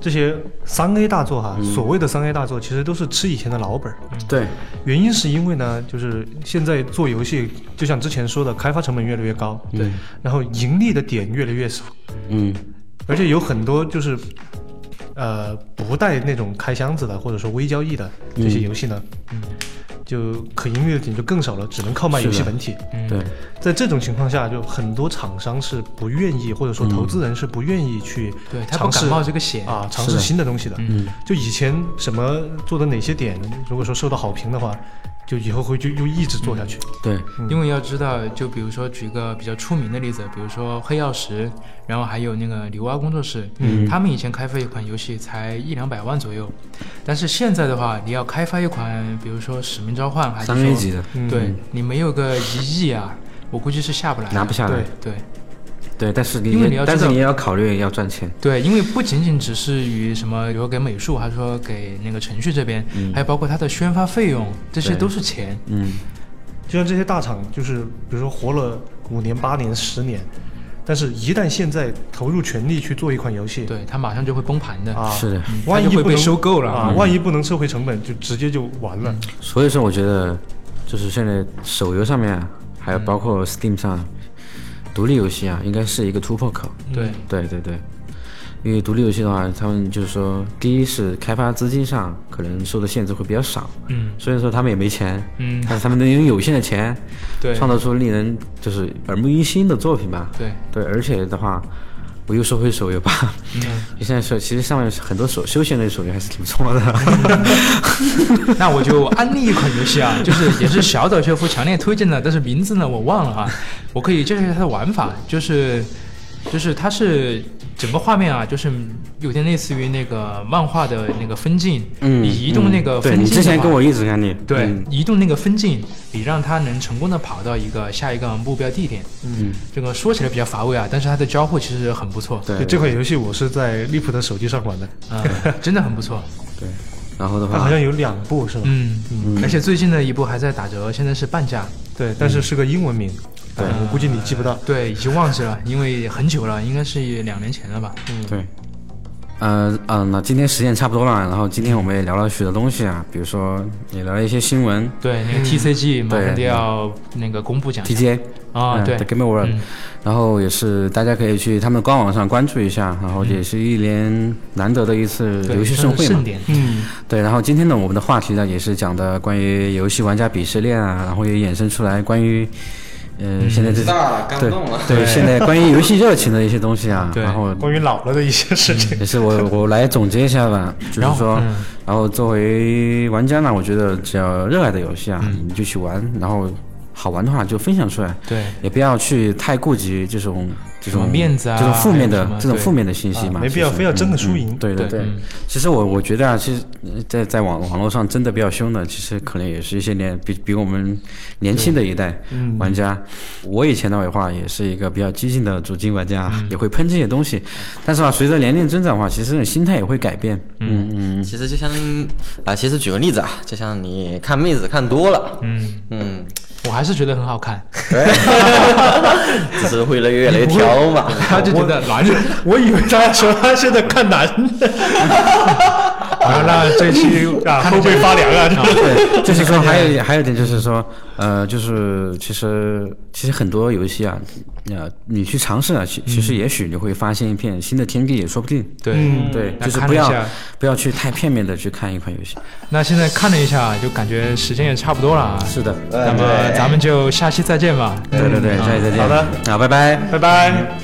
S4: 这些三 A 大作哈、
S2: 嗯
S4: 所谓的三 A 大作其实都是吃以前的老本儿。
S2: 对，
S4: 原因是因为呢，就是现在做游戏，就像之前说的，开发成本越来越高，对，然后盈利的点越来越少，
S2: 嗯，
S4: 而且有很多就是，呃，不带那种开箱子的或者说微交易的这
S2: 嗯
S4: 些游戏呢，嗯就可盈利的点就更少了，只能靠卖游戏
S2: 是的
S4: 本体。
S5: 嗯
S2: 对，
S4: 在这种情况下，就很多厂商是不愿意，或者
S2: 嗯
S4: 说投资人是不愿意去
S5: 对他不
S4: 尝试
S5: 敢冒这个险
S4: 啊，尝试新的东西的。嗯，就以前什么做的哪些点，如果说受到好评的话，就以后会就又一直做下去。
S2: 对，
S5: 因为要知道，就比如说举一个比较出名的例子，比如说黑曜石，然后还有那个女娲工作室，
S2: 嗯
S5: 他们以前开发一款游戏才一两百万左右，但是现在的话，你要开发一款，比如说《使命召唤》还是
S2: 三 A 级的，嗯
S5: 说，对你没有个一亿啊，我估计是下不来的，
S2: 拿不下来
S4: 对。，
S5: 对。
S2: 对，但是
S5: 因
S2: 你
S5: 为你
S2: 也
S5: 要
S2: 但
S5: 知
S2: 是
S5: 道
S2: 你也要考虑要赚钱，
S5: 对，因为不仅仅只是于什么，比如给美术，还是说给那个程序这边，
S2: 嗯
S5: 还有包括它的宣发费用，这些
S2: 对
S5: 都是钱。
S2: 嗯，
S4: 就像这些大厂，就是比如说活了五年、八年、十年，但是一旦现在投入全力去做一款游戏，
S5: 对，它马上就会崩盘的。
S4: 啊，
S2: 是的，
S4: 万一
S5: 它就会
S4: 不能
S5: 被收购了嗯
S4: 啊，万一不能撤回成本，就直接就完了。
S2: 所以说，我觉得就是现在手游上面啊，还有包
S5: 嗯
S2: 括 Steam 上，独立游戏啊，应该是一个突破口。
S5: 对，
S2: 对对对，因为独立游戏的话，他们就是说，第一是开发资金上可能受的限制会比较少，
S5: 嗯
S2: 虽然说他们也没钱，
S5: 嗯
S2: 但是他们能用有限的钱，
S5: 对
S2: 创造出令人就是耳目一新的作品吧。
S5: 对
S2: 对，而且的话。我又说回手游吧，
S5: 嗯
S2: 你 现在说，其实上面很多手休闲类手游还是挺不错的。
S5: 嗯那我就安利一款游戏 啊，就是也是小岛秀夫强烈推荐的，但是名字呢我忘了啊。我可以介绍一下它的玩法，就是就是它是整个画面啊，就是有点类似于那个漫画的那个分镜，
S2: 嗯，
S5: 你移动那个
S2: 嗯对
S5: 分镜、
S2: 你之前跟我。一直看你，
S5: 对
S2: 嗯，
S5: 移动那个分镜，你让它能成功的跑到一个下一个目标地点。嗯，这个说起来比较乏味啊，但是它的交互其实很不错。
S2: 对
S4: 就这款游戏，我是在利普的手机上玩的，
S5: 嗯，真的很不 错。
S2: 对，然后的
S4: 它
S2: 话
S5: 啊
S4: 好，像有两部是吧？
S5: 嗯，而且最近的一部还在打折，现在是半价。
S4: 对，但是是个英文名，对我估计你记不到。
S5: 对，已经忘记了，因为很久了，应该是两年前了吧。
S2: 对，呃呃，那今天时间差不多了，然后今天我们也聊了许多东西啊，比如说也聊了一些新闻
S5: 对，那个 TCG 马上就
S2: 嗯对嗯
S5: 要那个公布奖项
S2: TGA
S5: 啊，
S2: 嗯
S5: 对
S2: ，The，Game Award，、
S5: 嗯
S2: 然后也是大家可以去他们官网上关注一下，然后也是一年难得的一次
S5: 对
S2: 游戏盛会嘛
S5: 盛，典。
S2: 对，然后今天呢，我们的话题呢也是讲的关于游戏玩家鄙视链啊，然后也衍生出来关于，呃，
S5: 嗯
S2: 现在这
S3: 知道了，干不
S2: 对
S3: 动了。
S2: 对现在关于游戏热情的一些东西啊，
S5: 对
S2: 然后
S4: 关于老了的一些事情，
S2: 也是我我来总结一下吧，就是说，
S5: 嗯
S2: 然后作为玩家呢，我觉得只要热爱的游戏啊，你就去玩，然后好玩的话就分享出来，
S5: 对，
S2: 也不要去太顾及这种这
S5: 什
S2: 种
S5: 么面子啊
S2: 这种负面
S5: 还有
S2: 的
S5: 什么
S2: 这种
S5: 对啊
S2: 负面的信息嘛，
S4: 没必要
S2: 其实
S4: 非要争个输赢
S2: 嗯对对对
S5: 对嗯，
S2: 其实我我觉得啊，其实呃在在网网络上争的比较凶的，其实可能也是一些年比比我们年轻的一代
S5: 嗯
S2: 玩家。我以前的话也是一个比较激进的主机玩家啊，
S5: 嗯
S2: 也会喷这些东西。但是吧，啊随着年龄增长的话，其实这种心态也会改变。嗯嗯，
S3: 其实就像啊，其实举个例子啊，就像你看妹子看多了，
S5: 嗯，
S3: 嗯，
S5: 我还是觉得很好看，
S3: 只是会越来越挑 嘛。
S5: 他就觉得男人
S4: 我以为他说他现在看男 的，啊，那这期啊后背发凉啊，这
S2: 对， 就是说还有一点还有一点就是说，呃，就是其实其实很多游戏啊，呃，你去尝试啊，其其实也许你会发现一片新的天地，也说不定。
S5: 对。
S4: 嗯
S2: 对，
S5: 那
S2: 就是
S5: 看
S2: 不
S5: 了一
S2: 要
S5: 下
S2: 不要去太片面的去看一款游戏。
S5: 那现在看了一下，就感觉时间也差不多了啊。
S2: 是的，嗯
S5: 那么咱们就下期再见吧。
S2: 对对对，下期再见，
S4: 好的
S2: 好，拜拜。
S4: 拜拜。